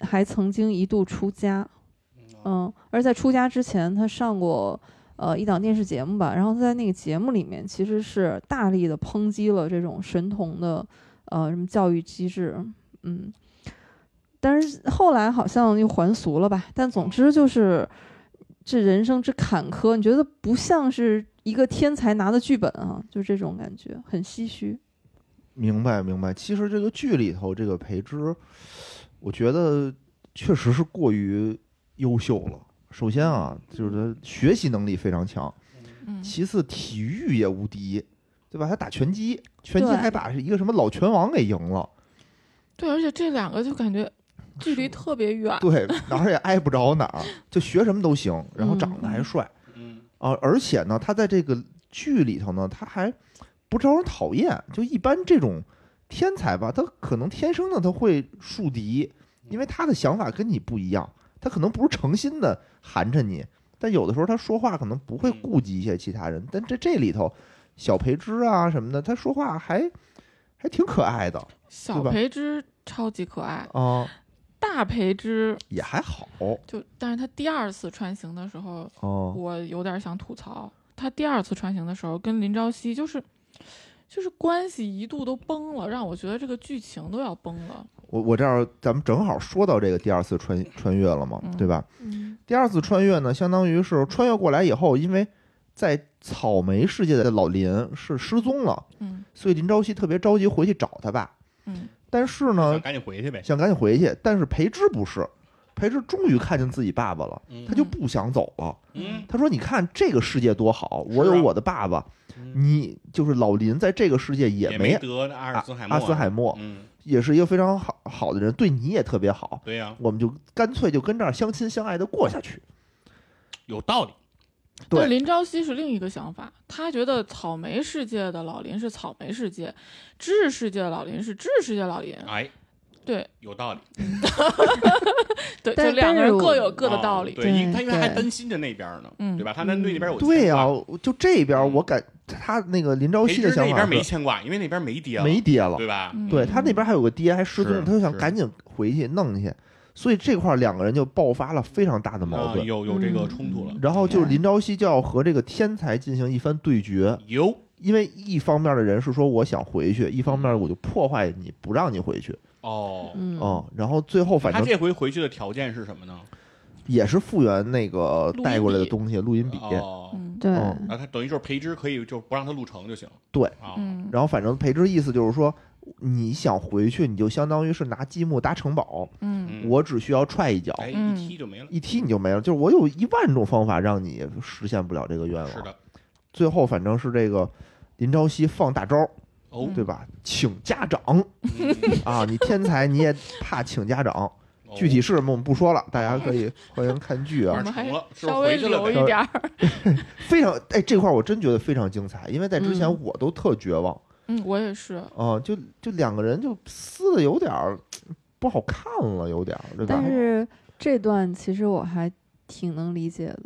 Speaker 3: 还曾经一度出家，嗯，而在出家之前，他上过呃一档电视节目吧，然后他在那个节目里面其实是大力的抨击了这种神童的呃什么教育机制，嗯，但是后来好像又还俗了吧，但总之就是这人生之坎坷，你觉得不像是一个天才拿的剧本啊，就这种感觉，很唏嘘，
Speaker 1: 明白明白。其实这个剧里头这个培之，我觉得确实是过于优秀了。首先啊，就是他学习能力非常强，
Speaker 4: 嗯，
Speaker 1: 其次体育也无敌，对吧？他打拳击，拳击
Speaker 3: 对
Speaker 1: 还把一个什么老拳王给赢了，
Speaker 4: 对，而且这两个就感觉距离特别远，
Speaker 1: 对，哪儿也挨不着哪儿，就学什么都行，然后长得还
Speaker 3: 嗯
Speaker 1: 帅
Speaker 2: 嗯
Speaker 1: 啊、而且呢，他在这个剧里头呢，他还不招人讨厌。就一般这种天才吧，他可能天生的他会树敌，因为他的想法跟你不一样，他可能不是诚心的寒碜你，但有的时候他说话可能不会顾及一些其他人。但这这里头，小培之啊什么的，他说话还还挺可爱的
Speaker 4: 小
Speaker 1: 对吧
Speaker 4: 培之超级可爱，
Speaker 1: 啊、
Speaker 4: 大培之
Speaker 1: 也还好
Speaker 4: 就，但是他第二次穿行的时候，
Speaker 1: 哦。
Speaker 4: 我有点想吐槽，他第二次穿行的时候跟林朝夕就是。就是关系一度都崩了，让我觉得这个剧情都要崩了。
Speaker 1: 我我这儿咱们正好说到这个第二次穿穿越了嘛，
Speaker 4: 嗯
Speaker 1: 对吧？
Speaker 3: 嗯
Speaker 1: 第二次穿越呢，相当于是穿越过来以后，因为在草莓世界的老林是失踪了，
Speaker 4: 嗯
Speaker 1: 所以林朝夕特别着急回去找他爸。
Speaker 4: 嗯，
Speaker 1: 但是
Speaker 2: 想
Speaker 1: 呢，
Speaker 2: 赶紧回去呗，
Speaker 1: 想赶紧回去，但是培之不是，培之终于看见自己爸爸了，
Speaker 2: 嗯
Speaker 1: 他就不想走了。
Speaker 2: 嗯
Speaker 1: 他说：“你看这个世界多好，
Speaker 2: 是啊
Speaker 1: 我有我的爸爸，
Speaker 2: 嗯
Speaker 1: 你就是老林在这个世界也
Speaker 2: 也
Speaker 1: 没
Speaker 2: 得阿尔茨海默，
Speaker 1: 阿斯海默，
Speaker 2: 嗯，
Speaker 1: 也是一个非常好好的人，对你也特别好。”
Speaker 2: 对呀，
Speaker 1: 我们就干脆就跟这儿相亲相爱的过下去，
Speaker 2: 有道理，
Speaker 1: 对
Speaker 4: 但林朝夕是另一个想法，他觉得草莓世界的老林是草莓世界，知识世界的老林是知识世界的老林。
Speaker 2: 哎，
Speaker 4: 对
Speaker 2: 有道理，
Speaker 4: 对，
Speaker 3: 但
Speaker 4: 就两
Speaker 3: 但
Speaker 4: 个
Speaker 3: 是
Speaker 4: 人
Speaker 3: 我
Speaker 4: 各有各的道理。
Speaker 2: 啊对，因
Speaker 3: 对
Speaker 2: 他因为他还
Speaker 3: 对
Speaker 2: 担心着那边呢，
Speaker 4: 嗯
Speaker 2: 对吧？他担对那边有
Speaker 1: 对
Speaker 2: 呀、
Speaker 1: 呀、就这边儿
Speaker 2: 嗯
Speaker 1: 我感他那个林朝
Speaker 2: 培
Speaker 1: 夕
Speaker 2: 植
Speaker 1: 的
Speaker 2: 那
Speaker 1: 想法
Speaker 2: 边没
Speaker 1: 是
Speaker 2: 牵挂，因为那边没爹了，
Speaker 1: 没爹了，
Speaker 2: 对吧？
Speaker 4: 嗯
Speaker 1: 对他那边还有个爹还失
Speaker 2: 是
Speaker 1: 踪，他就想
Speaker 2: 是
Speaker 1: 赶紧回去弄去，所以这块儿两个人就爆发了非常大的矛
Speaker 2: 啊
Speaker 1: 盾，嗯
Speaker 2: 有哎有这
Speaker 4: 嗯
Speaker 2: 个冲突了，
Speaker 1: 然后就是林朝夕就要和这个天才进行一番对决，
Speaker 2: 嗯有
Speaker 1: 因为一方面的人是说我想回去，一方面我就破坏你不让你回去，
Speaker 2: 哦。
Speaker 3: 嗯
Speaker 1: 嗯，然后最后反
Speaker 2: 他
Speaker 1: 正
Speaker 2: 这回回去的条件是什么呢？
Speaker 1: 也是复原那个
Speaker 4: 录音
Speaker 1: 带过来的
Speaker 4: 笔
Speaker 1: 东西，录音笔，
Speaker 2: 哦，
Speaker 4: 嗯，
Speaker 3: 对
Speaker 1: 哦
Speaker 2: 然后他等于就是培植可以就不让他入城就行。
Speaker 1: 对
Speaker 2: 啊，
Speaker 4: 嗯，
Speaker 1: 然后反正培之意思就是说。你想回去，你就相当于是拿积木搭城堡，
Speaker 4: 嗯
Speaker 2: 嗯
Speaker 1: 我只需要踹一脚，
Speaker 2: 哎一
Speaker 4: 嗯
Speaker 2: 踢就没了。
Speaker 1: 一踢你就没了。就是我有一万种方法让你实现不了这个愿
Speaker 2: 是
Speaker 1: 望。
Speaker 2: 的，
Speaker 1: 最后反正是这个林朝夕放大招，
Speaker 2: 哦，
Speaker 4: 嗯
Speaker 1: 对吧？请家长
Speaker 2: 嗯 哦
Speaker 1: 啊！你天才你也怕请家长，具体是什么我们不说了，大家可 以欢迎看剧
Speaker 4: 我
Speaker 1: 啊
Speaker 2: 玩，
Speaker 4: 们还
Speaker 2: 重了是不是
Speaker 4: 稍微
Speaker 2: 回去了
Speaker 4: 留
Speaker 2: 呗
Speaker 4: 一点儿。
Speaker 1: 非常哎这块儿我真觉得非常精彩，因为在之前
Speaker 4: 嗯
Speaker 1: 我都特绝望
Speaker 4: 嗯，我 也是。
Speaker 1: 啊、就就两个人就撕的有点儿不好看了，有点儿对吧
Speaker 3: 但？是这段其实我还挺能理解的，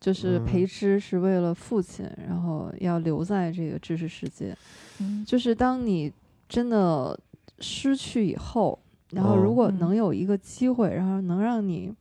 Speaker 3: 就是
Speaker 1: 嗯
Speaker 3: 裴之是为了父亲，然后要留在这个知识世界。
Speaker 4: 嗯，
Speaker 3: 就是当你真的失去以后，然后
Speaker 1: 嗯
Speaker 3: 如果能有一个机会，然后能让你，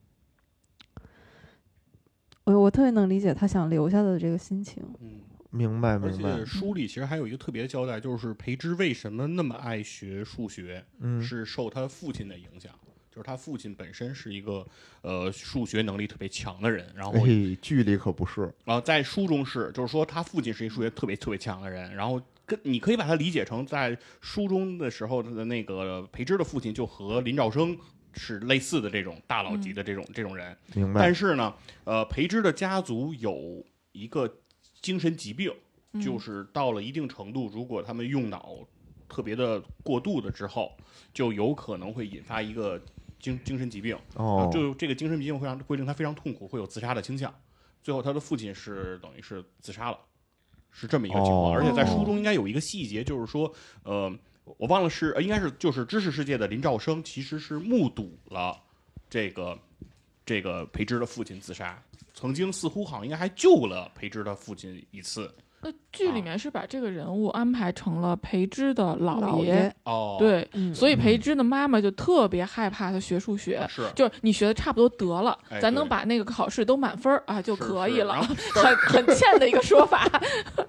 Speaker 3: 我我特别能理解他想留下的这个心情。
Speaker 2: 嗯，
Speaker 1: 明白
Speaker 2: 而
Speaker 1: 明白
Speaker 2: 且，书里其实还有一个特别的交代，就是裴之为什么那么爱学数学，
Speaker 1: 嗯
Speaker 2: 是受他父亲的影响。就是他父亲本身是一个呃数学能力特别强的人，然后
Speaker 1: 哎，剧里可不是，
Speaker 2: 然后在书中是，就是说他父亲是一数学特别特别强的人，然后跟你可以把它理解成在书中的时候他的那个裴之的父亲就和林兆生是类似的这种大佬级的这种、这种人，
Speaker 1: 明白
Speaker 2: 但，是呢，呃，裴之的家族有一个精神疾病，
Speaker 4: 嗯
Speaker 2: 就是到了一定程度，如果他们用脑特别的过度的之后，就有可能会引发一个精精神疾病。
Speaker 1: 哦，
Speaker 2: 就这个精神疾病会让会令他非常痛苦，会有自杀的倾向。最后，他的父亲是等于是自杀了，是这么一个情况。
Speaker 1: 哦
Speaker 2: 而且在书中应该有一个细节，就是说，呃，我忘了是呃应该是就是知识世界的林兆生其实是目睹了这个这个裴之的父亲自杀，曾经似乎好像应该还救了裴之的父亲一次。
Speaker 4: 那剧
Speaker 2: 啊
Speaker 4: 里面是把这个人物安排成了裴之的
Speaker 3: 老
Speaker 4: 姥
Speaker 3: 爷，
Speaker 2: 哦，
Speaker 4: 对，
Speaker 3: 嗯，
Speaker 4: 所以裴之的妈妈就特别害怕他学数学
Speaker 2: 啊，，是
Speaker 4: 就是你学的差不多得了，
Speaker 2: 哎
Speaker 4: 咱能
Speaker 2: 对
Speaker 4: 把那个考试都满分儿啊就是可
Speaker 2: 是
Speaker 4: 以了
Speaker 2: 然，后
Speaker 4: 很很欠的一个说法。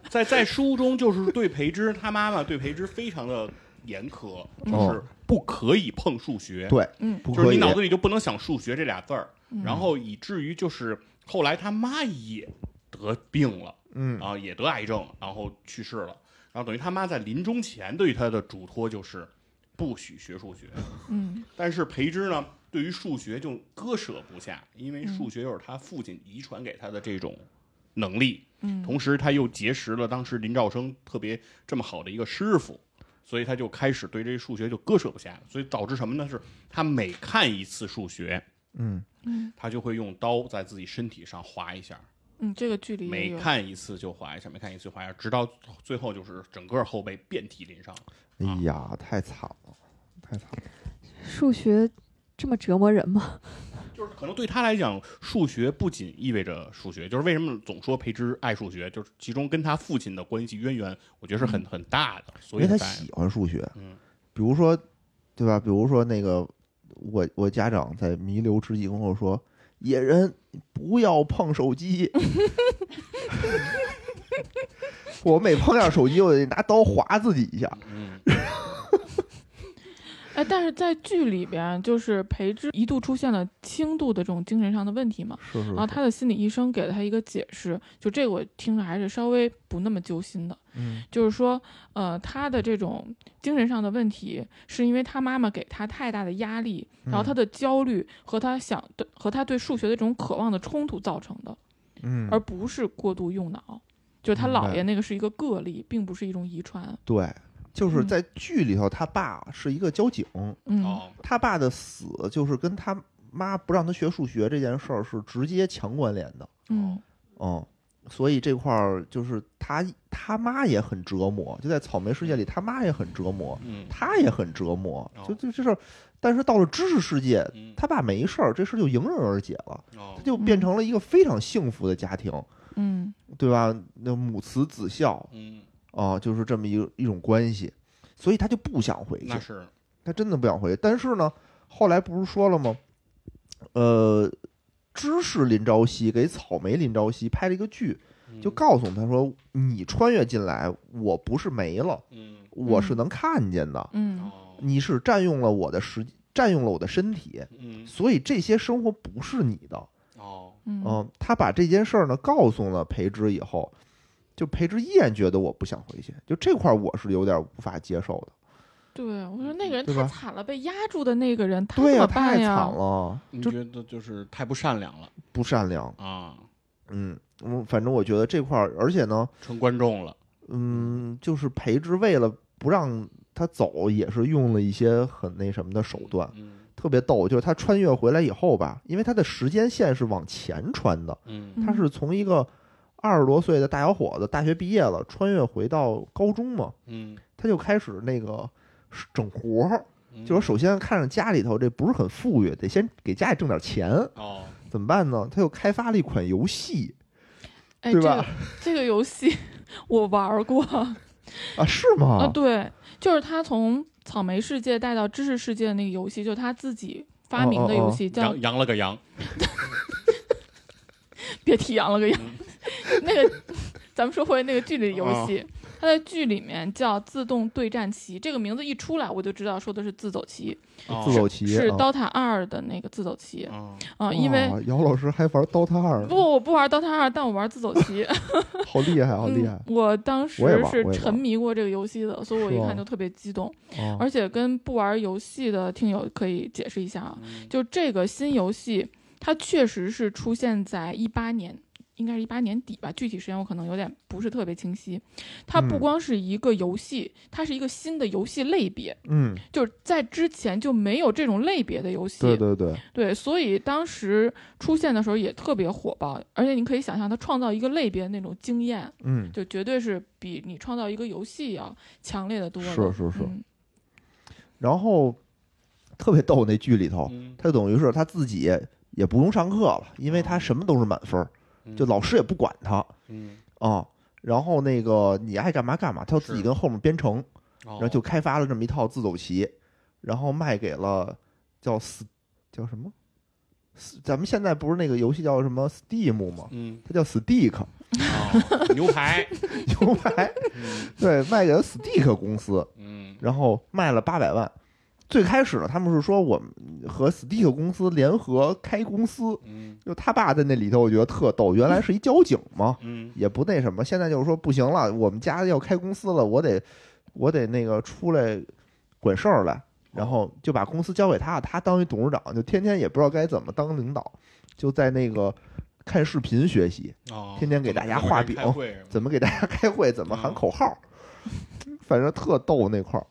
Speaker 2: 在在书中就是对培之他妈妈对培之非常的严苛，就是不可以碰数学，
Speaker 1: 哦对，
Speaker 4: 嗯
Speaker 1: 不
Speaker 2: 就是
Speaker 1: 可
Speaker 2: 你
Speaker 1: 以，
Speaker 2: 脑子里就不能想数学这俩字儿，
Speaker 4: 嗯
Speaker 2: 然后以至于就是后来他妈也得病了
Speaker 1: 嗯，
Speaker 2: 啊，也得癌症，然后去世了，然后等于他妈在临终前对他的嘱托就是不许学数学，
Speaker 4: 嗯，
Speaker 2: 但是培之呢，对于数学就割舍不下，因为数学又是他父亲遗传给他的这种能力，
Speaker 4: 嗯
Speaker 2: 同时他又结识了当时林兆生特别这么好的一个师傅，所以他就开始对这数学就割舍不下，所以导致什么呢？是他每看一次数学，
Speaker 1: 嗯，
Speaker 2: 他就会用刀在自己身体上划一下，
Speaker 4: 嗯，这个距离也
Speaker 2: 每
Speaker 4: 有。
Speaker 2: 看一次就划一下，每看一次就划一下，直到最后就是整个后背遍体鳞伤。
Speaker 1: 哎呀，太惨了，太惨了，
Speaker 3: 数学这么折磨人吗？
Speaker 2: 就是可能对他来讲，数学不仅意味着数学，就是为什么总说培之爱数学，就是其中跟他父亲的关系渊源，我觉得是很很大的。
Speaker 1: 嗯因
Speaker 2: 所以
Speaker 1: 为他
Speaker 2: 在
Speaker 1: 喜欢数学，
Speaker 2: 嗯
Speaker 1: 比如说，对吧？比如说那个，我我家长在弥留之际跟我说：“野人不要碰手 机。”我每碰下手机，我得拿刀划自己一下。
Speaker 2: 嗯，
Speaker 4: 哎，但是在剧里边，就是裴之一度出现了轻度的这种精神上的问题嘛，
Speaker 1: 是是
Speaker 4: 然啊后他的心理医生给了他一个解释，就这个我听着还是稍微不那么揪心的，
Speaker 1: 嗯
Speaker 4: 就是说，呃，他的这种精神上的问题，是因为他妈妈给他太大的压力，然后
Speaker 1: 嗯
Speaker 4: 他的焦虑和他想对和他对数学的这种渴望的冲突造成的，
Speaker 1: 嗯
Speaker 4: 而，不是过度用脑。就是他
Speaker 1: 明白
Speaker 4: 姥爷那个是一个个例，并不是一种遗传。
Speaker 1: 对，就是
Speaker 4: 嗯
Speaker 1: 在剧里头，他爸是一个交警，
Speaker 4: 嗯
Speaker 2: 哦，
Speaker 1: 他爸的死就是跟他妈不让他学数学这件事儿是直接强关联的。
Speaker 2: 哦
Speaker 4: 嗯
Speaker 1: 嗯，所以这块儿就是他他妈也很折磨，就在草莓世界里，他妈也很折磨，
Speaker 2: 嗯
Speaker 1: 他也很折磨
Speaker 2: 哦，
Speaker 1: 就就这事儿。但是到了知识世界，
Speaker 2: 嗯，
Speaker 1: 他爸没事儿，这事儿就迎刃而解了，
Speaker 2: 哦
Speaker 1: 他，就变成了一个非常幸福的家庭，
Speaker 4: 嗯
Speaker 1: 对吧？那母慈子孝
Speaker 2: 嗯，
Speaker 1: 啊、就是这么一一种关系，所以他就不想回去
Speaker 2: 那，是
Speaker 1: 他真的不想回去。但是呢，后来不是说了吗？呃，知识林朝夕给草莓林朝夕拍了一个剧，就
Speaker 2: 嗯
Speaker 1: 告诉他说：“你穿越进来，我不是没了，
Speaker 2: 嗯
Speaker 1: 我是能看见的。
Speaker 4: 嗯
Speaker 2: 哦
Speaker 1: 你是占用了我的时，占用了我的身体，
Speaker 2: 嗯
Speaker 1: 所以这些生活不是你的。
Speaker 2: 哦
Speaker 4: 嗯
Speaker 1: 嗯，他把这件事儿呢告诉了裴之以后，就裴之依然觉得我不想回去，就这块儿我是有点无法接受的。
Speaker 4: 对，我说
Speaker 2: 嗯
Speaker 4: 那个人
Speaker 1: 对
Speaker 4: 太
Speaker 1: 吧
Speaker 4: 惨了，被压住的那个人，他
Speaker 1: 对
Speaker 4: 怎
Speaker 1: 呀、
Speaker 4: 么
Speaker 1: 太
Speaker 4: 办
Speaker 1: 惨
Speaker 4: 呀？
Speaker 1: 了，
Speaker 2: 你
Speaker 1: 就
Speaker 2: 觉得就是太不善良了
Speaker 1: 不善良。
Speaker 2: 啊，
Speaker 1: 嗯，我反正我觉得这块儿，而且呢，
Speaker 2: 成观众了。
Speaker 1: 嗯，就是裴之为了不让他走，也是用了一些很那什么的手段。
Speaker 2: 嗯，
Speaker 1: 特别逗，就是他穿越回来以后吧，因为他的时间线是往前穿的，
Speaker 2: 嗯
Speaker 4: 嗯
Speaker 1: 他是从一个二十多岁的大小伙子，大学毕业了，穿越回到高中嘛，
Speaker 2: 嗯，
Speaker 1: 他就开始那个整活儿，
Speaker 2: 嗯
Speaker 1: 就说首先看着家里头这不是很富裕，得先给家里挣点钱，
Speaker 2: 哦，
Speaker 1: 怎么办呢？他又开发了一款游戏
Speaker 4: 哎，
Speaker 1: 对
Speaker 4: 这
Speaker 1: 吧
Speaker 4: 个这个游戏 我玩 儿过
Speaker 1: 啊，是
Speaker 4: 啊，
Speaker 1: 吗？
Speaker 4: 对，就是他从草莓世界带到知识世界的那个游戏，就是他自己
Speaker 1: 哦
Speaker 4: 发明的游戏，叫
Speaker 2: 羊羊了个羊，
Speaker 4: 别提羊了个羊
Speaker 2: 嗯，
Speaker 4: 那个咱们说回那个剧里的游戏，它在剧里面叫自动对战棋，这个名字一出来我就知道说的是自走棋，
Speaker 2: 哦
Speaker 1: 自走棋
Speaker 4: 是
Speaker 1: 啊
Speaker 4: 《DOTA 二》的那个自走棋
Speaker 2: 哦
Speaker 4: 啊，因为
Speaker 1: 哇姚老师还玩 DOTA 二
Speaker 4: 不，，我不玩 DOTA 二，但我玩自走棋，
Speaker 1: 好厉害， 好厉害
Speaker 4: 嗯！我当
Speaker 1: 我也
Speaker 4: 时
Speaker 1: 玩
Speaker 4: 是
Speaker 1: 我也玩
Speaker 4: 沉迷过这个游戏的，所以我
Speaker 1: 是
Speaker 4: 一
Speaker 1: 吗
Speaker 4: 看就特别激动，
Speaker 1: 哦
Speaker 4: 而且跟不玩游戏的听友可以解释一下啊，
Speaker 2: 嗯
Speaker 4: 就这个新游戏，它确实是出现在一八年，应该是一八年底吧，具体时间我可能有点不是特别清晰。它不
Speaker 1: 嗯
Speaker 4: 光是一个游戏，它是一个新的游戏类别，
Speaker 1: 嗯，
Speaker 4: 就是在之前就没有这种类别的游戏。
Speaker 1: 对对对，
Speaker 4: 对所以当时出现的时候也特别火爆，而且你可以想象它创造一个类别的那种经验，
Speaker 1: 嗯，
Speaker 4: 就绝对是比你创造一个游戏要强烈的多的。
Speaker 1: 是是是
Speaker 4: 嗯
Speaker 1: 然后特别逗那剧里头，
Speaker 2: 嗯
Speaker 1: 他等于是他自己也不用上课了，因为他什么都是满分儿，
Speaker 2: 嗯
Speaker 1: 就老师也不管他啊、
Speaker 2: 嗯，
Speaker 1: 然后那个你爱干嘛干嘛，他自己
Speaker 2: 是哦
Speaker 1: 跟后面编程，
Speaker 2: 然
Speaker 1: 然后就开发了这么一套自走棋，然后卖给了叫 S 叫什么？S- 咱们现在不是那个游戏叫什么 Steam 吗？
Speaker 2: 嗯，
Speaker 1: 它叫 Steak
Speaker 2: 哦牛 排，
Speaker 1: 牛排，
Speaker 2: 嗯
Speaker 1: 对，卖给了 Steak 公司。
Speaker 2: 嗯
Speaker 1: 然后卖了八百万。最开始呢，他们是说我们和 Steak 公司联合开公司，
Speaker 2: 嗯
Speaker 1: 就他爸在那里头，我觉得特逗。原来是一交警嘛，
Speaker 2: 嗯
Speaker 1: 也不那什么，现在就是说不行了，我们家要开公司了，我得我得那个出来管事儿来，然后就把公司交给他，他当一董事长，就天天也不知道该怎么当领导，就在那个看视频学习，
Speaker 2: 哦，
Speaker 1: 天天给大家画饼
Speaker 2: 开会
Speaker 1: 怎么给大家 开会，怎么喊
Speaker 2: 嗯
Speaker 1: 口号，反正特逗那块儿。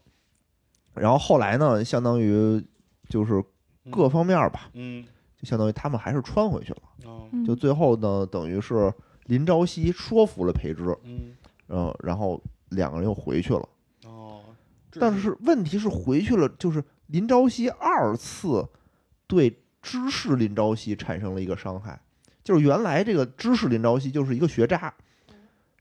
Speaker 1: 然后后来呢，相当于就是各方面儿吧，
Speaker 2: 嗯
Speaker 1: 就相当于他们还是穿回去了。
Speaker 2: 哦
Speaker 4: 嗯
Speaker 1: 就最后呢，等于是林朝夕说服了裴之，
Speaker 2: 嗯
Speaker 1: 嗯，然后两个人又回去了。
Speaker 2: 哦，这
Speaker 1: 但是问题是回去了，就是林朝夕二次对知识林朝夕产生了一个伤害，就是原来这个知识林朝夕就是一个学渣，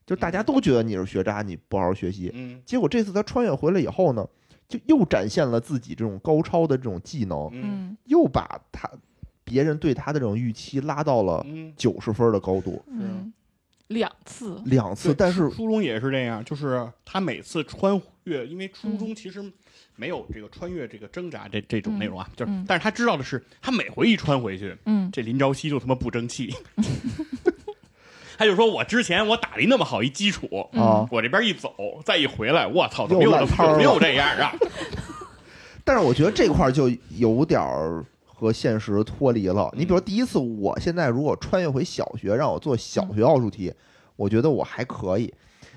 Speaker 1: 就大家都觉得你是学渣，你不好好学习。
Speaker 2: 嗯
Speaker 1: 结果这次他穿越回来以后呢，就又展现了自己这种高超的这种技能，
Speaker 2: 嗯
Speaker 4: 嗯
Speaker 1: 又把他别人对他的这种预期拉到了
Speaker 2: 嗯，
Speaker 1: 九十分的高度，
Speaker 4: 嗯，两次，
Speaker 1: 两次。
Speaker 2: 对
Speaker 1: 但是
Speaker 2: 初初中也是这样，就是他每次穿越，因为初中其实没有这个穿越这个挣扎这这种内容啊，就是，
Speaker 4: 嗯嗯
Speaker 2: 但是他知道的是，他每回一穿回去，
Speaker 4: 嗯，
Speaker 2: 这林朝夕就他妈不争 气，他就说我之前我打的那么好一基础，
Speaker 1: 啊，
Speaker 2: 我这边一走再一回来，我操，怎么
Speaker 1: 又
Speaker 2: 又
Speaker 1: 烂摊儿
Speaker 2: 怎
Speaker 1: 了
Speaker 2: 么又这样 啊？
Speaker 1: 但是我觉得这块儿就有点儿和现实脱离了。你比如
Speaker 2: 嗯
Speaker 1: 第一次，我现在如果穿越回小学，让我做小学奥数
Speaker 2: 嗯
Speaker 1: 题，我觉得我还可以。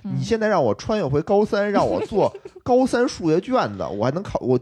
Speaker 4: 嗯
Speaker 1: 你现在让我穿越回高三，让我 做高三数学卷子，我还能考我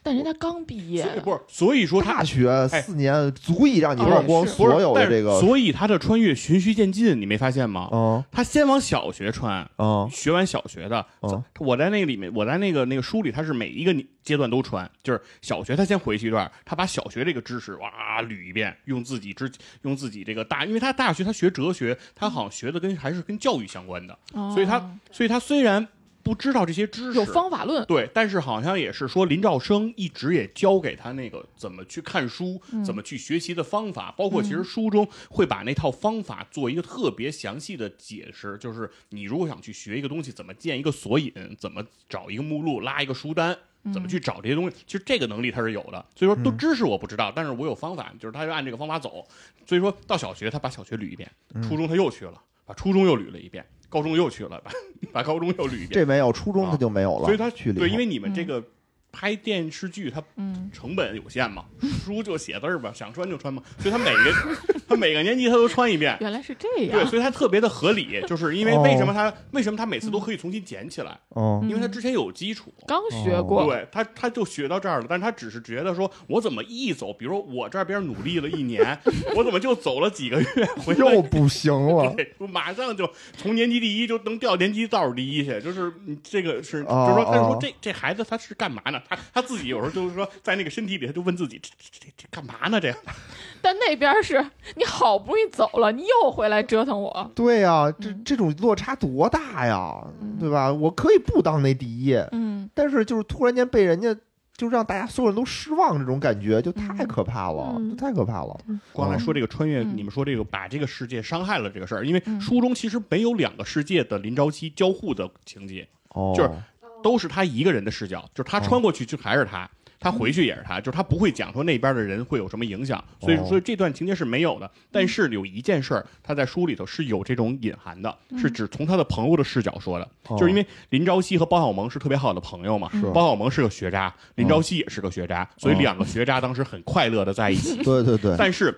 Speaker 4: 但人家刚毕业
Speaker 2: 所，以不是，所以说他
Speaker 1: 大学
Speaker 2: 哎
Speaker 1: 四年足以让你
Speaker 4: 哦
Speaker 1: 忘光
Speaker 4: 是
Speaker 1: 所有
Speaker 2: 但
Speaker 1: 的
Speaker 2: 是
Speaker 1: 这个。
Speaker 2: 所以他的穿越循序渐进，你没发现吗？
Speaker 1: 嗯
Speaker 2: 他先往小学穿，
Speaker 1: 嗯
Speaker 2: 学完小学的，
Speaker 1: 嗯
Speaker 2: 我在那个里面，我在那个那个书里，他是每一个你阶段都穿，就是小学他先回去一段，他把小学这个知识哇捋一遍，用自己之用自己这个大，因为他大学他学哲学，他好像学的跟还是跟教育相关的，所以
Speaker 4: 哦
Speaker 2: 他所以他虽然不知道这些知识，
Speaker 4: 有方法论，
Speaker 2: 对，但是好像也是说林兆生一直也教给他那个怎么去看书、
Speaker 4: 嗯
Speaker 2: 怎么去学习的方法，包括其实书中会把那套方法做一个特别详细的解释，就是你如果想去学一个东西，怎么建一个索引，怎么找一个目录、拉一个书单。怎么
Speaker 4: 嗯
Speaker 2: 去找这些东西？其实这个能力他是有的，所以说都知识我不知道，但是我有方法，就是他就按这个方法走。所以说到小学他把小学捋一遍，初中他又去了，把初中又捋了一遍，高中又去了，把 把高中又捋一遍。
Speaker 1: 这没有，初中
Speaker 2: 啊
Speaker 1: 他就没有了。
Speaker 2: 所以嗯他
Speaker 1: 去里头
Speaker 2: 对，因为你们这个拍电视剧它
Speaker 4: 嗯
Speaker 2: 成本有限嘛，书就写字儿吧，想穿就穿嘛，所以他每个他每个年级他都穿一遍，
Speaker 4: 原来是这
Speaker 2: 对，哦
Speaker 4: 样，
Speaker 2: 所以它特别的合理，就是因为为什么它、为什么它每次都可以重新捡起来，
Speaker 1: 哦
Speaker 2: 因为它之前有基础。
Speaker 4: 嗯刚学过，
Speaker 2: 对他，他就学到这儿了，但是他只是觉得说，我怎么一走，比如说我这边努力了一 年，我怎么就走了几个月，回来
Speaker 1: 又不行 了。
Speaker 2: 对，就 马上就从年级第一就能掉年级倒数第一去，就是嗯这个是，
Speaker 1: 哦
Speaker 2: 就是说，他说
Speaker 1: 哦
Speaker 2: 这这孩子他是干嘛呢？他他自己有时候就是说，在那个身体里，他就问自己，这这这这干嘛呢？这样
Speaker 4: 但那边是你好不容易走了，你又回来折腾我，
Speaker 1: 对呀、这
Speaker 4: 嗯
Speaker 1: 这种落差多大呀，
Speaker 4: 嗯
Speaker 1: 对吧？我可以不当那第一，
Speaker 4: 嗯，
Speaker 1: 但是就是突然间被人家就让大家所有人都失望，这种感觉就太可怕了，
Speaker 3: 嗯
Speaker 1: 就太可怕了。
Speaker 2: 光来说这个穿越，
Speaker 4: 嗯
Speaker 2: 你们说这个把这个世界伤害了这个事儿，因为
Speaker 4: 嗯
Speaker 2: 书中其实没有两个世界的林朝夕交互的情节，
Speaker 1: 哦
Speaker 2: 就是都是他一个人的视角，就是他穿过去就还是他，他回去也是他，就是他不会讲说那边的人会有什么影响，所以
Speaker 1: 嗯哦
Speaker 2: 所以这段情节是没有的。但是有一件事儿，他在书里头是有这种隐含的，是指从他的朋友的视角说的，
Speaker 1: 嗯哦
Speaker 2: 就是因为林朝夕和包小萌是特别好的朋友嘛
Speaker 1: 是，哦
Speaker 2: 包小萌是个学渣，林朝夕也是个学渣，所以两个学渣当时很快乐的在一起。
Speaker 1: 对对 对，
Speaker 2: 但是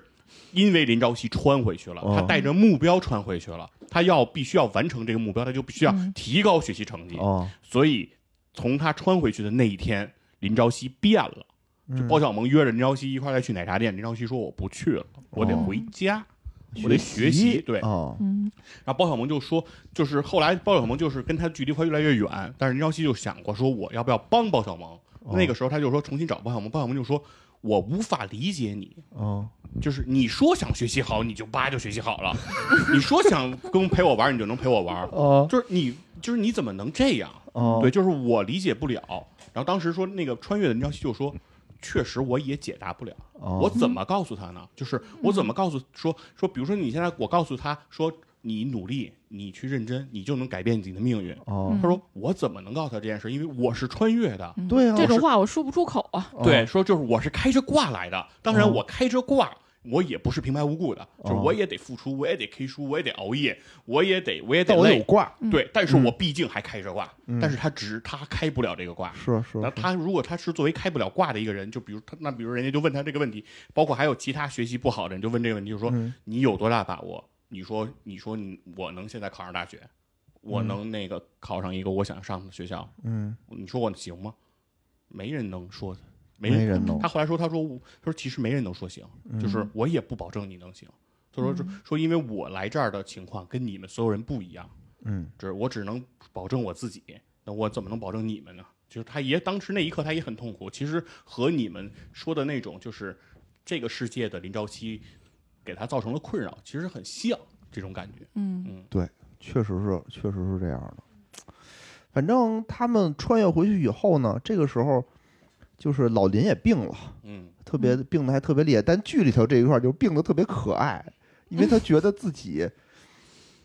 Speaker 2: 因为林朝夕穿回去了，
Speaker 1: 哦
Speaker 2: 他带着目标穿回去了，他要必须要完成这个目标，他就必须要
Speaker 4: 嗯
Speaker 2: 提高学习成绩。
Speaker 1: 哦，
Speaker 2: 所以从他穿回去的那一天，林朝夕变了。就
Speaker 1: 嗯
Speaker 2: 包小萌约着林朝夕一块儿再去奶茶店，林朝夕说我不去了，我得回家，我得学习。对，
Speaker 1: 哦，
Speaker 4: 嗯
Speaker 2: 然后包小萌就说，就是后来包小萌就是跟他距离快越来越远，但是林朝夕就想过说我要不要帮包小萌。
Speaker 1: 哦
Speaker 2: 那个时候他就说重新找包小萌，包小萌就说我无法理解你，
Speaker 1: 哦，
Speaker 2: 就是你说想学习好，你就叭就学习好了；你说想跟陪我玩，你就能陪我玩。
Speaker 1: 哦，
Speaker 2: 就是你，就是你怎么能这样？
Speaker 1: 哦，
Speaker 2: 呃对，就是我理解不了。然后当时说那个穿越的林朝夕就说，确实我也解答不了。
Speaker 1: 哦，
Speaker 2: 我怎么告诉他呢？就是我怎么告诉说说，比如说你现在我告诉他说你努力，你去认真，你就能改变你的命运。
Speaker 1: 哦，
Speaker 2: 他说我怎么能告诉他这件事？因为我是穿越的。
Speaker 4: 嗯
Speaker 1: 对啊
Speaker 4: 这种话我说不出口啊，
Speaker 1: 哦
Speaker 2: 对，，说就是我是开着挂来的，当然
Speaker 1: 哦
Speaker 2: 我开着挂。我也不是平白无故的，就是
Speaker 1: 哦
Speaker 2: 我也得付出，我也得 K 书，我也得熬夜，我也得我也得
Speaker 1: 但我有
Speaker 2: 累，
Speaker 1: 挂，
Speaker 2: 对。但是
Speaker 1: 嗯
Speaker 2: 我毕竟还开着挂，
Speaker 1: 嗯
Speaker 2: 但是他只他开不了这个挂，
Speaker 1: 是是，
Speaker 2: 那
Speaker 1: 是
Speaker 2: 他如果他是作为开不了挂的一个人，就比如他那比如人家就问他这个问题，包括还有其他学习不好的人就问这个问题，就说、
Speaker 1: 嗯
Speaker 2: 你有多大把握？你说你说你我能现在考上大学，我能那个考上一个我想上的学校，
Speaker 1: 嗯，
Speaker 2: 你说我行吗？没人能说，没
Speaker 1: 没
Speaker 2: 人。
Speaker 1: 人弄嗯
Speaker 2: 他，后来说，他说我他说其实没人能说行，就是我也不保证你能行。他说说说因为我来这儿的情况跟你们所有人不一样。
Speaker 1: 嗯，
Speaker 2: 只我只能保证我自己，那我怎么能保证你们呢？就是他爷当时那一刻他也很痛苦，其实和你们说的那种就是这个世界的林朝夕给他造成了困扰，其实很像这种感觉。
Speaker 4: 嗯
Speaker 2: 嗯，
Speaker 1: 确实是，确实是这样的。反正他们穿越回去以后呢，这个时候就是老林也病了。
Speaker 2: 嗯，
Speaker 1: 特别病的还特别厉害，但剧里头这一块儿就病的特别可爱，因 为他觉得自己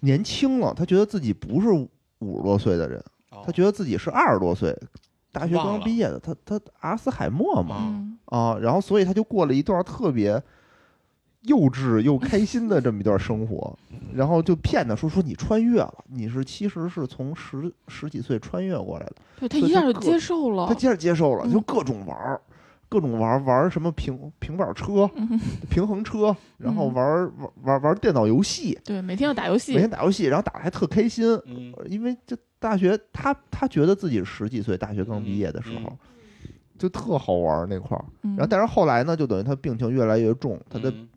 Speaker 1: 年轻了，他觉得自己不是五十多岁的人，
Speaker 2: 哦
Speaker 1: 他觉得自己是二十多岁，大学
Speaker 2: 忘
Speaker 1: 刚
Speaker 2: 了
Speaker 1: 毕业的，他他阿斯海默嘛
Speaker 4: 嗯
Speaker 1: 啊，然后所以他就过了一段特别幼稚又开心的这么一段生活，
Speaker 2: 嗯
Speaker 1: 然后就骗他说说你穿越了，你是其实是从十十几岁穿越过来的。
Speaker 4: 对他
Speaker 1: 所以
Speaker 4: 一下
Speaker 1: 他
Speaker 4: 就
Speaker 1: 各
Speaker 4: 接受了
Speaker 2: 哦
Speaker 1: 他，接着接受了，
Speaker 4: 嗯
Speaker 1: 就各种玩儿，各种玩儿玩儿什么平平板车、
Speaker 4: 嗯
Speaker 1: 平衡车，然后
Speaker 4: 嗯
Speaker 1: 玩儿玩儿玩儿玩儿电脑游戏，
Speaker 4: 对，每天要打游
Speaker 1: 每
Speaker 4: 戏
Speaker 1: 天，打游戏，然后打的还特开心，
Speaker 2: 嗯
Speaker 1: 呃因为这大学他他觉得自己是十几岁，大学刚毕业的时
Speaker 2: 嗯
Speaker 1: 候。就特好玩儿那块儿，
Speaker 4: 然
Speaker 1: 然后但是后来呢，就等于他病情越来越重，他的
Speaker 2: 嗯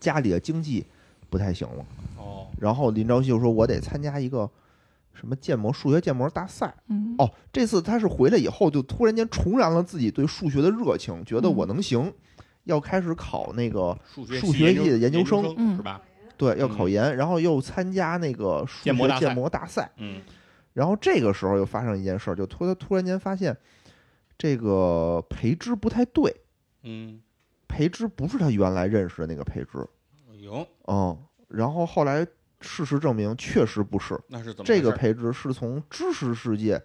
Speaker 1: 家里的经济不太行了。
Speaker 2: 哦
Speaker 1: 然后林朝夕就说：“我得参加一个什么建模数学建模大赛。”
Speaker 4: 嗯
Speaker 1: 哦，这次他是回来以后就突然间重燃了自己对数学的热情，觉得
Speaker 4: 嗯
Speaker 1: 我能行，要开始考那个
Speaker 2: 数学
Speaker 1: 数学系的研
Speaker 2: 研
Speaker 1: 究生
Speaker 2: 生
Speaker 4: 嗯
Speaker 2: 是吧？
Speaker 1: 对要考
Speaker 2: 嗯
Speaker 1: 研，然后又参加那个数
Speaker 2: 建模大
Speaker 1: 学
Speaker 2: 赛
Speaker 1: 建模大赛，
Speaker 2: 嗯
Speaker 1: 然后这个时候又发生一件事儿，就突他突然间发现这个培之不太对，
Speaker 2: 嗯，
Speaker 1: 培之不是他原来认识的那个培之，
Speaker 2: 有
Speaker 1: 嗯，然后后来事实证明确实不是，
Speaker 2: 那是怎么
Speaker 1: 这
Speaker 2: 回事
Speaker 1: 个培之是从知识世界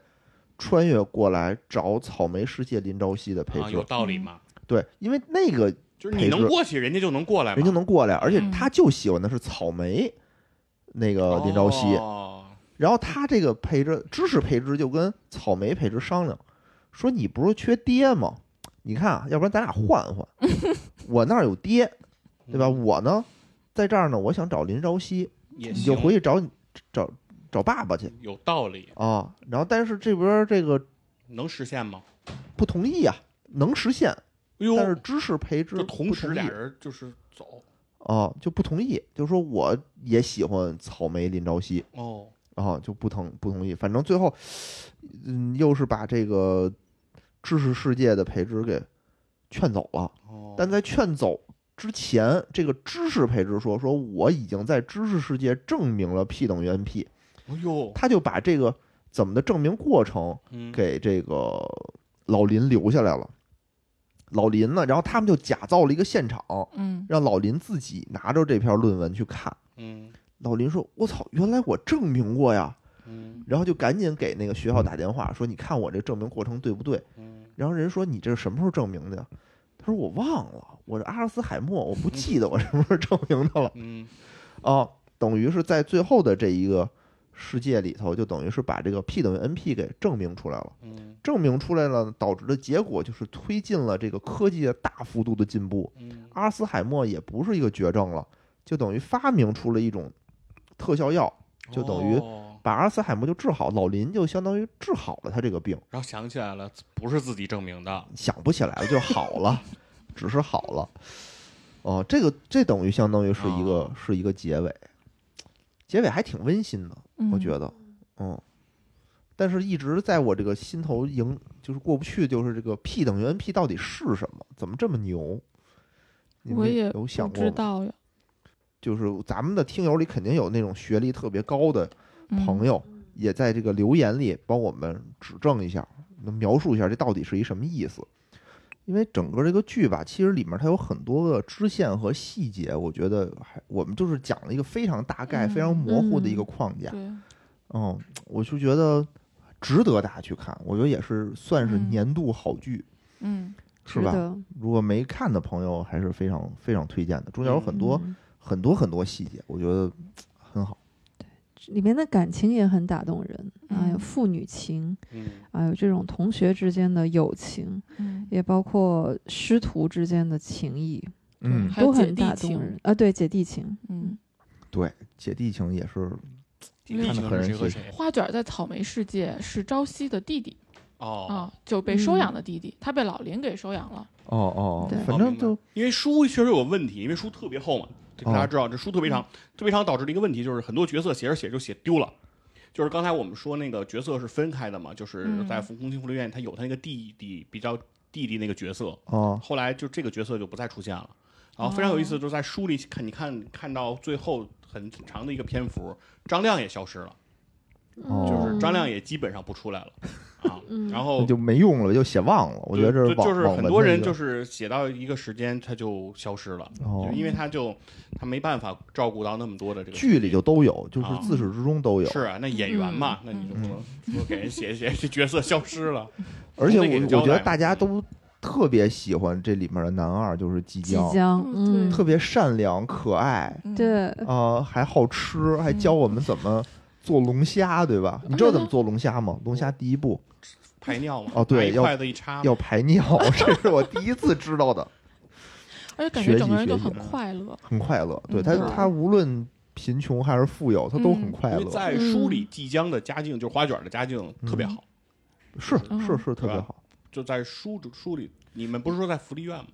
Speaker 1: 穿越过来找草莓世界林朝夕的培
Speaker 2: 啊
Speaker 1: 之
Speaker 2: 有，道理嘛？
Speaker 1: 对，因为那个
Speaker 2: 就是你
Speaker 1: 培
Speaker 2: 能
Speaker 1: 植
Speaker 2: 过去，人家就能过来嘛，
Speaker 1: 人就能过来，而且
Speaker 4: 嗯
Speaker 1: 他就喜欢的是草莓，那个林朝夕。
Speaker 2: 哦
Speaker 1: 然后他这个培植知识培植就跟草莓培植商量，说你不是缺爹吗？
Speaker 2: 嗯
Speaker 1: 你看啊，要不然咱俩换换，我那儿有爹，对吧？我呢在这儿呢，我想找林朝夕，
Speaker 2: 也
Speaker 1: 你
Speaker 2: 行，
Speaker 1: 就回去找你找找爸爸去
Speaker 2: 有道理，
Speaker 1: 啊。然后但是这边儿这个
Speaker 2: 能实现吗？
Speaker 1: 不同意啊，能实现，
Speaker 2: 哎
Speaker 1: 但是
Speaker 2: 呦，
Speaker 1: 知识培植
Speaker 2: 就同
Speaker 1: 不
Speaker 2: 时
Speaker 1: 同意
Speaker 2: 俩人就是走
Speaker 1: 啊就不同意，就说我也喜欢草莓林朝夕
Speaker 2: 哦，
Speaker 1: 啊，就不同不同意。反正最后，嗯，又是把这个知识世界的培植给劝走了。
Speaker 2: 哦
Speaker 1: 但在劝走之前，这个知识培植说说我已经在知识世界证明了 p 等于 np，
Speaker 2: 哎呦，
Speaker 1: 他就把这个怎么的证明过程
Speaker 2: 嗯，
Speaker 1: 给这个老林留下来了。老林呢，然后他们就假造了一个现场，
Speaker 4: 嗯
Speaker 1: 让老林自己拿着这篇论文去看。
Speaker 2: 嗯
Speaker 1: 老林说：“我操，原来我证明过呀！”
Speaker 2: 嗯
Speaker 1: 然后就赶紧给那个学校打电话说：“你看我这证明过程对不对？”
Speaker 2: 嗯，
Speaker 1: 然后人说你这是什么时候证明的呀？他说我忘了，我这阿尔茨海默我不记得我什么时候证明的了
Speaker 2: 嗯
Speaker 1: 啊。等于是在最后的这一个世界里头，就等于是把这个 P 等于 NP 给证明出来了。
Speaker 2: 嗯
Speaker 1: 证明出来了，导致的结果就是推进了这个科技的大幅度的进步。
Speaker 2: 嗯，
Speaker 1: 阿尔茨海默也不是一个绝症了，就等于发明出了一种特效药，就等于
Speaker 2: 哦
Speaker 1: 把阿尔茨海默就治好。老林就相当于治好了他这个病。
Speaker 2: 然后想起来了，不是自己证明的，
Speaker 1: 想不起来了就好了， 只是好了。哦，这个这等于相当于是一个、
Speaker 2: 哦
Speaker 1: 是一个结尾，结尾还挺温馨的，
Speaker 4: 嗯，
Speaker 1: 我觉得，嗯。但是，一直在我这个心头迎就是过不去，就是这个 P 等于 NP 到底是什么？怎么这么牛？你
Speaker 4: 我
Speaker 1: 们
Speaker 4: 也
Speaker 1: 有想
Speaker 4: 不
Speaker 1: 过
Speaker 4: 知
Speaker 1: 吗？
Speaker 4: 道呀。
Speaker 1: 就是咱们的听友里肯定有那种学历特别高的
Speaker 4: 嗯
Speaker 1: 朋友，也在这个留言里帮我们指正一下，能描述一下这到底是一什么意思？因为整个这个剧吧，其实里面它有很多个支线和细节，我觉得还我们就是讲了一个非常大概、
Speaker 4: 嗯
Speaker 1: 非常模糊的一个框架。
Speaker 4: 对，
Speaker 1: 嗯，我就觉得值得大家去看，我觉得也是算是
Speaker 4: 嗯
Speaker 1: 年度好剧，
Speaker 4: 嗯
Speaker 1: 是
Speaker 3: 值
Speaker 1: 吧？
Speaker 3: 得
Speaker 1: 如果没看的朋友，还是非常非常推荐的。中间有很多、
Speaker 3: 嗯
Speaker 1: 很多很多细节，我觉得很好。
Speaker 3: 里面的感情也很打动人啊，
Speaker 4: 嗯
Speaker 3: 有父女情
Speaker 2: 嗯
Speaker 3: 啊，有这种同学之间的友情，
Speaker 4: 嗯，
Speaker 3: 也包括师徒之间的情谊，
Speaker 1: 嗯，
Speaker 4: 还有
Speaker 3: 都
Speaker 4: 姐
Speaker 3: 很
Speaker 4: 弟
Speaker 3: 打动
Speaker 4: 情
Speaker 3: 人啊。对，姐弟情，
Speaker 4: 嗯，
Speaker 1: 对，姐弟情也是
Speaker 2: 弟弟
Speaker 1: 看得
Speaker 2: 情
Speaker 1: 很
Speaker 2: 是谁和
Speaker 1: 细
Speaker 2: 谁？
Speaker 4: 花卷在草莓世界是朝夕的弟弟
Speaker 2: 哦
Speaker 4: 啊，，就被收
Speaker 3: 嗯
Speaker 4: 养的弟弟，他被老林给收养了。
Speaker 1: 哦哦
Speaker 3: 对
Speaker 1: 哦，反正就
Speaker 2: 因为书确实有问题，因为书特别厚嘛，这
Speaker 1: 哦嗯
Speaker 2: 大家知道，这书特别长，特别长导致的一个问题就是很多角色写着写着就写丢了。就是刚才我们说那个角色是分开的嘛，就是
Speaker 4: 嗯
Speaker 2: 在《空心福利院》，他有他那个弟弟比较弟弟那个角色，
Speaker 1: 哦
Speaker 2: 后来就这个角色就不再出现了。然后非常有意思，就是在书里看，你看看到最后很长的一个篇幅，张亮也消失了，
Speaker 1: 哦
Speaker 2: 就是张
Speaker 3: 嗯
Speaker 2: 亮也基本上不出来了啊
Speaker 3: 嗯。
Speaker 2: 然
Speaker 1: 那
Speaker 2: 后
Speaker 1: 就没用了，就写忘了。我觉得这
Speaker 2: 对
Speaker 1: 是
Speaker 2: 就
Speaker 1: 网
Speaker 2: 就是
Speaker 1: 网
Speaker 2: 很
Speaker 1: 文
Speaker 2: 多
Speaker 1: 的
Speaker 2: 人
Speaker 1: 一个
Speaker 2: 就是写到一个时间他就消失了，
Speaker 1: 哦
Speaker 2: 就，因为他就他没办法照顾到那么多的这个
Speaker 1: 剧里就都有，就是
Speaker 2: 啊
Speaker 1: 自始至终都有。
Speaker 2: 是啊，那演员嘛，那你就不能说给人写写这角色消失了，
Speaker 1: 而且
Speaker 2: 总得
Speaker 1: 我
Speaker 2: 给
Speaker 1: 我
Speaker 2: 交
Speaker 1: 觉得
Speaker 2: 代
Speaker 1: 大
Speaker 2: 嘛
Speaker 1: 家
Speaker 2: 嗯
Speaker 1: 都特别喜欢这里面的男二，就是即
Speaker 3: 即
Speaker 1: 将，
Speaker 3: 将，
Speaker 4: 嗯
Speaker 3: 嗯，
Speaker 1: 特别善良可爱
Speaker 4: 嗯，
Speaker 3: 对，
Speaker 1: 啊，还好吃，还
Speaker 4: 嗯
Speaker 1: 教我们怎么做龙虾，对吧？你知道怎么做龙虾吗？龙虾第一步
Speaker 2: 排尿嘛，
Speaker 1: 哦对
Speaker 2: 拿一
Speaker 1: 要
Speaker 2: 筷子一插嘛，
Speaker 1: 要排尿， 这是我第一次知道的，
Speaker 4: 而且感
Speaker 1: 学
Speaker 4: 觉
Speaker 1: 习
Speaker 4: 整个人就
Speaker 1: 学习
Speaker 4: 很快乐。
Speaker 1: 很快乐。对
Speaker 4: 嗯
Speaker 1: 他
Speaker 2: 对，
Speaker 1: 他无论贫穷还是富有，他都很
Speaker 4: 嗯
Speaker 1: 快
Speaker 2: 因为
Speaker 1: 乐。
Speaker 2: 在书里即将的家境，就是花卷的家境
Speaker 1: 嗯
Speaker 2: 特别好，
Speaker 1: 是
Speaker 4: 嗯
Speaker 1: 是是，特
Speaker 2: 对
Speaker 1: 别
Speaker 2: 吧
Speaker 1: 好。
Speaker 2: 就在书书里，你们不是说在福利院吗？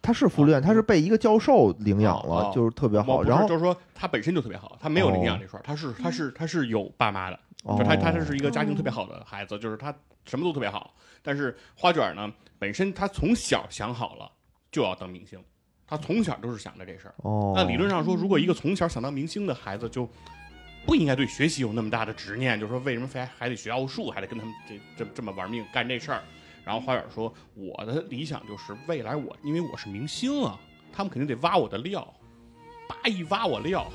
Speaker 1: 他是福利院，他是被一个教授领养
Speaker 2: 哦
Speaker 1: 了
Speaker 2: 啊哦，
Speaker 1: 就是特别好。
Speaker 2: 不是
Speaker 1: 然后
Speaker 2: 就是说他本身就特别好，他没有领养
Speaker 1: 哦
Speaker 2: 这说，他是他是他是有爸妈的，
Speaker 1: 哦
Speaker 2: 就他他是一个家庭特别好的孩子，就是他什么都特别好。但是花卷呢，本身他从小想好了就要当明星，他从小都是想着这事儿。
Speaker 1: 哦，
Speaker 2: 那理论上说，如果一个从小想当明星的孩子，就不应该对学习有那么大的执念，就是说为什么非还还得学奥数，还得跟他们这这这么玩命干这事儿。然后花卷说，我的理想就是未来我因为我是明星啊，他们肯定得挖我的料，叭一挖我料，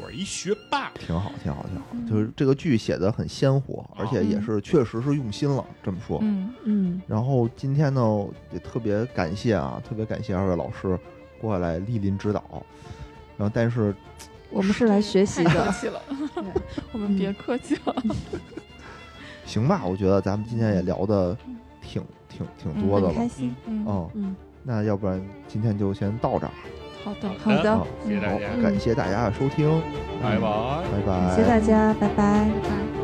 Speaker 2: 我是一学霸。
Speaker 1: 挺好，挺好，挺
Speaker 4: 嗯
Speaker 1: 好。就是这个剧写的很鲜活，而且也是确实是用心了。这么说，
Speaker 4: 嗯，
Speaker 3: 嗯，
Speaker 1: 然后今天呢，也特别感谢啊，特别感谢二位老师过来莅临指导。然后，但是
Speaker 3: 我们是来学习
Speaker 4: 太客
Speaker 3: 的，嗯
Speaker 4: 气了，
Speaker 3: 对
Speaker 4: 我们别客气了。
Speaker 1: 行吧，我觉得咱们今天也聊的挺挺挺多的
Speaker 3: 很
Speaker 1: 了
Speaker 3: 开。心，
Speaker 4: 嗯，
Speaker 1: 嗯，
Speaker 3: 嗯，
Speaker 1: 那要不然今天就先到这儿。啊
Speaker 4: 好的，
Speaker 3: 好的，
Speaker 1: 好
Speaker 2: 谢谢大家，
Speaker 1: 感谢大家的收听，嗯
Speaker 2: 拜拜。
Speaker 1: 拜拜，
Speaker 3: 谢谢大家，拜拜。
Speaker 4: 拜拜。